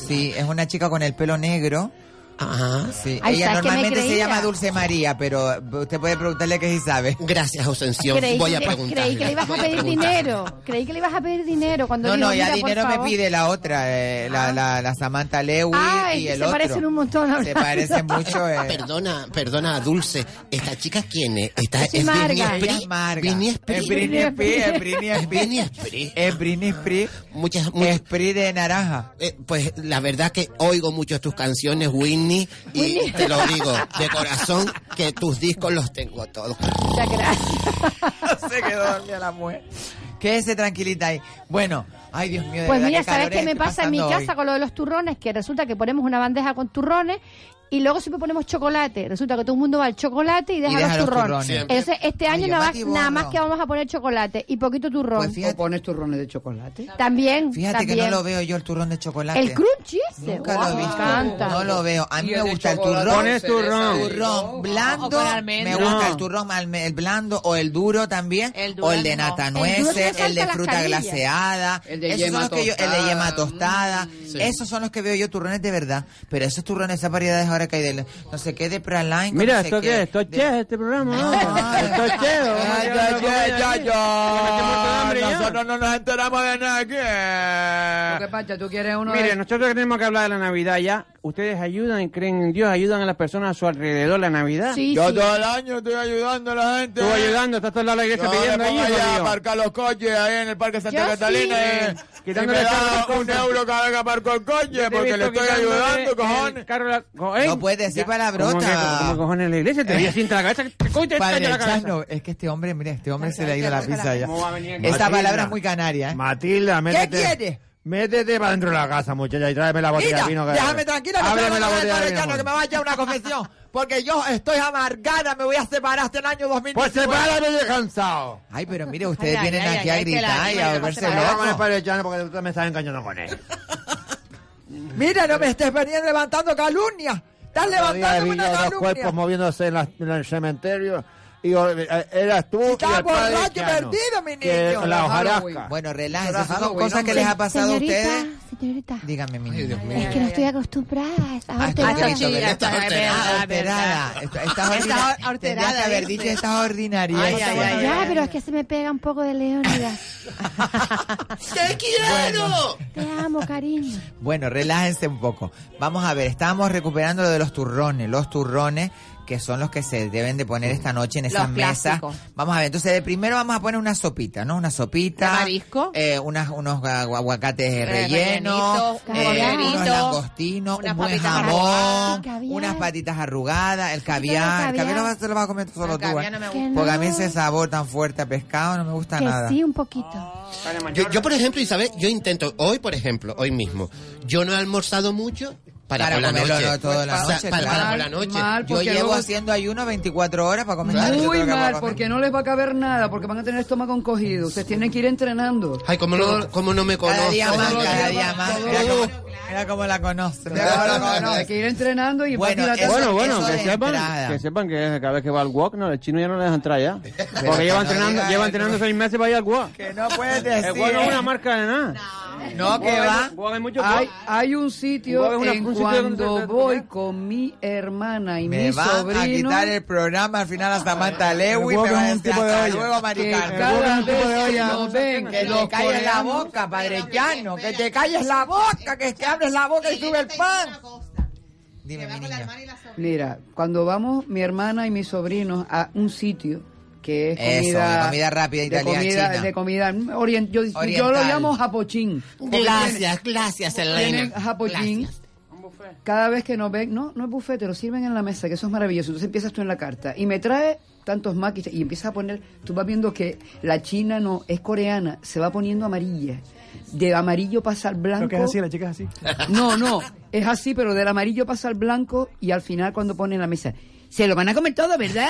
Speaker 4: Sí, es una chica con el pelo negro.
Speaker 2: Ajá.
Speaker 4: Sí.
Speaker 2: Ay,
Speaker 4: Ella
Speaker 2: ¿sabes qué me
Speaker 4: normalmente se
Speaker 2: creía?
Speaker 4: llama Dulce María, pero usted puede preguntarle que si sabe.
Speaker 2: Gracias, Ausención.
Speaker 14: Creí
Speaker 2: Voy a
Speaker 14: que-
Speaker 2: preguntar.
Speaker 14: Creí que le ibas a
Speaker 2: Voy a
Speaker 14: pedir
Speaker 2: preguntar.
Speaker 14: dinero. Creí que le ibas a pedir dinero cuando
Speaker 4: No,
Speaker 14: digo,
Speaker 4: no, ya
Speaker 14: "Mira, por
Speaker 4: dinero me
Speaker 14: favor". Ah.
Speaker 4: pide la otra, eh, la, la, la Samantha Lewis
Speaker 14: Ay,
Speaker 4: y el
Speaker 14: se
Speaker 4: otro.
Speaker 14: parecen un montón. la
Speaker 4: Se
Speaker 14: verdad.
Speaker 4: parecen mucho. eh.
Speaker 2: Perdona, perdona, Dulce. ¿Esta chica quién es? Esta,
Speaker 4: Es Marga, ella es Marga.
Speaker 2: Britney Spears.
Speaker 4: Es Britney Spears, es Britney
Speaker 2: Es Britney
Speaker 4: Spears.
Speaker 2: Spears. Ah.
Speaker 4: Es Britney Spears.
Speaker 2: Muchas, muchas.
Speaker 4: Esprit de naranja.
Speaker 2: Eh, pues la verdad que oigo mucho tus canciones, Whitney, y
Speaker 14: Whitney.
Speaker 2: te lo digo de corazón que tus discos los tengo todos.
Speaker 14: Muchas gracias.
Speaker 4: se quedó dormida la mujer. Quédese tranquilita ahí. Bueno, ay Dios mío, de
Speaker 14: Pues
Speaker 4: verdad,
Speaker 14: mira,
Speaker 4: qué
Speaker 14: ¿sabes
Speaker 4: calor
Speaker 14: qué me
Speaker 4: estoy
Speaker 14: pasa en mi
Speaker 4: pasando
Speaker 14: casa
Speaker 4: hoy.
Speaker 14: con lo de los turrones? Que resulta que ponemos una bandeja con turrones y luego siempre ponemos chocolate. Resulta que todo el mundo va al chocolate y deja,
Speaker 4: deja
Speaker 14: los
Speaker 4: los
Speaker 14: turrones.
Speaker 4: turrones. Siempre.
Speaker 14: Entonces, este
Speaker 4: Ay,
Speaker 14: año
Speaker 4: yo
Speaker 14: nada más,
Speaker 4: batiborro.
Speaker 14: nada más que vamos a poner chocolate y poquito turrón.
Speaker 4: Pues fíjate,
Speaker 17: ¿Pones turrones de chocolate?
Speaker 14: también,
Speaker 4: fíjate
Speaker 14: también.
Speaker 4: que no lo veo yo el turrón de chocolate.
Speaker 14: El crunchy ese.
Speaker 4: Nunca
Speaker 14: guau,
Speaker 4: lo he
Speaker 14: me
Speaker 4: visto.
Speaker 14: encanta.
Speaker 4: No lo veo. A mí
Speaker 17: Y
Speaker 4: me
Speaker 17: el de
Speaker 4: gusta el
Speaker 17: chocolate
Speaker 4: turrón.
Speaker 15: este
Speaker 17: Pones turrón.
Speaker 4: Turrón
Speaker 17: O
Speaker 4: blando.
Speaker 17: con
Speaker 4: Me
Speaker 17: almendras.
Speaker 4: gusta
Speaker 17: No.
Speaker 4: el turrón, alme- el blando o el duro también.
Speaker 17: El duro
Speaker 4: o el de
Speaker 17: no.
Speaker 4: nata
Speaker 17: El
Speaker 14: duro
Speaker 4: nueces,
Speaker 14: le
Speaker 4: el,
Speaker 14: salta
Speaker 4: de
Speaker 14: las
Speaker 4: fruta
Speaker 14: carillas.
Speaker 4: glaseada.
Speaker 17: El de
Speaker 4: esos
Speaker 17: yema
Speaker 4: son los que yo- el de
Speaker 17: tostada. Mm.
Speaker 4: yema tostada.
Speaker 17: Sí.
Speaker 4: Esos son los que veo yo turrones de verdad. Pero esos turrones, esas variedades ahora que hay de no sé qué, de praline. con
Speaker 15: Mira,
Speaker 4: no sé
Speaker 15: ¿esto qué?
Speaker 4: qué,
Speaker 15: es? ¿Esto es
Speaker 4: de-
Speaker 15: chef este programa? ¿no? ¿Esto es chef?
Speaker 4: Ay,
Speaker 15: Vamos a
Speaker 4: ay,
Speaker 15: llevar la
Speaker 4: ay,
Speaker 15: comida
Speaker 4: ay,
Speaker 15: aquí. Que me estoy muerto de
Speaker 4: ay.
Speaker 15: hambre ya.
Speaker 4: Nosotros no nos enteramos de
Speaker 15: Ah.
Speaker 4: nada.
Speaker 17: ¿Qué pasa? ¿Tú quieres uno
Speaker 15: Mire,
Speaker 17: de
Speaker 15: nosotros tenemos que hablar de la Navidad ya. Ustedes ayudan y creen en Dios, ayudan a las personas a su alrededor la Navidad.
Speaker 14: Sí,
Speaker 18: Yo
Speaker 14: sí.
Speaker 18: todo el año estoy ayudando a la gente. ¿eh?
Speaker 15: Tú ayudando, estás toda la iglesia
Speaker 18: Yo
Speaker 15: pidiendo
Speaker 18: me
Speaker 15: ahí,
Speaker 18: pongo allá a
Speaker 15: jodido.
Speaker 18: aparcar los coches ahí en el Parque Santa
Speaker 14: Yo
Speaker 18: Catalina.
Speaker 14: sí.
Speaker 18: eh, Y me
Speaker 15: Quitándole el carro a
Speaker 18: da
Speaker 15: las
Speaker 18: un
Speaker 15: cosas.
Speaker 18: euro cada vez que aparco el coche
Speaker 15: Te he
Speaker 18: porque
Speaker 15: visto
Speaker 18: le estoy
Speaker 15: quitándole
Speaker 18: ayudando,
Speaker 15: el
Speaker 18: cojones.
Speaker 15: carro a la- Cojones.
Speaker 4: No puedes decir
Speaker 15: Ya,
Speaker 4: palabrota.
Speaker 15: ¿Cómo que- cómo cojones en la iglesia? Te vi así entre la cabeza. que- ¡Coño, te
Speaker 4: Padre
Speaker 15: estalla la cabeza!
Speaker 4: Chasno, es que este hombre, mire, este hombre se le ha ido
Speaker 15: Ay,
Speaker 4: la
Speaker 15: qué
Speaker 4: pizza ya.
Speaker 15: ¿Cómo va a venir aquí?
Speaker 4: Esta
Speaker 13: Matilda.
Speaker 4: palabra es muy canaria, ¿eh?
Speaker 13: Matilda, métete.
Speaker 4: quieres?
Speaker 13: Métete para dentro de la casa, muchacha, y tráeme la botella
Speaker 4: Mira,
Speaker 13: de vino. que-
Speaker 4: déjame tranquila que
Speaker 13: Ábreme
Speaker 4: estoy
Speaker 13: la
Speaker 4: hablando de
Speaker 13: botella de
Speaker 4: Padre
Speaker 13: vino,
Speaker 4: Chasno, que me
Speaker 13: amor.
Speaker 4: va a echar una confesión. Porque yo estoy amargada, me voy a separar este año 2019.
Speaker 13: Pues sepárame, yo he cansado.
Speaker 4: Ay, pero mire, ustedes
Speaker 17: Ay, ay,
Speaker 4: vienen
Speaker 17: ay,
Speaker 4: aquí
Speaker 17: ay,
Speaker 4: a
Speaker 17: que la
Speaker 4: gritar y
Speaker 17: anima,
Speaker 4: a
Speaker 17: que la
Speaker 4: volverse
Speaker 17: pase
Speaker 13: Pero vamos a
Speaker 4: locos.
Speaker 13: Padre Chano porque tú me estás engañando con él.
Speaker 4: Mira, no me estés veniendo levantando calumnias. Estás
Speaker 13: Otro día
Speaker 4: levantando
Speaker 13: vi
Speaker 4: una
Speaker 13: los
Speaker 4: calumnia.
Speaker 13: cuerpos moviéndose en, la- en el cementerio. Y o- eh, eras tú y
Speaker 4: Está
Speaker 13: el padre
Speaker 4: borracho y
Speaker 13: Chano.
Speaker 4: perdido, mi
Speaker 13: Y el-
Speaker 4: niño.
Speaker 13: la
Speaker 17: Halloween.
Speaker 13: hojarasca.
Speaker 4: Bueno, relájense,
Speaker 17: Ahora
Speaker 4: Ah, esas son
Speaker 17: Halloween,
Speaker 4: cosas que
Speaker 17: hombre.
Speaker 4: les ha pasado a
Speaker 14: señorita,
Speaker 4: ustedes.
Speaker 14: Señorita,
Speaker 4: Dígame, mi niño.
Speaker 14: es que no estoy acostumbrada
Speaker 4: Ah,
Speaker 14: a esas
Speaker 4: está
Speaker 14: horteradas.
Speaker 4: horterada,
Speaker 17: sí,
Speaker 4: ¿verdad?
Speaker 17: está
Speaker 4: Está
Speaker 17: horterada,
Speaker 4: horterada. Está- Estás ordinaria.
Speaker 17: horterada,
Speaker 4: Tendrías que haber dicho
Speaker 17: dice.
Speaker 4: estás ordinaria.
Speaker 17: Ay, ay, ay, ay.
Speaker 14: Ya, pero es que se me pega un poco de leonidad.
Speaker 2: ¡Te quiero!
Speaker 14: Te amo, cariño.
Speaker 4: Bueno, relájense un poco. Vamos a ver, estábamos recuperando lo de los turrones, los turrones que son los que se deben de poner esta noche en esas
Speaker 17: Los
Speaker 4: mesas.
Speaker 17: clásicos.
Speaker 4: Vamos a ver, entonces de primero vamos a poner una sopita, ¿no? Una sopita.
Speaker 17: ¿De marisco? Eh,
Speaker 4: eh, unas, unos agu- aguacates rellenos,
Speaker 17: rellenitos,
Speaker 4: eh,
Speaker 14: caviar.
Speaker 4: unos langostinos,
Speaker 17: Unas
Speaker 4: un buen
Speaker 17: papitas
Speaker 4: jamón,
Speaker 14: arrugadas. Caviar.
Speaker 4: unas patitas arrugadas, el caviar. El
Speaker 14: caviar.
Speaker 4: caviar no va- se lo vas a comer tú solo
Speaker 17: El
Speaker 4: tú,
Speaker 17: caviar
Speaker 4: ¿eh?
Speaker 17: no me
Speaker 14: Que
Speaker 4: Porque a
Speaker 14: no,
Speaker 4: mí ese sabor tan fuerte a pescado no me gusta
Speaker 14: Que
Speaker 4: nada.
Speaker 14: sí, un poquito.
Speaker 2: Yo, yo, por ejemplo, Isabel, yo intento, hoy, por ejemplo, hoy mismo, yo no he almorzado mucho
Speaker 16: para,
Speaker 4: Para
Speaker 16: por la
Speaker 4: comerlo
Speaker 16: noche.
Speaker 4: toda la
Speaker 16: O sea,
Speaker 4: noche,
Speaker 16: para,
Speaker 4: claro.
Speaker 16: para por la noche.
Speaker 4: Mal,
Speaker 16: Yo
Speaker 4: porque
Speaker 16: llevo
Speaker 4: luego-
Speaker 16: haciendo
Speaker 4: ayuno 24 horas para comer.
Speaker 17: Muy mal, porque no les va a caber nada, porque van a tener el estómago encogido. Ustedes tienen que ir entrenando.
Speaker 16: Ay, ¿cómo no, cómo no me conozco?
Speaker 4: Cada día más,
Speaker 16: Todos los
Speaker 4: cada
Speaker 16: días
Speaker 4: día más.
Speaker 16: todos
Speaker 4: Mira
Speaker 16: los días.
Speaker 4: cómo, mira cómo la conozco.
Speaker 17: Hay que ir entrenando y
Speaker 4: Bueno,
Speaker 17: ir a-
Speaker 4: eso-
Speaker 15: bueno, bueno,
Speaker 4: eso
Speaker 15: que
Speaker 4: de entrada.
Speaker 15: sepan, que sepan que cada vez que va al walk, no, el chino ya no le dejan entrar ya.
Speaker 4: Pero
Speaker 15: Porque lleva
Speaker 4: que no
Speaker 15: entrenando,
Speaker 4: diga
Speaker 15: lleva
Speaker 4: eso.
Speaker 15: entrenando seis meses para ir al walk.
Speaker 4: Que no puedes
Speaker 15: El walk no es una marca de nada.
Speaker 4: No, que
Speaker 15: Walk-
Speaker 4: va.
Speaker 15: Walk hay muchos
Speaker 17: Hay,
Speaker 15: walk.
Speaker 17: hay un
Speaker 15: Voy a
Speaker 17: sitio
Speaker 15: una-
Speaker 17: en
Speaker 15: un sitio donde se
Speaker 17: cuando
Speaker 15: puede
Speaker 17: voy con mi hermana y
Speaker 4: Me
Speaker 17: mi
Speaker 4: va a
Speaker 17: sobrino.
Speaker 4: quitar el programa al final a Samantha Lewy.
Speaker 17: El
Speaker 4: Me
Speaker 17: huevo
Speaker 4: va a
Speaker 17: es un
Speaker 4: decir
Speaker 17: tipo de
Speaker 4: hasta
Speaker 17: olla.
Speaker 4: luego, Maricar.
Speaker 17: Que cada vez que nos ven,
Speaker 4: Que
Speaker 17: los
Speaker 4: te calles la
Speaker 17: coreanos-
Speaker 4: boca, padre Llano. Que te calles la boca, que te abres la boca y sube el pan. Dime, mi niño.
Speaker 17: Mira, cuando vamos mi hermana y mis sobrinos a un sitio que es
Speaker 4: Eso,
Speaker 17: comida,
Speaker 4: de comida rápida
Speaker 17: de
Speaker 4: italiana,
Speaker 17: comida,
Speaker 4: china.
Speaker 17: de comida mm, orien- yo, yo lo
Speaker 4: Oriental.
Speaker 17: llamo japochín. porque tienen-
Speaker 2: Gracias, gracias,
Speaker 17: tienen
Speaker 2: Elena.
Speaker 17: japochín. pues Cada vez que nos ven, no, no es buffet, te lo sirven en la mesa, que eso es maravilloso. Entonces empiezas tú en la carta y me trae tantos maquis y empiezas a poner, tú vas viendo que la china no es coreana, se va poniendo amarilla. De amarillo pasa al blanco.
Speaker 1: Creo que es así, la chica es así.
Speaker 17: No, no, es así, pero del amarillo pasa al blanco y al final cuando pone en la mesa, se lo van a comer todo, ¿verdad?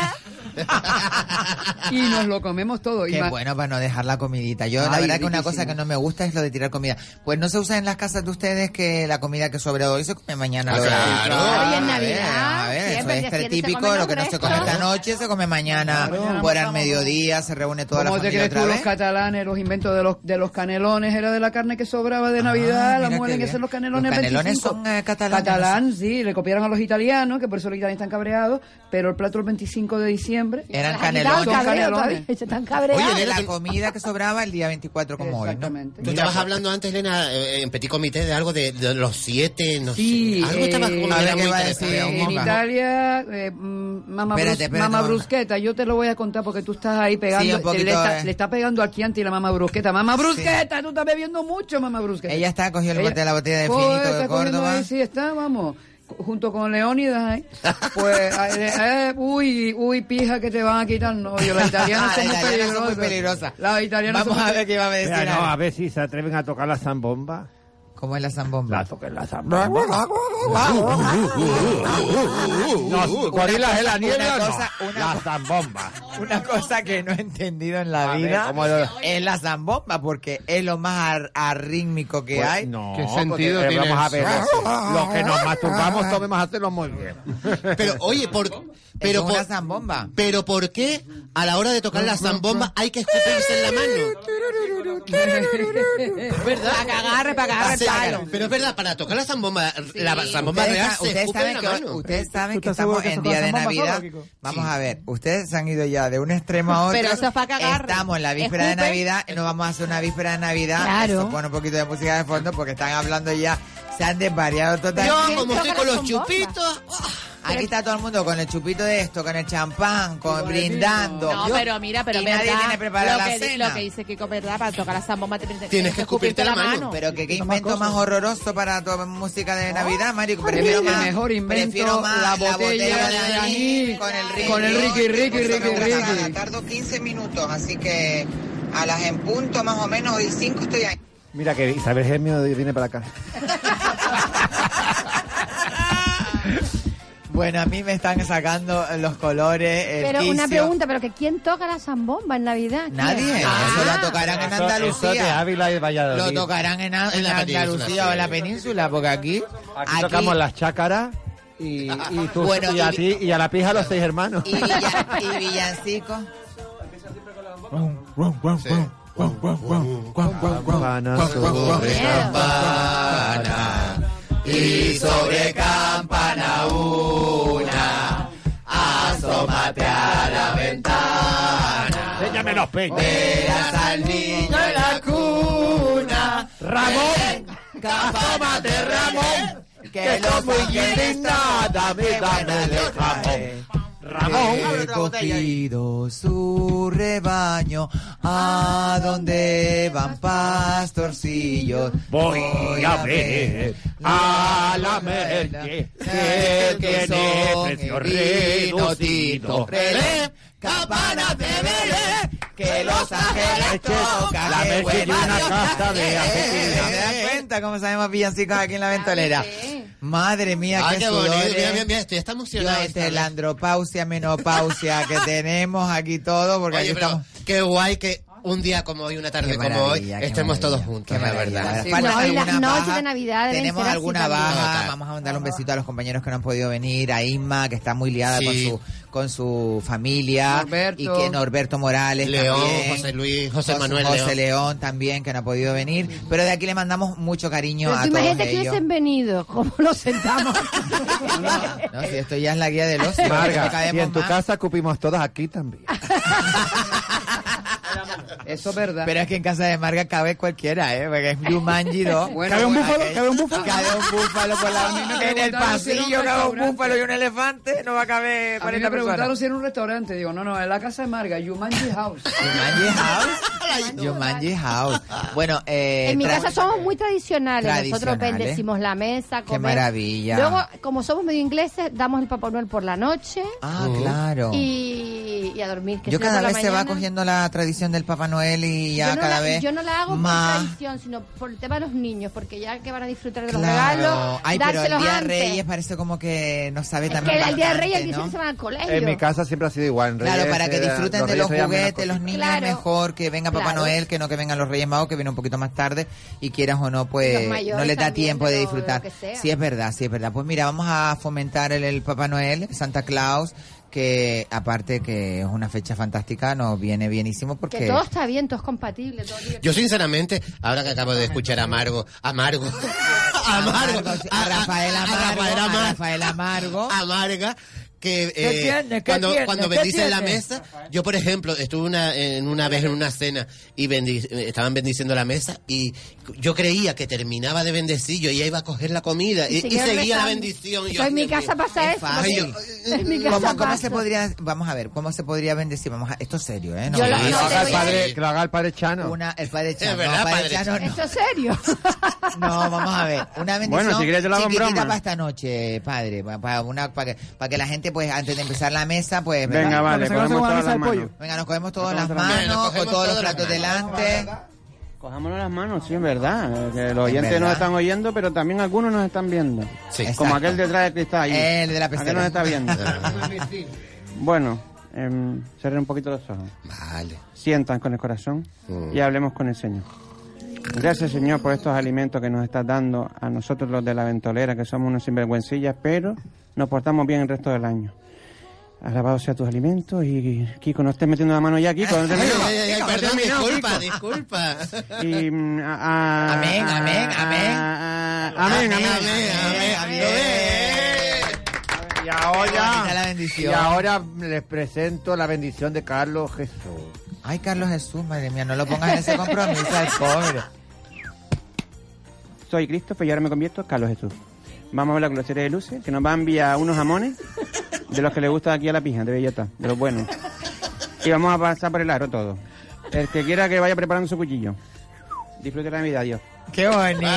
Speaker 17: y nos lo comemos todo. y
Speaker 4: Qué
Speaker 17: ma-
Speaker 4: bueno para no dejar la comidita. Yo la
Speaker 17: Ay,
Speaker 4: verdad que una cosa
Speaker 17: riquísimo.
Speaker 4: que no me gusta es lo de tirar comida. Pues no se usa en las casas de ustedes que la comida que sobra hoy se come mañana. a la hora de-
Speaker 16: Claro.
Speaker 14: Claro, y en
Speaker 4: A ver,
Speaker 14: Navidad,
Speaker 4: A ver, eso
Speaker 14: siempre
Speaker 4: es
Speaker 14: que siempre se
Speaker 4: típico.
Speaker 14: comen
Speaker 4: Lo que no
Speaker 14: los
Speaker 4: se come
Speaker 14: restos.
Speaker 4: esta noche se come mañana.
Speaker 17: Claro.
Speaker 4: Por al mediodía se reúne toda la
Speaker 17: ¿Cómo te
Speaker 4: familia
Speaker 17: crees
Speaker 4: otra
Speaker 17: tú los
Speaker 4: vez.
Speaker 17: catalanes, los inventos de los, de los canelones? Era de la carne que sobraba de Navidad, la
Speaker 4: Ah, mira
Speaker 17: mujer
Speaker 4: qué
Speaker 17: en que
Speaker 4: bien.
Speaker 17: hacer los canelones.
Speaker 4: Los canelones
Speaker 17: 25.
Speaker 4: son, eh, catalanes,
Speaker 17: Catalán, sí, le copiaron a los italianos, que por eso los italianos están cabreados, pero el plato el 25 de diciembre.
Speaker 4: Eran
Speaker 17: Son
Speaker 4: canelones.
Speaker 17: canelones.
Speaker 14: Están
Speaker 4: Oye,
Speaker 14: cabreados.
Speaker 4: de la comida que sobraba el día 24 como hoy, ¿no?
Speaker 16: Tú
Speaker 4: pues.
Speaker 16: estabas hablando antes, Elena, eh, en Petit Comité de algo de, de los siete, no
Speaker 17: Sí,
Speaker 16: sé. Algo estaba
Speaker 17: eh,
Speaker 16: como
Speaker 17: a ver
Speaker 16: era
Speaker 17: qué
Speaker 16: muy
Speaker 17: va a
Speaker 16: interesante.
Speaker 17: decir. En Italia, eh, mm, mamá,
Speaker 4: Espérate,
Speaker 17: Brus-
Speaker 4: espérate,
Speaker 17: mamá
Speaker 4: mamá.
Speaker 17: brusqueta, yo te lo voy a contar porque tú estás ahí pegando.
Speaker 4: Sí, un poquito,
Speaker 17: le, está,
Speaker 4: eh.
Speaker 17: le está pegando al Chianti la mamá brusqueta. Mamá brusqueta, tú estás bebiendo mucho, mamá brusqueta.
Speaker 4: Ella está cogiendo el
Speaker 17: Ella-
Speaker 4: bote de la botella de
Speaker 17: Joder,
Speaker 4: finito de
Speaker 17: está cogiendo
Speaker 4: Córdoba.
Speaker 17: ahí, sí está, vamos. Junto con Leónidas, ¿eh? pues, ah, eh, eh, uy, uy, pija, que te van a quitar el novio. Las italianas
Speaker 4: Ah,
Speaker 17: son
Speaker 4: Las
Speaker 17: muy
Speaker 4: italianas son muy
Speaker 17: peligrosas.
Speaker 4: peligrosas.
Speaker 17: Las italianas
Speaker 4: Vamos
Speaker 17: son muy
Speaker 4: a ver qué va a decir.
Speaker 13: Mira, no,
Speaker 4: ahora.
Speaker 13: a ver si se atreven a tocar la zambomba.
Speaker 4: ¿Cómo es la zambomba?
Speaker 13: La toquen la zambomba.
Speaker 21: Uh,
Speaker 13: No, gorilas en la nieve.
Speaker 4: Una
Speaker 13: no.
Speaker 4: cosa- una-
Speaker 13: La zambomba.
Speaker 4: Una cosa que no he entendido en la
Speaker 13: A ver,
Speaker 4: vida
Speaker 13: ¿cómo lo-
Speaker 4: es la zambomba, porque es lo más ar- arrítmico que
Speaker 13: Pues,
Speaker 4: hay.
Speaker 13: No,
Speaker 21: ¿Qué
Speaker 13: porque,
Speaker 21: sentido
Speaker 13: eh,
Speaker 21: tiene
Speaker 13: Vamos a
Speaker 21: eso?
Speaker 13: ver. Los que nos masturbamos, tomemos hacerlo muy bien.
Speaker 16: Pero, oye, por,
Speaker 4: Pero
Speaker 16: pero,
Speaker 4: una
Speaker 16: por,
Speaker 4: zambomba.
Speaker 16: pero ¿por qué a la hora de tocar la zambomba hay que escupirse en la mano?
Speaker 4: Para cagar, para cagar
Speaker 16: Hace- Pero es verdad, para tocar la zambomba, la zambomba
Speaker 4: Ustedes,
Speaker 16: real
Speaker 4: sa-
Speaker 16: se
Speaker 4: ustedes
Speaker 16: escupe en
Speaker 4: saben
Speaker 16: la
Speaker 4: que,
Speaker 16: mano.
Speaker 4: ustedes saben
Speaker 1: ¿Tú
Speaker 4: que
Speaker 1: estás seguro
Speaker 4: estamos
Speaker 1: que
Speaker 4: en día
Speaker 1: eso
Speaker 4: de
Speaker 1: pasa más
Speaker 4: Navidad.
Speaker 1: solo, Kiko?
Speaker 4: Vamos a ver, ustedes se han ido ya de un extremo a otro.
Speaker 19: Pero eso es pa' cagar.
Speaker 4: Estamos en la víspera de
Speaker 19: Escupe.
Speaker 4: Navidad, nos vamos a hacer una víspera de Navidad.
Speaker 19: Claro.
Speaker 4: Eso pone un poquito de música de fondo porque están hablando ya, se han desvariado totalmente.
Speaker 16: Yo, como estoy con los chupitos,
Speaker 4: Ah.
Speaker 16: ah,
Speaker 4: Aquí está todo el mundo con el chupito de esto, con el champán, con brindando.
Speaker 19: No,
Speaker 4: Yo-
Speaker 19: pero mira, pero
Speaker 4: y
Speaker 19: verdad,
Speaker 4: nadie tiene preparada
Speaker 19: lo,
Speaker 4: la
Speaker 19: que, di-
Speaker 4: cena.
Speaker 19: lo que dice Kiko, verdad, para tocar la zambomba te- te-
Speaker 16: Tienes que escupirte la mano.
Speaker 4: Pero que qué invento más horroroso para tu música de Navidad, Mario. que
Speaker 17: Horrible.
Speaker 4: Prefiero más,
Speaker 17: El mejor invento,
Speaker 4: prefiero más
Speaker 17: la botella
Speaker 4: de
Speaker 17: de
Speaker 4: anís
Speaker 17: anís,
Speaker 4: con el riqui,
Speaker 17: con el riqui, riqui,
Speaker 4: Eso me
Speaker 17: riqui,
Speaker 4: gusta
Speaker 17: riqui.
Speaker 4: nada. Tardo 15 minutos, así que a las en punto más o menos, hoy 5 estoy ahí.
Speaker 13: Mira que Isabel Gemio viene para acá.
Speaker 4: Bueno, a mí me están sacando los colores, el
Speaker 14: Pero una
Speaker 4: quicio.
Speaker 14: pregunta, Ah. ¿pero que quién toca la zambomba en Navidad? ¿Quién?
Speaker 4: Nadie, eso la tocarán en
Speaker 13: Eso- Eso de
Speaker 4: Andalucía.
Speaker 13: Ávila y Valladolid.
Speaker 4: Lo tocarán en, a- en
Speaker 16: En la península,
Speaker 4: Andalucía
Speaker 16: sí.
Speaker 4: o en la península, porque aquí...
Speaker 13: Eh, Aquí tocamos las chácaras y, y tú
Speaker 4: Bueno,
Speaker 13: y a
Speaker 4: y-
Speaker 13: ti y a la pija a los seis hermanos.
Speaker 4: Y, villa- y villancicos.
Speaker 13: Campana sobre
Speaker 16: campana y sobre campana uh, una, asómate a la ventana,
Speaker 13: Enséñame los pechos.
Speaker 16: verás al niño en la cuna.
Speaker 13: Ramón,
Speaker 16: Asómate, Ramón,
Speaker 4: que los mujeres nada me dan el jamón. Ramón recogido Eh, su rebaño, a donde van pastorcillos.
Speaker 13: Voy a ver
Speaker 16: Ah,
Speaker 13: a la merche que tiene precios redocidos.
Speaker 4: campanas de Belén, que los ángeles tocan.
Speaker 13: La
Speaker 4: que Eh,
Speaker 13: merche tiene
Speaker 4: hueva
Speaker 13: una
Speaker 4: Dios
Speaker 13: casta de
Speaker 4: nace.
Speaker 13: aceituna.
Speaker 4: ¿Te das cuenta cómo sabemos villancicos aquí en la ventolera? Madre mía,
Speaker 16: Ay,
Speaker 4: qué,
Speaker 16: Ah, qué bonito.
Speaker 4: sudores.
Speaker 16: Mira, mira, mira, estoy hasta emocionada
Speaker 4: Yo,
Speaker 16: esta
Speaker 4: entre
Speaker 16: vez.
Speaker 4: la andropausia, menopausia que tenemos aquí todo, porque
Speaker 16: Oye,
Speaker 4: aquí
Speaker 16: pero
Speaker 4: estamos...
Speaker 16: qué guay que un día como hoy, una tarde
Speaker 4: Qué
Speaker 16: como hoy,
Speaker 4: maravilla, qué
Speaker 16: estemos todos juntos, la verdad.
Speaker 4: Sí, Falta
Speaker 14: hoy las
Speaker 4: alguna
Speaker 14: noches
Speaker 4: baja.
Speaker 14: de Navidad deben
Speaker 4: Tenemos
Speaker 14: ser así
Speaker 4: alguna
Speaker 14: también.
Speaker 4: baja, vamos a mandarle un besito a los compañeros que no han podido venir, a Isma, que está muy liada
Speaker 16: Sí.
Speaker 4: con su con su familia,
Speaker 16: Norberto.
Speaker 4: y que Norberto Morales
Speaker 16: León,
Speaker 4: también.
Speaker 16: José Luis, José Manuel
Speaker 4: José
Speaker 16: León.
Speaker 4: León también, que no ha podido venir, pero de aquí le mandamos mucho cariño
Speaker 14: Pero
Speaker 4: a
Speaker 14: tú
Speaker 4: todos
Speaker 14: imagínate que
Speaker 4: ellos.
Speaker 14: hubiesen venido, ¿cómo lo sentamos?
Speaker 4: No, si esto ya es la guía del ocio,
Speaker 3: Marga,
Speaker 4: que caemos
Speaker 3: y en tu
Speaker 4: más.
Speaker 3: casa cupimos todas aquí también.
Speaker 17: Eso es verdad.
Speaker 4: Pero es que en casa de Marga cabe cualquiera, ¿eh? Porque es Jumanji 2.
Speaker 17: Bueno, ¿Cabe un
Speaker 14: pues,
Speaker 17: bueno, búfalo?
Speaker 4: ¿Cabe un búfalo? pues, Cabe
Speaker 14: Ah,
Speaker 4: un búfalo por la...
Speaker 17: A mí me
Speaker 4: En el
Speaker 17: preguntaron si era un
Speaker 4: pasillo cabe un
Speaker 17: restaurante.
Speaker 4: búfalo y un elefante. No va a caber
Speaker 17: A mí
Speaker 4: 40
Speaker 17: me preguntaron
Speaker 4: personas.
Speaker 17: si era un restaurante. Digo, no, no, es la casa de Marga, Jumanji House.
Speaker 4: Jumanji House. Jumanji House. Bueno, eh...
Speaker 14: En mi
Speaker 4: tra-
Speaker 14: casa somos muy tradicionales. Nosotros
Speaker 4: Tradicionales.
Speaker 14: bendecimos la mesa.
Speaker 4: Qué
Speaker 14: comemos.
Speaker 4: maravilla.
Speaker 14: Luego, como somos medio ingleses, damos el Papá Noel por la noche.
Speaker 4: Ah, claro.
Speaker 14: Y, y a dormir. que
Speaker 4: Yo
Speaker 14: sea
Speaker 4: cada
Speaker 14: por la
Speaker 4: vez se va
Speaker 14: mañana.
Speaker 4: cogiendo la tradición del Papá Noel y ya
Speaker 14: yo no
Speaker 4: cada
Speaker 14: la,
Speaker 4: vez
Speaker 14: yo no la hago pues,
Speaker 4: más...
Speaker 14: por tradición, sino por el tema de los niños, porque ya que van a disfrutar de los
Speaker 4: Claro.
Speaker 14: regalos,
Speaker 4: Ay, pero el
Speaker 14: dárselos
Speaker 4: Día de
Speaker 14: antes.
Speaker 4: Reyes parece como que no sabe
Speaker 14: es
Speaker 4: también
Speaker 14: que el día de Reyes el
Speaker 4: bastante,
Speaker 14: 17
Speaker 4: ¿no?
Speaker 14: se van al colegio.
Speaker 13: Eh,
Speaker 3: En mi casa siempre ha sido igual. en
Speaker 4: Claro,
Speaker 3: Reyes
Speaker 4: para que
Speaker 3: era-
Speaker 4: disfruten de
Speaker 3: Reyes
Speaker 4: los
Speaker 3: traían menos
Speaker 4: juguetes, los niños
Speaker 14: Claro.
Speaker 4: mejor, que venga Papá
Speaker 14: Claro.
Speaker 4: Noel, que no que vengan los Reyes Magos, que viene un poquito más tarde y quieras o no, pues
Speaker 14: Los mayores
Speaker 4: no les da
Speaker 14: también,
Speaker 4: tiempo
Speaker 14: de
Speaker 4: de
Speaker 14: lo- de lo
Speaker 4: disfrutar.
Speaker 14: que sea.
Speaker 4: Sí, es verdad, sí, es verdad. Pues mira, vamos a fomentar el, el Papá Noel, Santa Claus, que aparte que es una fecha fantástica, nos viene bienísimo porque...
Speaker 14: Que todo está bien, todo es compatible. Todo es
Speaker 16: Yo
Speaker 14: divertido.
Speaker 16: sinceramente, ahora que acabo de escuchar a Margo, a Margo, a Margo, a Rafael Amargo, a Rafael Amargo, a Marga, que eh,
Speaker 18: tiene? ¿Qué
Speaker 16: cuando,
Speaker 18: tiene?
Speaker 16: cuando
Speaker 18: ¿Qué
Speaker 16: bendicen la
Speaker 18: tiene?
Speaker 16: mesa, yo por ejemplo estuve una, en una vez en una cena y bendi- eh, estaban bendiciendo la mesa y yo creía que terminaba de bendecir, yo ya iba a coger la comida y, y seguía la bendición.
Speaker 14: Yo,
Speaker 16: yo,
Speaker 14: en mi
Speaker 16: Dios
Speaker 14: casa
Speaker 16: mío.
Speaker 14: pasa
Speaker 4: Es
Speaker 14: eso.
Speaker 4: fácil.
Speaker 14: porque- en mi casa
Speaker 4: ¿Cómo, cómo
Speaker 14: pasa.
Speaker 4: se podría, vamos a ver, cómo se podría bendecir? Vamos a, esto es serio, ¿eh?
Speaker 3: Yo lo-
Speaker 4: vamos
Speaker 3: no,
Speaker 4: a-
Speaker 3: te voy a- Padre- que lo haga el padre Chano.
Speaker 4: Una, el padre Chano,
Speaker 3: verdad,
Speaker 4: no, padre
Speaker 3: padre
Speaker 4: Chano, no.
Speaker 14: ¿Esto es serio?
Speaker 4: No, vamos a ver. Una bendición
Speaker 15: Bueno, si quieres yo la hago en
Speaker 4: chiquitita
Speaker 15: broma.
Speaker 4: para esta noche, padre. Para, una, para, que, para que la gente, pues, antes de empezar la mesa, pues...
Speaker 15: Venga,
Speaker 4: ¿verdad?
Speaker 15: vale, Nos cogemos cogemos todas una mesa las de pollo. manos.
Speaker 4: Venga, nos cogemos todas las
Speaker 15: todas las manos.
Speaker 4: manos,
Speaker 15: Venga,
Speaker 4: con
Speaker 15: nos
Speaker 4: todos los
Speaker 15: cogemos
Speaker 4: platos
Speaker 15: todas las
Speaker 4: delante.
Speaker 15: Cojámonos las manos, sí, es verdad. eh, que los
Speaker 4: Es
Speaker 15: oyentes
Speaker 4: verdad.
Speaker 15: nos están oyendo, pero también algunos nos están viendo.
Speaker 4: Sí. Exacto.
Speaker 15: Como aquel detrás del cristal. allí.
Speaker 4: El de la
Speaker 15: Aquel
Speaker 4: pecera.
Speaker 15: nos está viendo. bueno, eh, cerré un poquito los ojos.
Speaker 16: Vale.
Speaker 15: Sientan con el corazón
Speaker 1: Mm.
Speaker 15: y hablemos con el Señor. Gracias, Señor, por estos alimentos que nos estás dando a nosotros los de la ventolera, que somos unos sinvergüencillas, pero nos portamos bien el resto del año. Alabado sea tus alimentos y Kiko, no estés metiendo la mano ya, Kiko. No estés
Speaker 16: Ay,
Speaker 15: metiendo-
Speaker 16: ay, ay, ay,
Speaker 15: Kiko, no
Speaker 16: perdón,
Speaker 15: terminado,
Speaker 16: disculpa,
Speaker 15: Kiko.
Speaker 16: disculpa.
Speaker 15: Y, mm, a- a-
Speaker 16: Amén,
Speaker 15: a-
Speaker 16: amén,
Speaker 15: a-
Speaker 16: amén.
Speaker 15: a- Amén, amén, amén.
Speaker 3: Y
Speaker 4: Qué bonita la
Speaker 3: ahora,
Speaker 4: bendición.
Speaker 3: y ahora les presento la bendición de Carlos Jesús.
Speaker 4: Ay, Carlos Jesús, madre mía, no lo pongas en ese compromiso, el pobre.
Speaker 15: Soy Christopher y ahora me convierto en Carlos Jesús. Vamos a hablar con los seres de luces, que nos va a enviar unos jamones de los que le gusta aquí a la pija, de bellota, de los buenos. Y vamos a pasar por el aro todo. El que quiera que vaya preparando su cuchillo. Disfrute la Navidad, Dios.
Speaker 4: Qué bonito.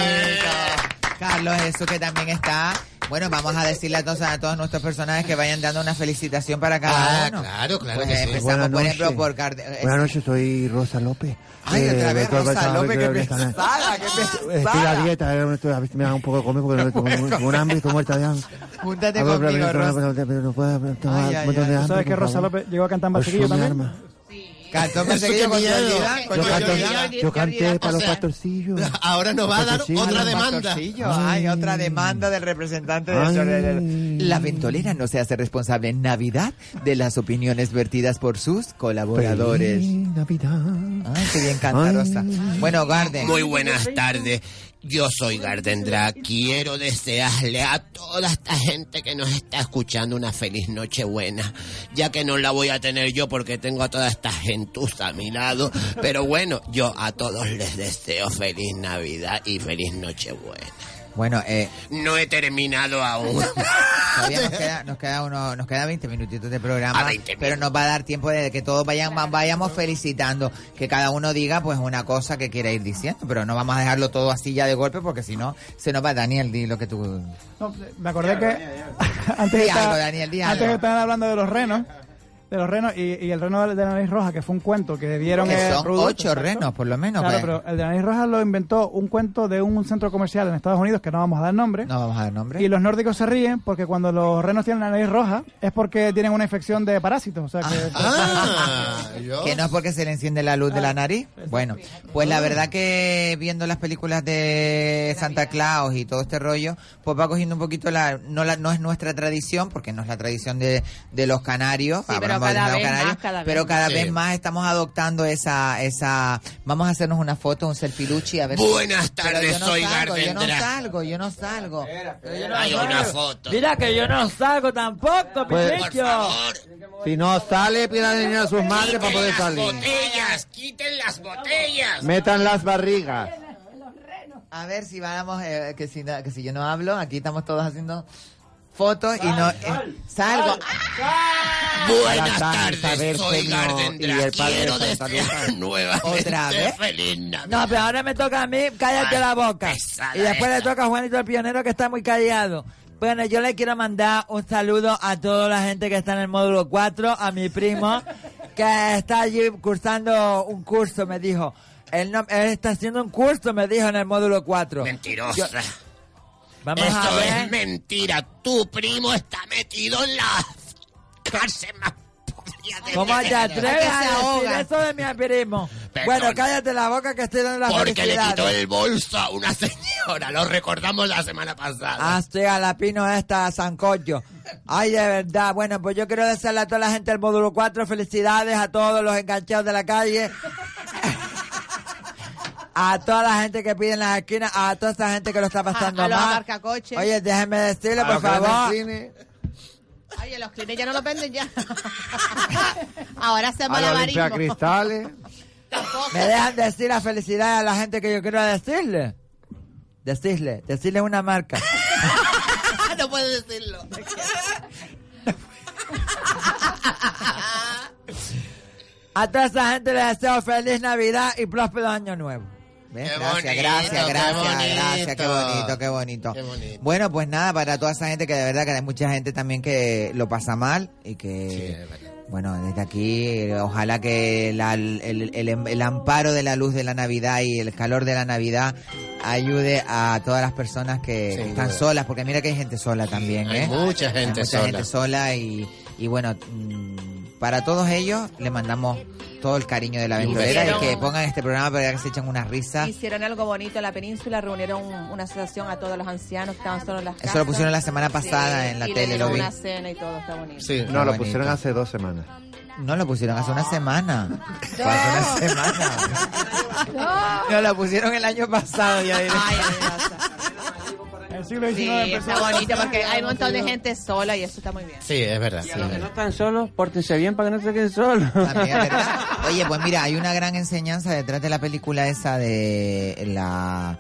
Speaker 4: Carlos Jesús que también está. Bueno, vamos a decirle a todos, a todos nuestros personajes que vayan dando una felicitación para cada
Speaker 16: Ah,
Speaker 4: uno.
Speaker 16: claro, claro
Speaker 4: Pues
Speaker 16: que sí.
Speaker 4: empezamos,
Speaker 3: Buenas
Speaker 4: por ejemplo,
Speaker 3: noches.
Speaker 4: por... Car- eh,
Speaker 3: Buenas noches, soy Rosa López.
Speaker 4: Ay,
Speaker 3: Eh,
Speaker 4: otra vez
Speaker 3: doctor
Speaker 4: Rosa
Speaker 3: González,
Speaker 4: López, que
Speaker 3: doctor González.
Speaker 4: pesada, que
Speaker 3: Estoy a
Speaker 4: pesada.
Speaker 3: dieta, eh, estoy- a veces me da un poco de comer porque no tengo como, como un hambre, estoy muerta de hambre.
Speaker 4: Júntate
Speaker 3: A ver,
Speaker 4: conmigo,
Speaker 3: pero- pero-
Speaker 4: Rosa.
Speaker 3: pero- pero no puedo, pero tengo
Speaker 4: Ay,
Speaker 3: un
Speaker 4: ay,
Speaker 3: montón
Speaker 4: ay.
Speaker 3: de
Speaker 4: ¿Tú
Speaker 3: hambre,
Speaker 1: ¿Sabes que
Speaker 3: por
Speaker 1: Rosa
Speaker 3: favor.
Speaker 1: López llegó a cantar en
Speaker 3: Pues
Speaker 1: Barcelona
Speaker 3: soy mi
Speaker 1: también?
Speaker 3: arma.
Speaker 4: Cantó
Speaker 16: Eso, qué
Speaker 4: Perseguido con
Speaker 16: miedo.
Speaker 4: Yolida,
Speaker 3: Yo
Speaker 4: con Yolida.
Speaker 3: canté, yo canté para los pastorcillos.
Speaker 16: Ahora nos va a dar
Speaker 3: Pastorcillos.
Speaker 16: otra
Speaker 4: Los
Speaker 16: demanda.
Speaker 4: pastorcillos. Ay, otra demanda del representante de
Speaker 3: Ay.
Speaker 4: La ventolera no se hace responsable en Navidad de las opiniones vertidas por sus colaboradores.
Speaker 3: Feliz Navidad.
Speaker 4: Ay, qué bien canta Rosa. Bueno, Garden.
Speaker 16: Muy buenas tardes. Yo soy Gardendra. Quiero desearle a toda esta gente que nos está escuchando una feliz noche buena, ya que no la voy a tener yo porque tengo a toda esta gentuza a mi lado. Pero bueno, yo a todos les deseo feliz Navidad y feliz noche buena.
Speaker 4: Bueno, eh,
Speaker 16: No he terminado aún.
Speaker 4: Todavía nos queda, nos queda uno, nos queda 20 minutitos de programa,
Speaker 16: Ah, 20
Speaker 4: pero nos va a dar tiempo de que todos vayan, vayamos felicitando, que cada uno diga pues una cosa que quiera ir diciendo, pero no vamos a dejarlo todo así ya de golpe porque si no se nos va Daniel, di lo que tú
Speaker 1: No, me acordé que
Speaker 4: Di
Speaker 1: antes,
Speaker 4: algo,
Speaker 1: estaba-
Speaker 4: Daniel, di
Speaker 1: antes
Speaker 4: algo.
Speaker 1: que estaban hablando de los renos. de los renos y, y el reno de la nariz roja, que fue un cuento que dieron.
Speaker 4: Que
Speaker 1: eh,
Speaker 4: son
Speaker 1: Rudolf,
Speaker 4: ocho
Speaker 1: exacto.
Speaker 4: renos, por lo menos. pues.
Speaker 1: Claro,
Speaker 4: que-
Speaker 1: pero el de la nariz roja lo inventó un cuento de un centro comercial en Estados Unidos que no vamos a dar nombre.
Speaker 4: No vamos a dar nombre.
Speaker 1: Y los nórdicos se ríen porque cuando los renos tienen la nariz roja es porque tienen una infección de parásitos. O sea que.
Speaker 4: Ah, que no es porque se le enciende la luz de la nariz. Bueno, pues la verdad que viendo las películas de Santa Claus y todo este rollo, pues va cogiendo un poquito la no la no es nuestra tradición porque no es la tradición de, de los canarios,
Speaker 19: Sí,
Speaker 4: hablamos
Speaker 19: pero
Speaker 4: de
Speaker 19: cada
Speaker 4: los
Speaker 19: vez más,
Speaker 4: canarios,
Speaker 19: cada vez
Speaker 4: pero
Speaker 19: más.
Speaker 4: cada
Speaker 19: Sí.
Speaker 4: vez más estamos adoptando esa esa vamos a hacernos una foto, un selfiluchi a ver. si-
Speaker 16: Buenas
Speaker 4: Pero
Speaker 16: tardes,
Speaker 4: yo no
Speaker 16: soy
Speaker 4: salgo, yo no
Speaker 16: Gardendra.
Speaker 4: salgo, yo no salgo.
Speaker 16: Hay una foto.
Speaker 18: Mira que yo no salgo tampoco,
Speaker 3: Pues-
Speaker 18: Pipecho.
Speaker 3: Si no sale, pidan dinero a sus madres para poder salir.
Speaker 16: botellas! ¡Quiten las botellas!
Speaker 3: Metan las barrigas.
Speaker 4: A ver si vamos, eh, que, si, no- que si yo no hablo, aquí estamos todos haciendo fotos y no... eh, salgo. ¡Ah!
Speaker 16: Buenas tardes, soy Gardendra. Quiero desear nuevamente
Speaker 18: Otra vez.
Speaker 16: feliz Navidad.
Speaker 18: No, pero ahora me toca a mí, cállate
Speaker 16: Ay,
Speaker 18: la boca.
Speaker 16: pesada
Speaker 18: Y después le
Speaker 16: Ah, esta.
Speaker 18: toca a Juanito el Pionero que está muy callado. Bueno, yo le quiero mandar un saludo a toda la gente que está en el módulo 4, a mi primo, que está allí cursando un curso, me dijo. Él, no- él está haciendo un curso, me dijo, en el módulo 4.
Speaker 16: Mentirosa.
Speaker 18: Vamos
Speaker 16: Esto
Speaker 18: a ver.
Speaker 16: es mentira. Tu primo está metido en la cárcel más podrida del
Speaker 18: ¿Cómo te
Speaker 16: mundo.
Speaker 18: atreves a decir eso de mi primo?
Speaker 16: Perdona.
Speaker 18: Bueno, cállate la boca que estoy dando la
Speaker 16: Porque le
Speaker 18: felicidad.
Speaker 16: quitó el bolso a una señora. Lo recordamos la semana pasada.
Speaker 18: Hazte a la pino esta, Sancocho. Ay, de verdad. Bueno, pues yo quiero desearle a toda la gente del módulo 4 felicidades, a todos los enganchados de la calle, a toda la gente que pide en las esquinas, a toda esa gente que lo está pasando
Speaker 19: A, a los
Speaker 18: mal.
Speaker 19: aparcacoches.
Speaker 18: Oye, déjenme decirle,
Speaker 3: A
Speaker 18: por
Speaker 3: los que andan
Speaker 18: favor.
Speaker 3: en cine,
Speaker 19: Oye, los clines ya no los venden ya. Ahora se
Speaker 3: A los
Speaker 19: malabarismo.
Speaker 3: limpiacristales.
Speaker 18: ¿Me dejan decir la felicidad a la gente que yo quiero decirle? Decirle, decirle una marca.
Speaker 19: no puedo decirlo.
Speaker 13: Ah,
Speaker 18: A toda esa gente les deseo feliz Navidad y próspero año nuevo.
Speaker 4: ¿Ves? Gracias, gracias, gracias, gracias, qué bonito, qué bonito. Bueno, pues nada, para toda esa gente que de verdad que hay mucha gente también que lo pasa mal y que, bueno, desde aquí, eh, ojalá que la- el, el- el- el amparo de la luz de la Navidad y el calor de la Navidad ayude a todas las personas que
Speaker 16: Sin
Speaker 4: están
Speaker 16: duda.
Speaker 4: solas, porque mira que hay gente sola también,
Speaker 16: hay
Speaker 4: ¿eh?
Speaker 16: mucha gente
Speaker 4: Hay mucha
Speaker 16: sola.
Speaker 4: gente sola y, y bueno, mm, para todos ellos le mandamos todo el cariño de la
Speaker 16: Y un
Speaker 4: aventurera y
Speaker 16: besito.
Speaker 4: que pongan este programa para que se echen unas risas.
Speaker 19: Hicieron algo bonito en la península, reunieron una asociación a todos los ancianos que estaban solos en las casas.
Speaker 4: Eso lo pusieron la semana pasada
Speaker 19: Sí,
Speaker 4: en la
Speaker 19: y le
Speaker 4: tele,
Speaker 19: dieron
Speaker 4: lo vi.
Speaker 19: una cena y todo, está
Speaker 3: no,
Speaker 19: bonito.
Speaker 4: Está
Speaker 3: lo pusieron
Speaker 4: bonito.
Speaker 3: hace dos semanas.
Speaker 4: No, lo pusieron hace una semana. Fue hace una semana. No, lo pusieron el año pasado ya diré.
Speaker 1: El siglo XIX
Speaker 19: Sí,
Speaker 1: empezó.
Speaker 19: está bonito porque hay un montón de gente sola y eso está muy bien.
Speaker 16: Sí, es verdad.
Speaker 15: Y a los que no están solos, pórtense bien para que no se queden solos.
Speaker 4: También es verdad. Oye, pues mira, hay una gran enseñanza detrás de la película esa de la...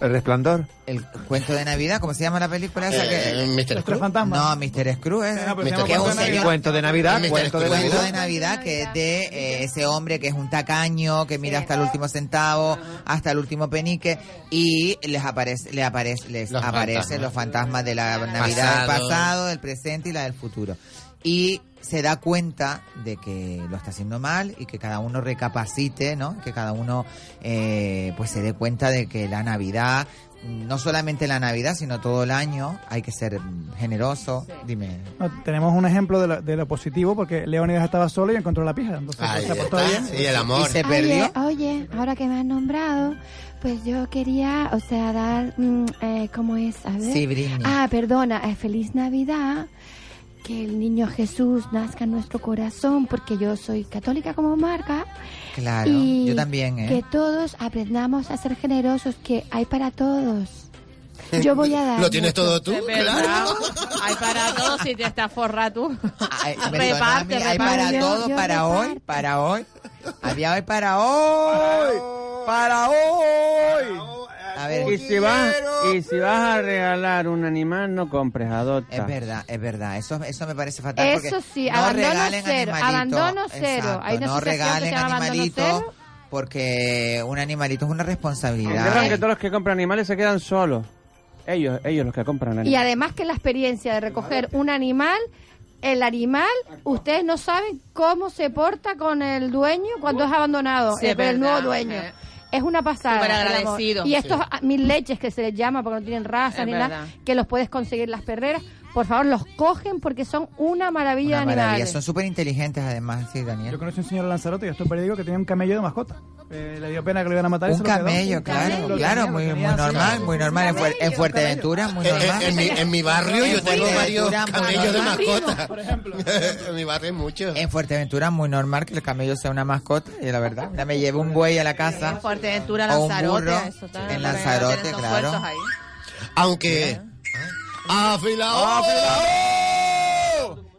Speaker 3: El resplandor.
Speaker 4: El cuento de Navidad, ¿cómo se llama la película esa? que...
Speaker 16: Eh, Mr. Los tres
Speaker 4: No, Mr. Scrooge. es-
Speaker 1: no, pero se
Speaker 4: que
Speaker 1: llama
Speaker 4: es un señor-
Speaker 3: pues Cuento
Speaker 1: Cuento de Navidad.
Speaker 3: de Navidad,
Speaker 4: Mr.
Speaker 3: cuento de
Speaker 4: Cuento
Speaker 3: Navidad.
Speaker 4: de Navidad, que es de eh, ese hombre que es un tacaño, que mira hasta el último centavo, hasta el último penique, y les aparece, le aparece, les
Speaker 16: Los
Speaker 4: aparecen
Speaker 16: fantasmas.
Speaker 4: los fantasmas de la Navidad del
Speaker 16: Pasado.
Speaker 4: pasado, del presente y la del futuro. Y se da cuenta de que lo está haciendo mal y que cada uno recapacite, ¿no? Que cada uno eh, pues se dé cuenta de que la Navidad, no solamente la Navidad, sino todo el año, hay que ser mm, generoso. Dime.
Speaker 1: No, tenemos un ejemplo de lo, de lo positivo porque Leónidas estaba solo y encontró la pija. Entonces,
Speaker 4: Ah,
Speaker 16: Ahí
Speaker 1: pues, se portó
Speaker 16: está.
Speaker 1: bien.
Speaker 16: Y el amor.
Speaker 4: se perdió.
Speaker 14: Oye, ahora que me has nombrado, pues yo quería, o sea, dar, mm, eh, ¿cómo es? A ver.
Speaker 4: Sí, Britney.
Speaker 14: Ah, perdona, eh, feliz Navidad. Que el niño Jesús nazca en nuestro corazón, porque yo soy católica como marca.
Speaker 4: Claro,
Speaker 14: y
Speaker 4: yo también, ¿eh?
Speaker 14: Que todos aprendamos a ser generosos, que hay para todos. Yo voy a dar.
Speaker 16: ¿Lo tienes
Speaker 14: mucho.
Speaker 16: todo tú?
Speaker 19: Es verdad. Hay para todos si te estás forra tú.
Speaker 4: Ay,
Speaker 19: Reparte,
Speaker 4: perdóname, hay para
Speaker 14: reparte.
Speaker 4: todo,
Speaker 14: Yo
Speaker 4: para
Speaker 14: reparto.
Speaker 4: hoy, para hoy. Había hoy para hoy, para hoy. A ver,
Speaker 15: ¡Ah, Y si, vas, y si vas a regalar un animal, no compres, adopta.
Speaker 4: es verdad, es verdad. Eso, eso me parece fatal.
Speaker 14: Eso
Speaker 4: porque
Speaker 14: sí,
Speaker 4: no
Speaker 14: abandono
Speaker 4: regalen
Speaker 14: cero,
Speaker 4: animalitos.
Speaker 14: abandono cero.
Speaker 4: Exacto,
Speaker 14: Hay una
Speaker 4: no
Speaker 14: asociación que se
Speaker 4: regalen
Speaker 14: llama Abandono
Speaker 4: animalitos
Speaker 14: Cero.
Speaker 4: porque un animalito es una
Speaker 15: Es verdad que
Speaker 4: responsabilidad.
Speaker 15: todos los que compran animales se quedan solos. Ellos, ellos los que compran
Speaker 14: Y
Speaker 15: animales.
Speaker 14: además que la experiencia de recoger un animal el animal, ustedes no saben cómo se porta con el dueño cuando es abandonado,
Speaker 19: Sí,
Speaker 14: eh,
Speaker 19: es
Speaker 14: con el nuevo
Speaker 19: verdad,
Speaker 14: dueño.
Speaker 19: eh.
Speaker 14: Es una pasada.
Speaker 19: Súper
Speaker 14: el amor.
Speaker 19: agradecido.
Speaker 14: Y estos
Speaker 19: Sí.
Speaker 14: ah, mil leches que se les llama porque no tienen raza
Speaker 19: Es
Speaker 14: ni nada,
Speaker 4: verdad.
Speaker 14: que los puedes conseguir en las perreras, por favor los cogen porque son una maravilla
Speaker 4: Una
Speaker 14: de
Speaker 4: maravilla.
Speaker 14: animales.
Speaker 4: Son súper inteligentes además, sí, Daniel.
Speaker 1: Yo conocí a un señor en Lanzarote que estuvo periódico que tenía un camello de mascota. Eh, le dio pena que lo iban a matar. y
Speaker 4: Un
Speaker 1: se lo quedó.
Speaker 4: camello,
Speaker 1: Un
Speaker 4: claro,
Speaker 1: camello, lo
Speaker 4: claro,
Speaker 1: tenía, lo
Speaker 4: muy,
Speaker 1: tenía
Speaker 4: muy
Speaker 1: así.
Speaker 4: normal, muy normal. En, Fuer- en Fuerteventura, muy
Speaker 16: En- en-
Speaker 4: normal.
Speaker 16: en mi- en mi barrio yo tengo varios camellos de mascota.
Speaker 4: Por
Speaker 16: ejemplo. en mi barrio hay muchos.
Speaker 4: En Fuerteventura, muy normal que el camello sea una mascota. Y la verdad, mira, me llevo un buey a la casa.
Speaker 19: Fuerteventura,
Speaker 4: O un burro.
Speaker 19: Lanzarote, eso está.
Speaker 4: En Lanzarote,
Speaker 19: Tienen dos
Speaker 4: claro.
Speaker 19: puertos ahí.
Speaker 16: Aunque. ¡Afilao!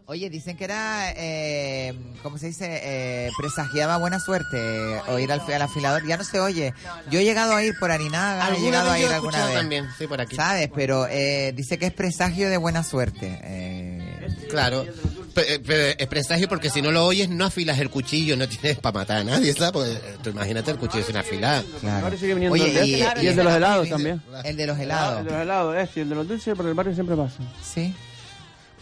Speaker 4: Oye, dicen que era, eh, ¿cómo se dice? Eh, presagiaba buena suerte eh, oír al, al afilador. Ya no se oye. Yo he llegado a ir por Arinaga, he
Speaker 16: Alguna
Speaker 4: llegado
Speaker 16: vez
Speaker 4: a
Speaker 16: yo
Speaker 4: ir
Speaker 16: he
Speaker 4: alguna
Speaker 16: escuchado
Speaker 4: vez.
Speaker 16: también, sí, por aquí.
Speaker 4: ¿Sabes? Pero eh, dice que es presagio de buena suerte. eh.
Speaker 16: Claro. Pe- eh, pe- es presagio porque si no lo oyes no afilas el cuchillo, no tienes para matar a nadie, ¿sabes? Porque, eh, tú imagínate el cuchillo sin afilar.
Speaker 15: Ahora sigue viniendo el de- y el de los helados también.
Speaker 4: El de los helados.
Speaker 15: El de los helados, este, y el de los dulces, por el barrio siempre pasa.
Speaker 4: Sí.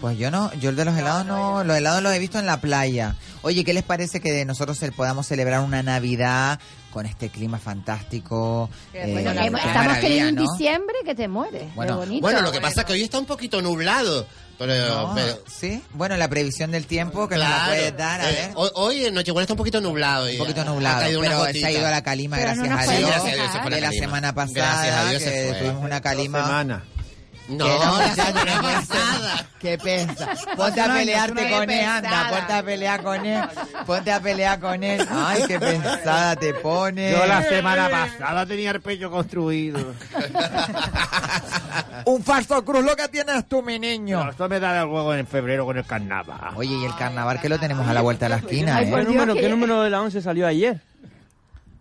Speaker 4: Pues yo no, yo el de los helados no, los helados los he visto en la playa. Oye, ¿qué les parece que nosotros ce- podamos celebrar una Navidad con este clima fantástico? Eh,
Speaker 14: Bueno,
Speaker 4: qué
Speaker 14: que estamos
Speaker 4: maravilla,
Speaker 14: teniendo
Speaker 4: ¿no?
Speaker 14: un diciembre que te mueres.
Speaker 4: Bueno,
Speaker 14: Qué bonito.
Speaker 16: Bueno, lo que pasa es que hoy está un poquito nublado. Pero,
Speaker 4: No,
Speaker 16: pero-
Speaker 4: sí, bueno, la previsión del tiempo que nos la
Speaker 16: Claro.
Speaker 4: puedes dar, a
Speaker 16: Eh,
Speaker 4: ver.
Speaker 16: Hoy, hoy en Nochebuena está un poquito nublado. Un
Speaker 4: poquito nublado, pero se ha ido a la calima, gracias a Dios.
Speaker 16: fue
Speaker 4: de la
Speaker 16: calima.
Speaker 4: semana pasada,
Speaker 16: Gracias a Dios se
Speaker 4: que
Speaker 16: fue.
Speaker 4: tuvimos una calima.
Speaker 13: Semana.
Speaker 16: No,
Speaker 4: Que no,
Speaker 16: la
Speaker 4: ya
Speaker 16: semana
Speaker 4: tenemos-
Speaker 16: pasada.
Speaker 4: Qué pesa. Ponte a
Speaker 18: No, no,
Speaker 4: pelearte con
Speaker 18: qué
Speaker 4: él, anda.
Speaker 18: pesada.
Speaker 4: Ponte a pelear con él. Ponte a pelear con él. Ay, qué pensada te pone.
Speaker 13: Yo la semana pasada tenía el pecho construido.
Speaker 4: Un falso cruz lo que tienes tú, mi niño.
Speaker 13: No, esto me da el juego en febrero con el carnaval.
Speaker 4: Oye, y el carnaval que lo tenemos a la vuelta de la esquina,
Speaker 15: Ay,
Speaker 4: ¿eh?
Speaker 15: ¿Qué número, ¿Qué número de la 11 salió ayer?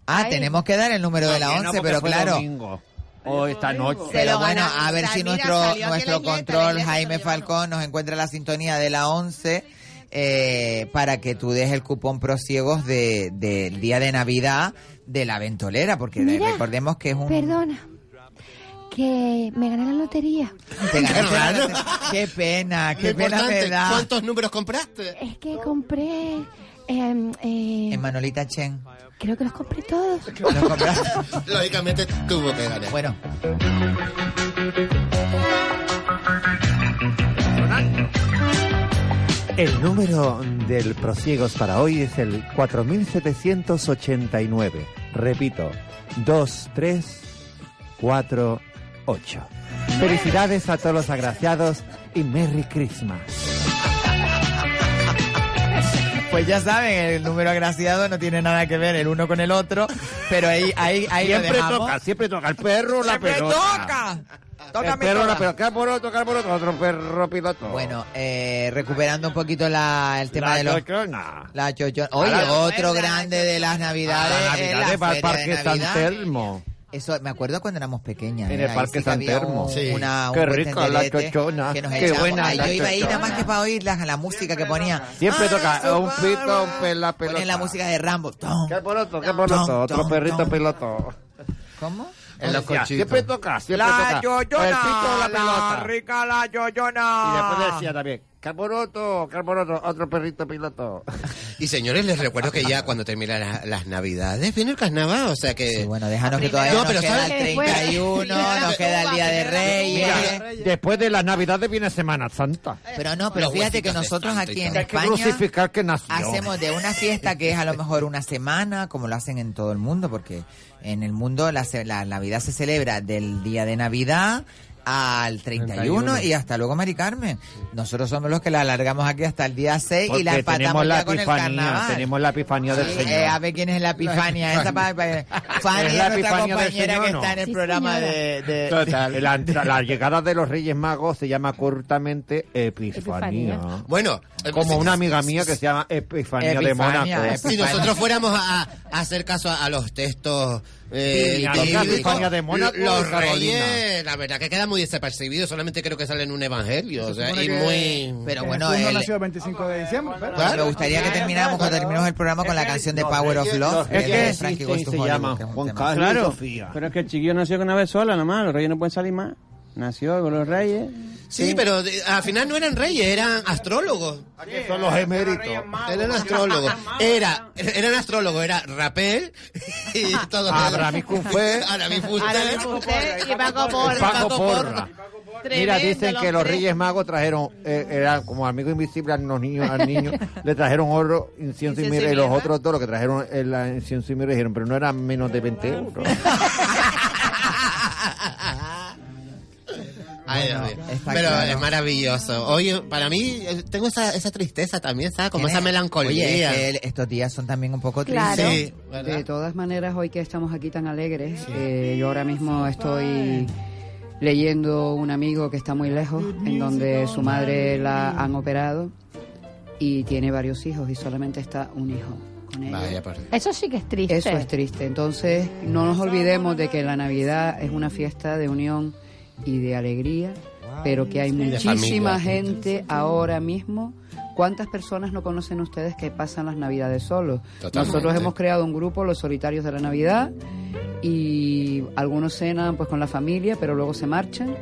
Speaker 4: Ah, tenemos que dar el número de la
Speaker 13: También, ¿no?
Speaker 4: 11,
Speaker 13: Porque
Speaker 4: pero
Speaker 13: fue
Speaker 4: claro.
Speaker 13: domingo. O esta noche.
Speaker 4: Pero bueno, a ver si nuestro nuestro control Jaime Falcón nos encuentra la sintonía de la 11 eh, para que tú des el cupón prosiegos de- del día de Navidad de la ventolera, porque
Speaker 14: Mira,
Speaker 4: recordemos que es un...
Speaker 14: Perdona, que me gané la lotería.
Speaker 4: te ganaste la- qué pena, qué
Speaker 16: Lo
Speaker 4: pena me
Speaker 16: importante,
Speaker 4: da.
Speaker 16: ¿cuántos números compraste?
Speaker 14: Es que compré... em, eh,
Speaker 4: En Manolita Chen.
Speaker 14: creo que los compré todos.
Speaker 16: Lógicamente tuvo que ganar.
Speaker 4: Bueno.
Speaker 13: El número del Prosiegos para hoy es el 4789. Repito, 2348. Felicidades a todos los agraciados y Merry Christmas.
Speaker 4: Pues ya saben, el número agraciado no tiene nada que ver el uno con el otro, pero ahí, ahí, ahí lo
Speaker 13: siempre
Speaker 4: dejamos.
Speaker 13: toca, siempre toca. El perro, la
Speaker 4: ¡Siempre
Speaker 13: pelota.
Speaker 4: toca! Toca
Speaker 13: el
Speaker 4: mi
Speaker 13: perro,
Speaker 4: toca.
Speaker 13: la pelota. Toca por otro, toca por otro. Otro perro piloto.
Speaker 4: Bueno, eh, recuperando un poquito la, el tema
Speaker 13: La
Speaker 4: de los...
Speaker 13: chochona.
Speaker 4: La chochona. Oye,
Speaker 13: Ahora-
Speaker 4: otro grande de las navidades.
Speaker 13: La
Speaker 4: es
Speaker 13: Navidad de
Speaker 4: feria de
Speaker 13: Parque San
Speaker 4: Navidad.
Speaker 13: Termo.
Speaker 4: Eso, me acuerdo cuando éramos pequeñas.
Speaker 13: En
Speaker 4: ¿eh?
Speaker 13: el
Speaker 4: Ahí
Speaker 13: Parque
Speaker 4: sí que
Speaker 13: San
Speaker 4: había
Speaker 13: Telmo.
Speaker 4: un-
Speaker 13: Sí.
Speaker 4: una- un
Speaker 13: Qué
Speaker 4: buen
Speaker 13: rico la
Speaker 4: tenderete
Speaker 13: chochona.
Speaker 4: que nos
Speaker 13: Qué
Speaker 4: echábamos.
Speaker 13: buena
Speaker 4: Ay,
Speaker 13: la
Speaker 4: yo iba a ir nada
Speaker 13: chochona.
Speaker 4: más que para oír la, la música que ponía.
Speaker 13: Siempre
Speaker 4: Ah,
Speaker 13: toca un
Speaker 4: su
Speaker 13: pito, un
Speaker 4: barba.
Speaker 13: pela, pelota.
Speaker 4: Ponían la música de Rambo.
Speaker 13: ¿Qué por otro? ¿Qué por otro? Otro perrito piloto.
Speaker 4: ¿Cómo?
Speaker 16: En los cochitos.
Speaker 13: Siempre toca, siempre
Speaker 4: La
Speaker 13: toca. O el pito o la pelota.
Speaker 4: rica la
Speaker 13: Y
Speaker 4: yoyona.
Speaker 13: después decía también, Carboroto, Carboroto, otro perrito piloto.
Speaker 16: Y señores, les recuerdo que ya cuando terminan la- las navidades viene el carnaval, o sea que...
Speaker 4: bueno, déjanos que todavía
Speaker 16: No,
Speaker 4: nos
Speaker 16: pero
Speaker 4: queda
Speaker 16: ¿sabes?
Speaker 4: el 31, nos queda el Día de Reyes.
Speaker 13: Mira, después de las Navidades viene Semana Santa.
Speaker 4: Pero no, pero
Speaker 13: Los
Speaker 4: fíjate que
Speaker 13: huesitos de
Speaker 4: nosotros
Speaker 13: santo y
Speaker 4: aquí en
Speaker 13: todo. Hay que
Speaker 4: España
Speaker 13: crucificar que nació.
Speaker 4: hacemos de una fiesta que es a lo mejor una semana, como lo hacen en todo el mundo, porque en el mundo la, ce- la Navidad se celebra del día de Navidad al 31,
Speaker 13: 31.
Speaker 4: y hasta luego, Mari Carmen. Nosotros somos los que la alargamos aquí hasta el día 6
Speaker 13: Porque
Speaker 4: y la
Speaker 13: tenemos
Speaker 4: empatamos
Speaker 13: la
Speaker 4: ya con el
Speaker 13: epifanía,
Speaker 4: carnaval.
Speaker 13: tenemos la epifanía del
Speaker 4: Sí,
Speaker 13: Señor.
Speaker 4: eh, a ver quién es la Epifania. Esa pa- pa- Fanny
Speaker 13: ¿Es
Speaker 4: es
Speaker 13: la
Speaker 4: nuestra
Speaker 13: Epifania del
Speaker 4: compañera
Speaker 13: Señor
Speaker 4: que
Speaker 13: o no?
Speaker 4: está en el
Speaker 13: Sí,
Speaker 4: programa
Speaker 13: señora.
Speaker 4: de, de-
Speaker 13: Total, la, entra- la llegada de los Reyes Magos se llama cortamente Epifanía.
Speaker 16: Epifanía. Bueno,
Speaker 4: eh,
Speaker 13: como
Speaker 16: si-
Speaker 13: una amiga mía que se llama Epifanía, de
Speaker 16: Epifania,
Speaker 13: Mónaco.
Speaker 16: Si nosotros fuéramos a, a hacer caso a, a los textos eh,
Speaker 13: Bíblicos,
Speaker 16: bíblicos,
Speaker 13: Epifania de Mónaco y
Speaker 16: los
Speaker 13: Carolina.
Speaker 16: reyes, la verdad que queda muy desapercibido, solamente creo que salen en un evangelio, o sea,
Speaker 4: supone
Speaker 16: y
Speaker 4: que-
Speaker 16: muy...
Speaker 4: Pero
Speaker 1: Eh,
Speaker 4: bueno,
Speaker 1: Juno
Speaker 4: el-
Speaker 1: nació el 25 de diciembre. pero-
Speaker 4: Me gustaría que termináramos cuando terminemos el programa con la canción de Power of Love
Speaker 15: es
Speaker 4: de
Speaker 15: que
Speaker 4: de Frankie Goes to Hollywood, que es un tema.
Speaker 15: Claro, pero es que el chiquillo nació con una vez sola nomás, los reyes no pueden salir más. Nació con los reyes.
Speaker 16: Sí, pero de- al final no eran reyes, eran astrólogos.
Speaker 13: son los eméritos.
Speaker 16: Eran astrólogos. Era, eran astrólogos, era Rapel y todo.
Speaker 13: Aramis Cufé.
Speaker 16: Aramis
Speaker 19: Ahora mismo usted y Paco Porra.
Speaker 13: Paco Porra. Mira, dicen
Speaker 19: Tremendo
Speaker 13: que los
Speaker 19: tres.
Speaker 13: Reyes Magos trajeron, eh, eran como amigos invisibles a los niños, al niño, le trajeron oro, incienso y
Speaker 19: Incienso y
Speaker 13: mirra, y los
Speaker 19: mirra.
Speaker 13: otros dos lo que trajeron el la incienso y mirra dijeron, pero no eran menos de 20 euros.
Speaker 16: Ay,
Speaker 13: Bueno,
Speaker 16: Dios mío.
Speaker 13: está
Speaker 16: pero
Speaker 13: claro.
Speaker 16: es maravilloso. Oye, para mí eh, tengo esa, esa tristeza también, ¿sabes? Como esa
Speaker 4: Tienes-
Speaker 16: melancolía.
Speaker 4: Oye, es que el- estos días son también un poco tristes.
Speaker 17: Claro. de todas maneras, hoy que estamos aquí tan alegres, eh, yo ahora mismo estoy leyendo un amigo que está muy lejos, en donde su madre la han operado y tiene varios hijos y solamente está un hijo con ella.
Speaker 16: Vaya,
Speaker 4: pues.
Speaker 16: por-
Speaker 14: Eso sí que es triste.
Speaker 17: Eso es triste. Entonces, no nos olvidemos de que la Navidad es una fiesta de unión y de alegría, pero que hay
Speaker 14: Y de
Speaker 17: muchísima
Speaker 14: familia.
Speaker 17: gente ahora mismo. ¿Cuántas personas no conocen ustedes que pasan las Navidades solos?
Speaker 14: Totalmente.
Speaker 17: Nosotros hemos creado un grupo, los solitarios de la Navidad, y algunos cenan pues con la familia, pero luego se marchan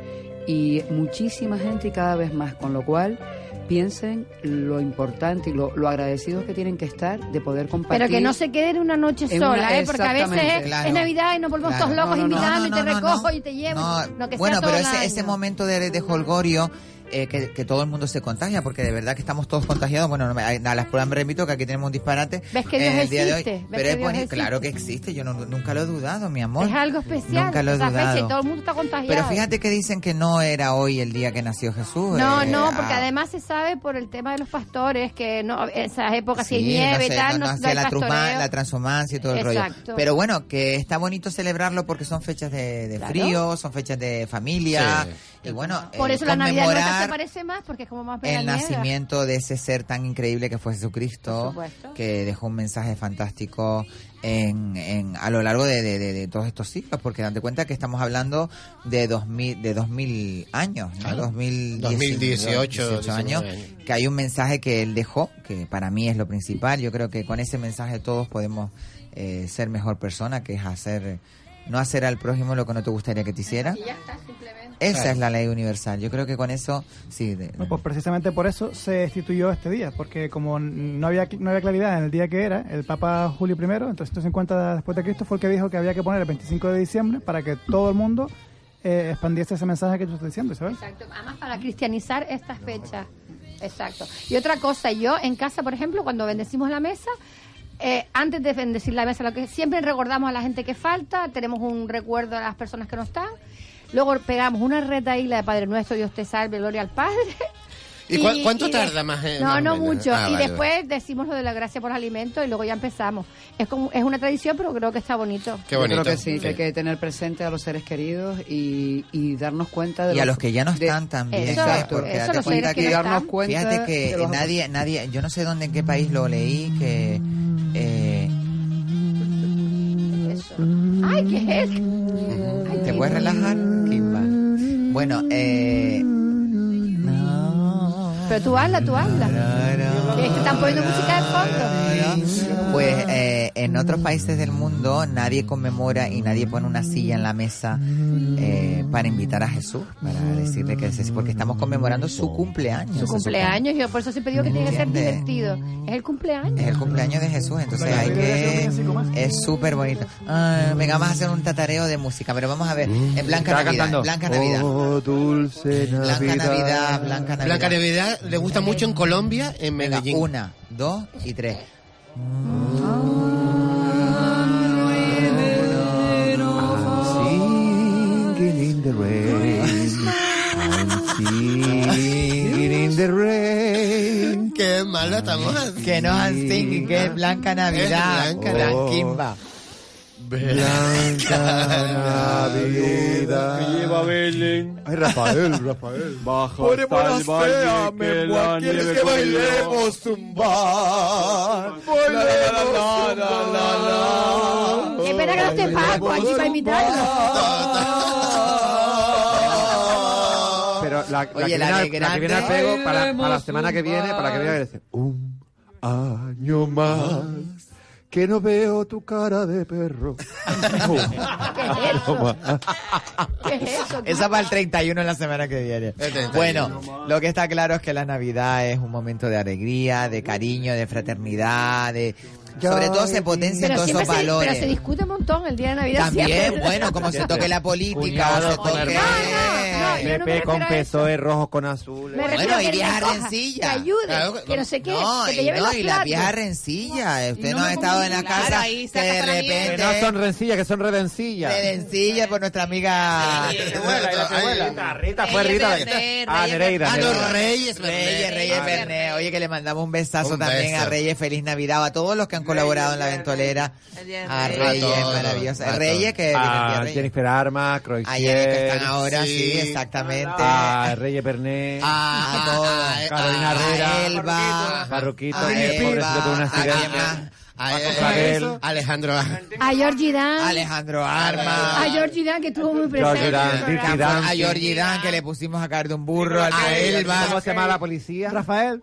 Speaker 17: y muchísima gente y cada vez más, con lo cual piensen lo importante y lo, lo agradecidos que tienen que estar de poder compartir.
Speaker 14: Pero que no se queden una noche
Speaker 17: En una-
Speaker 14: sola, ¿eh? Porque a veces
Speaker 17: exactamente.
Speaker 14: es,
Speaker 17: Claro.
Speaker 14: es Navidad y nos volvemos
Speaker 17: Claro.
Speaker 14: todos locos
Speaker 17: No, no, no.
Speaker 14: invitando
Speaker 17: No,
Speaker 14: y te
Speaker 17: no, no,
Speaker 14: recojo y te llevo.
Speaker 4: No,
Speaker 14: No, que
Speaker 4: bueno,
Speaker 14: sea todo
Speaker 4: pero
Speaker 14: el
Speaker 4: ese,
Speaker 14: año.
Speaker 4: ese momento de, de holgorio eh, que, que todo el mundo se contagia, porque de verdad que estamos todos contagiados. Bueno, no me- a las pruebas me remito que aquí tenemos un disparate.
Speaker 14: Ves que
Speaker 4: eh,
Speaker 14: Dios
Speaker 4: el día de hoy.
Speaker 14: existe, ves
Speaker 4: Pero
Speaker 14: que
Speaker 4: es
Speaker 14: Dios
Speaker 4: bonito,
Speaker 14: existe.
Speaker 4: claro que existe, yo no- nunca lo he dudado, mi amor.
Speaker 14: Es algo especial.
Speaker 4: Nunca lo he
Speaker 14: esa fecha y
Speaker 4: dudado.
Speaker 14: todo el mundo está contagiado.
Speaker 4: Pero fíjate que dicen que no era hoy el día que nació Jesús.
Speaker 14: No,
Speaker 4: eh,
Speaker 14: no, porque
Speaker 4: ah,
Speaker 14: además se sabe por el tema de los pastores que no esas épocas si hay
Speaker 4: sí,
Speaker 14: nieve
Speaker 4: no
Speaker 14: y
Speaker 4: sé, no-
Speaker 14: tal, no,
Speaker 4: no
Speaker 14: no
Speaker 4: hacía
Speaker 14: hay
Speaker 4: la,
Speaker 14: pastoreo.
Speaker 4: truma- la transhumancia y todo el
Speaker 14: Exacto.
Speaker 4: rollo. Pero bueno, que está bonito celebrarlo porque son fechas de, de
Speaker 14: Claro.
Speaker 4: frío, son fechas de familia. Y bueno,
Speaker 14: por
Speaker 4: eh,
Speaker 14: eso la Navidad nunca se
Speaker 4: conmemorar
Speaker 14: parece más porque es como más
Speaker 4: el
Speaker 14: veraniega.
Speaker 4: nacimiento de ese ser tan increíble que fue Jesucristo,
Speaker 14: supuesto.
Speaker 4: que dejó un mensaje fantástico en, en- a lo largo de, de- de- de todos estos siglos, porque date cuenta que estamos hablando de 2000, de 2000 años, ¿no?
Speaker 16: Claro.
Speaker 4: 2018,
Speaker 16: 2018,
Speaker 4: 18 años,
Speaker 16: 19 años.
Speaker 4: que hay un mensaje que él dejó, que para mí es lo principal. Yo creo que con ese mensaje todos podemos eh, ser mejor persona, que es hacer, no hacer al prójimo lo que no te gustaría que te hiciera. Esa
Speaker 1: Claro.
Speaker 4: es la ley universal. Yo creo que con eso, sí, de-
Speaker 1: No, pues precisamente por eso se instituyó este día, porque como no había, no había claridad en el día que era, el Papa Julio I, en 350 después de Cristo, fue el que dijo que había que poner el 25 de diciembre para que todo el mundo eh, expandiese ese mensaje que tú estás diciendo, Isabel.
Speaker 14: Exacto, además para cristianizar estas fechas. Exacto. Y otra cosa, yo en casa, por ejemplo, cuando bendecimos la mesa, eh, antes de bendecir la mesa, lo que siempre recordamos a la gente que falta, tenemos un recuerdo a las personas que no están, luego pegamos una retaíla de Padre Nuestro, Dios te salve, gloria al Padre.
Speaker 16: ¿Y cua- cuánto
Speaker 14: de-
Speaker 16: tarda más, eh,
Speaker 14: No,
Speaker 16: más o
Speaker 14: no
Speaker 16: menos?
Speaker 14: mucho.
Speaker 16: Ah,
Speaker 14: y
Speaker 16: vale,
Speaker 14: después decimos lo de la gracia por los alimentos y luego ya empezamos. Es como es una tradición, pero creo que está bonito.
Speaker 16: Qué
Speaker 17: Yo
Speaker 16: bonito.
Speaker 17: creo que sí,
Speaker 16: Sí.
Speaker 17: que hay que tener presente a los seres queridos y, y darnos cuenta de
Speaker 4: y a los que ya no están también
Speaker 17: Eso,
Speaker 4: ¿sabes? porque
Speaker 17: eso,
Speaker 4: date
Speaker 17: los
Speaker 4: cuenta
Speaker 17: seres que
Speaker 4: que,
Speaker 17: no Darnos están. cuenta
Speaker 4: fíjate
Speaker 17: de
Speaker 4: que
Speaker 17: los-
Speaker 4: nadie nadie yo no sé dónde en qué país lo leí que eh,
Speaker 14: Ay, ¿qué es?
Speaker 4: te puedes relajar Qué mal. bueno eh,
Speaker 14: Pero tú habla, tú habla. Que están poniendo música de fondo.
Speaker 4: pues eh, en otros países del mundo nadie conmemora y nadie pone una silla en la mesa eh, para invitar a Jesús para decirle que es porque estamos conmemorando su cumpleaños
Speaker 14: Su
Speaker 4: se supone.
Speaker 14: cumpleaños, yo por eso siempre digo que tiene que ser
Speaker 4: Entiende.
Speaker 14: divertido. Es el cumpleaños.
Speaker 4: Es el cumpleaños de Jesús, entonces hay que... Es súper bonito. Ah, venga, vamos a hacer un tatareo de música, pero vamos a ver. En Blanca
Speaker 16: Estaba
Speaker 4: Navidad,
Speaker 16: cantando.
Speaker 4: Blanca Navidad.
Speaker 13: Mm. Oh, dulce
Speaker 4: Blanca Navidad, Navidad, Blanca Navidad.
Speaker 16: Blanca Navidad le gusta mucho en Colombia, en
Speaker 4: Venga,
Speaker 16: Medellín.
Speaker 4: una, dos y tres.
Speaker 16: Ah,
Speaker 13: Singing in the rain. I'm singing in the rain.
Speaker 16: Qué malo estamos así.
Speaker 4: Que no han singing, que es Blanca Navidad.
Speaker 16: Es Blanca Oh.
Speaker 4: Blanquimba.
Speaker 13: Blanca Navidad.
Speaker 24: Me lleva Belén.
Speaker 13: Ay, Rafael, Rafael.
Speaker 24: Baja
Speaker 13: Pobre
Speaker 24: hasta el valle
Speaker 13: Bonacea,
Speaker 24: que
Speaker 13: me
Speaker 24: la
Speaker 13: mua, ¿Quieres
Speaker 24: nieve
Speaker 13: que
Speaker 24: corrió.
Speaker 13: bailemos zumbar?
Speaker 24: La, la, la, la, la.
Speaker 14: Qué pena que no esté Paco aquí para imitarlo.
Speaker 13: Pero la, la
Speaker 4: Oye, la de
Speaker 13: que, viene, al- la que viene al
Speaker 4: grande.
Speaker 13: pego para, para la
Speaker 4: Bailemos
Speaker 13: semana que viene, para que viene,
Speaker 4: zumbar.
Speaker 13: dice un año más
Speaker 25: que no veo tu cara de perro.
Speaker 14: ¿Qué es eso? ¿Qué es eso?
Speaker 4: Esa va el 31 la semana que viene.
Speaker 14: El 31.
Speaker 4: Bueno, lo que está claro es que la Navidad es un momento de alegría, de cariño, de fraternidad, de... Sobre todo se potencian
Speaker 14: Pero
Speaker 4: todos
Speaker 14: siempre
Speaker 4: esos
Speaker 14: se-
Speaker 4: valores.
Speaker 14: Pero se discute un montón el día de Navidad.
Speaker 4: También,
Speaker 14: siempre.
Speaker 4: bueno, como se toque la política o se toque...
Speaker 13: Pepe con pezones rojos con azules.
Speaker 14: Me refiero
Speaker 4: Bueno,
Speaker 14: a que
Speaker 4: y viejas
Speaker 14: recoja, Que
Speaker 4: rencillas.
Speaker 14: ayude, que no sé qué,
Speaker 4: No,
Speaker 14: que te
Speaker 4: y
Speaker 14: lleven
Speaker 4: no,
Speaker 14: los
Speaker 4: y las
Speaker 14: platos.
Speaker 4: viejas rencillas. Usted
Speaker 14: no
Speaker 4: no, ha
Speaker 14: me
Speaker 4: estado en la
Speaker 14: comunico.
Speaker 4: casa
Speaker 14: Claro, ahí
Speaker 4: que
Speaker 14: sacas
Speaker 4: de
Speaker 14: para mí.
Speaker 4: repente...
Speaker 13: Que no son rencillas, que son redencillas.
Speaker 4: de rencillas por nuestra amiga...
Speaker 13: Rita, Rita, fue Rita. Ah, Nereida.
Speaker 4: Ah, no,
Speaker 13: Nereida.
Speaker 4: Reyes, Reyes, Reyes Fernet. Oye, que le mandamos un besazo
Speaker 13: Un
Speaker 4: también
Speaker 13: beso.
Speaker 4: a Reyes. Feliz Navidad. A todos los que han colaborado en la ventolera. A Reyes,
Speaker 13: todos,
Speaker 4: maravilloso.
Speaker 13: a
Speaker 4: Reyes,
Speaker 13: todos. Ah,
Speaker 4: que
Speaker 13: A Jennifer Armas,
Speaker 4: Ahí es que
Speaker 13: Croixet.
Speaker 4: están ahora, sí, exactamente.
Speaker 13: A Reyes Bernet.
Speaker 16: Ah,
Speaker 4: A todos.
Speaker 13: Carolina
Speaker 4: A
Speaker 13: Herrera.
Speaker 4: Elba.
Speaker 13: Marroquito.
Speaker 16: Ah,
Speaker 4: A Elba. ¿A quién
Speaker 16: A,
Speaker 13: Paco
Speaker 16: ah, eh,
Speaker 13: Clavel.
Speaker 16: Alejandro Ar-
Speaker 14: A Georgie Dan.
Speaker 4: Alejandro Arma.
Speaker 14: A Georgie Dan, que estuvo muy presente.
Speaker 13: Georgie Dan,
Speaker 14: en el programa.
Speaker 13: Titi Dan.
Speaker 4: A Georgie Dan, que le pusimos a caer de un burro. al
Speaker 13: A
Speaker 4: rey.
Speaker 13: Elba. ¿Cómo se llama la policía?
Speaker 26: Rafael.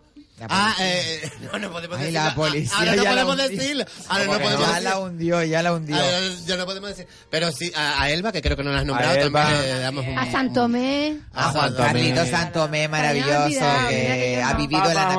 Speaker 4: Ah,
Speaker 16: eh, no, no podemos
Speaker 4: Ay,
Speaker 16: decir.
Speaker 4: la policía.
Speaker 16: Ahora no
Speaker 4: ya la
Speaker 16: podemos
Speaker 4: hundió.
Speaker 16: decirlo. Ahora no
Speaker 4: Como que
Speaker 16: podemos
Speaker 4: Ya la
Speaker 16: decir.
Speaker 4: hundió, ya la hundió.
Speaker 16: Ah, ya- ya no podemos decir. Pero sí, a, a Elba, que creo que no la has nombrado,
Speaker 4: A Elba.
Speaker 16: también le damos un...
Speaker 14: A Santomé.
Speaker 4: A Juan
Speaker 16: Juan Tomé.
Speaker 4: Carlito Santomé, maravilloso,
Speaker 14: olvidado, mira que
Speaker 4: que
Speaker 14: yo
Speaker 4: ha
Speaker 14: no.
Speaker 4: vivido la
Speaker 14: Papa Juan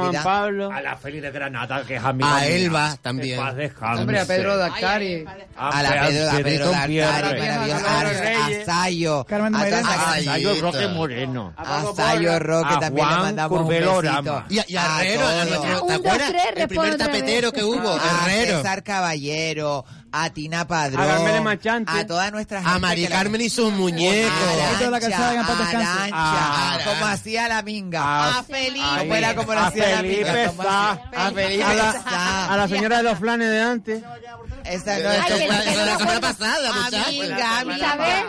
Speaker 4: Navidad.
Speaker 13: A la Feli de Granada, que es amiga
Speaker 4: A
Speaker 13: mía.
Speaker 4: Elba
Speaker 13: En
Speaker 4: también.
Speaker 13: paz descanse.
Speaker 27: Hombre, a Pedro Dactari.
Speaker 4: A la Pedro, a Pedro D'Artari, maravilloso. A, a Sayo. a
Speaker 13: A
Speaker 4: tanta gente.
Speaker 13: Sayo Roque Moreno.
Speaker 4: A Sayo Roque
Speaker 13: A
Speaker 4: también le
Speaker 13: Juan
Speaker 4: mandamos un
Speaker 13: Curbelo
Speaker 4: besito.
Speaker 13: Rama. Y a- y a Herrero,
Speaker 4: todos.
Speaker 13: a nuestro- ¿te Un, dos, acuerdas? tres, El primer responde otra vez. tapetero que hubo,
Speaker 4: A
Speaker 16: Herrero.
Speaker 4: César Caballero, a Tina Padrón.
Speaker 16: A Carmele
Speaker 4: Machante. A toda nuestra gente.
Speaker 16: A Mari
Speaker 4: que la-
Speaker 16: Carmen y sus muñecos.
Speaker 4: Arancha, Arancha, como hacía la minga.
Speaker 16: Ah,
Speaker 4: a Felipe.
Speaker 16: ahí.
Speaker 4: Como era como lo
Speaker 16: A
Speaker 4: hacía la
Speaker 16: Felipe
Speaker 4: minga. como
Speaker 16: Sá.
Speaker 4: hacía- A Felipe
Speaker 15: A la-
Speaker 4: Sá.
Speaker 15: a la señora de los flanes de antes.
Speaker 4: Esa no es
Speaker 14: Ay, que
Speaker 4: esa-
Speaker 14: no
Speaker 4: esa
Speaker 14: te
Speaker 4: es la
Speaker 14: lo
Speaker 4: semana
Speaker 14: cuento.
Speaker 4: pasada, muchachos.
Speaker 14: Amiga, amiga. ¿Sabes?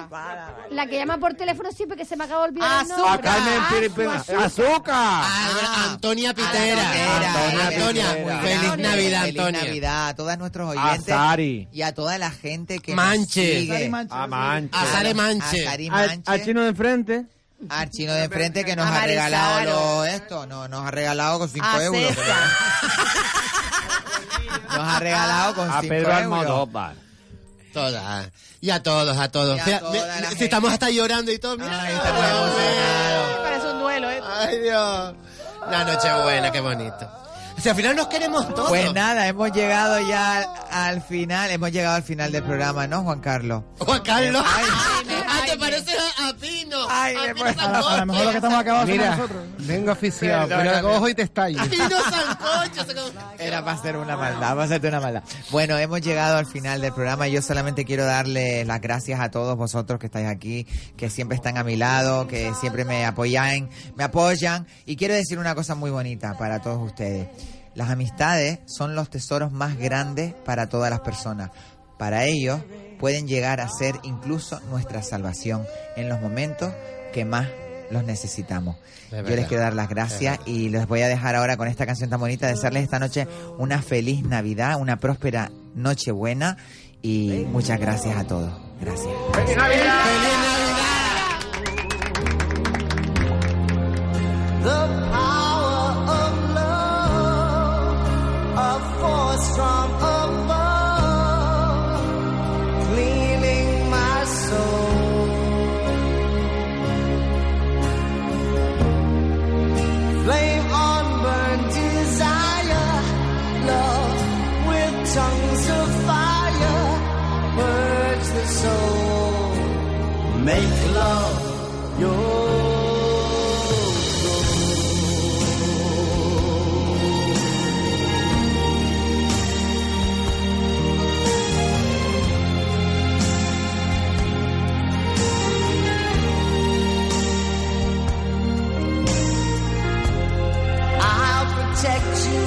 Speaker 14: La que llama por teléfono siempre que se me acaba de olvidar.
Speaker 4: Ah,
Speaker 14: el nombre.
Speaker 13: A Carmen Piripena. ¡Azúcar!
Speaker 16: Antonia Pitera.
Speaker 4: Antonia,
Speaker 16: Antonia,
Speaker 4: Pitera.
Speaker 16: feliz Navidad,
Speaker 4: Feliz
Speaker 16: Antonia.
Speaker 4: Navidad a todos nuestros
Speaker 13: A
Speaker 4: oyentes
Speaker 13: Sari.
Speaker 4: y a toda la gente que
Speaker 16: Manche.
Speaker 4: nos sigue.
Speaker 13: A Manche.
Speaker 4: A Sare Manche. A Sari
Speaker 15: Al,
Speaker 4: Manche.
Speaker 15: al chino de enfrente.
Speaker 4: Al chino de enfrente que nos
Speaker 15: A
Speaker 4: ha regalado
Speaker 15: Marisaro.
Speaker 4: lo- esto, no, nos ha regalado con 5
Speaker 15: A
Speaker 4: euros.
Speaker 15: César.
Speaker 4: pero- nos ha regalado con 5 euros.
Speaker 16: Todas. Y a todos, a todos.
Speaker 4: Y a
Speaker 16: Mira,
Speaker 4: toda
Speaker 16: mira,
Speaker 4: la
Speaker 16: si
Speaker 4: gente.
Speaker 16: estamos hasta llorando y todo. Mira.
Speaker 28: Parece un duelo, ¿eh?
Speaker 16: Ay, Dios. La Nochebuena, qué bonito. O sea, al final nos queremos todos.
Speaker 4: Pues nada, hemos llegado ya al, al final, hemos llegado al final del programa, ¿no, Juan Carlos?
Speaker 16: Juan Carlos.
Speaker 4: Ay,
Speaker 16: Ah, te parece a, a Pino. a Pino
Speaker 5: Pues,
Speaker 26: A lo mejor lo que
Speaker 16: Sancocho.
Speaker 26: estamos acabando somos
Speaker 29: Mira,
Speaker 26: nosotros.
Speaker 29: vengo aficionado, pero
Speaker 4: Perdóname.
Speaker 29: cojo y te estallo.
Speaker 16: Pino Sancocho. se acabó.
Speaker 4: Era para hacer una maldad, para hacerte una maldad. Bueno, hemos llegado al final del programa. Yo solamente quiero darle las gracias a todos vosotros que estáis aquí, que siempre están a mi lado, que siempre me apoyan, me apoyan. Y quiero decir una cosa muy bonita para todos ustedes. Las amistades son los tesoros más grandes para todas las personas. Para ellos pueden llegar a ser incluso nuestra salvación en los momentos que más los necesitamos. Yo les
Speaker 16: verdad.
Speaker 4: quiero dar las gracias y les voy a dejar ahora con esta canción tan bonita, desearles esta noche una feliz Navidad, una próspera Nochebuena y muchas gracias a todos. Gracias.
Speaker 13: ¡Feliz Navidad!
Speaker 5: The power of love, a force from above, cleaning my soul. Flame on burn desire, love with tongues of fire, purge the soul. Make love your goal. I'll protect you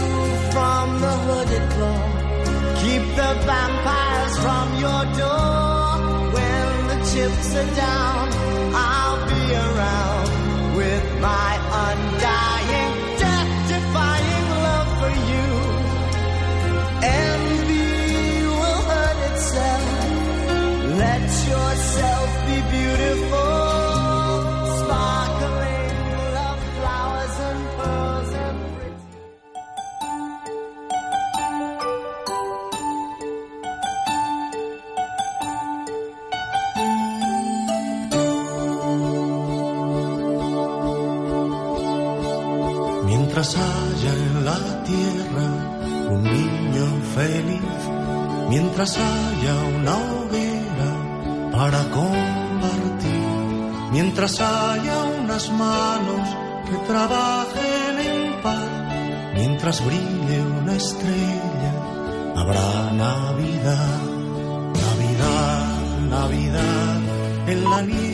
Speaker 5: from the hooded claw. Keep the vampires from your door. When the chips are down, I'll be around with my undying, death-defying love for you. Envy will hurt itself. Let yourself be beautiful. Sparkling love flowers and pearls and
Speaker 19: Mientras haya en la tierra un niño feliz, mientras haya una hoguera para compartir, mientras haya unas manos que trabajen en paz, mientras brille una estrella, habrá Navidad, Navidad, Navidad en la nieve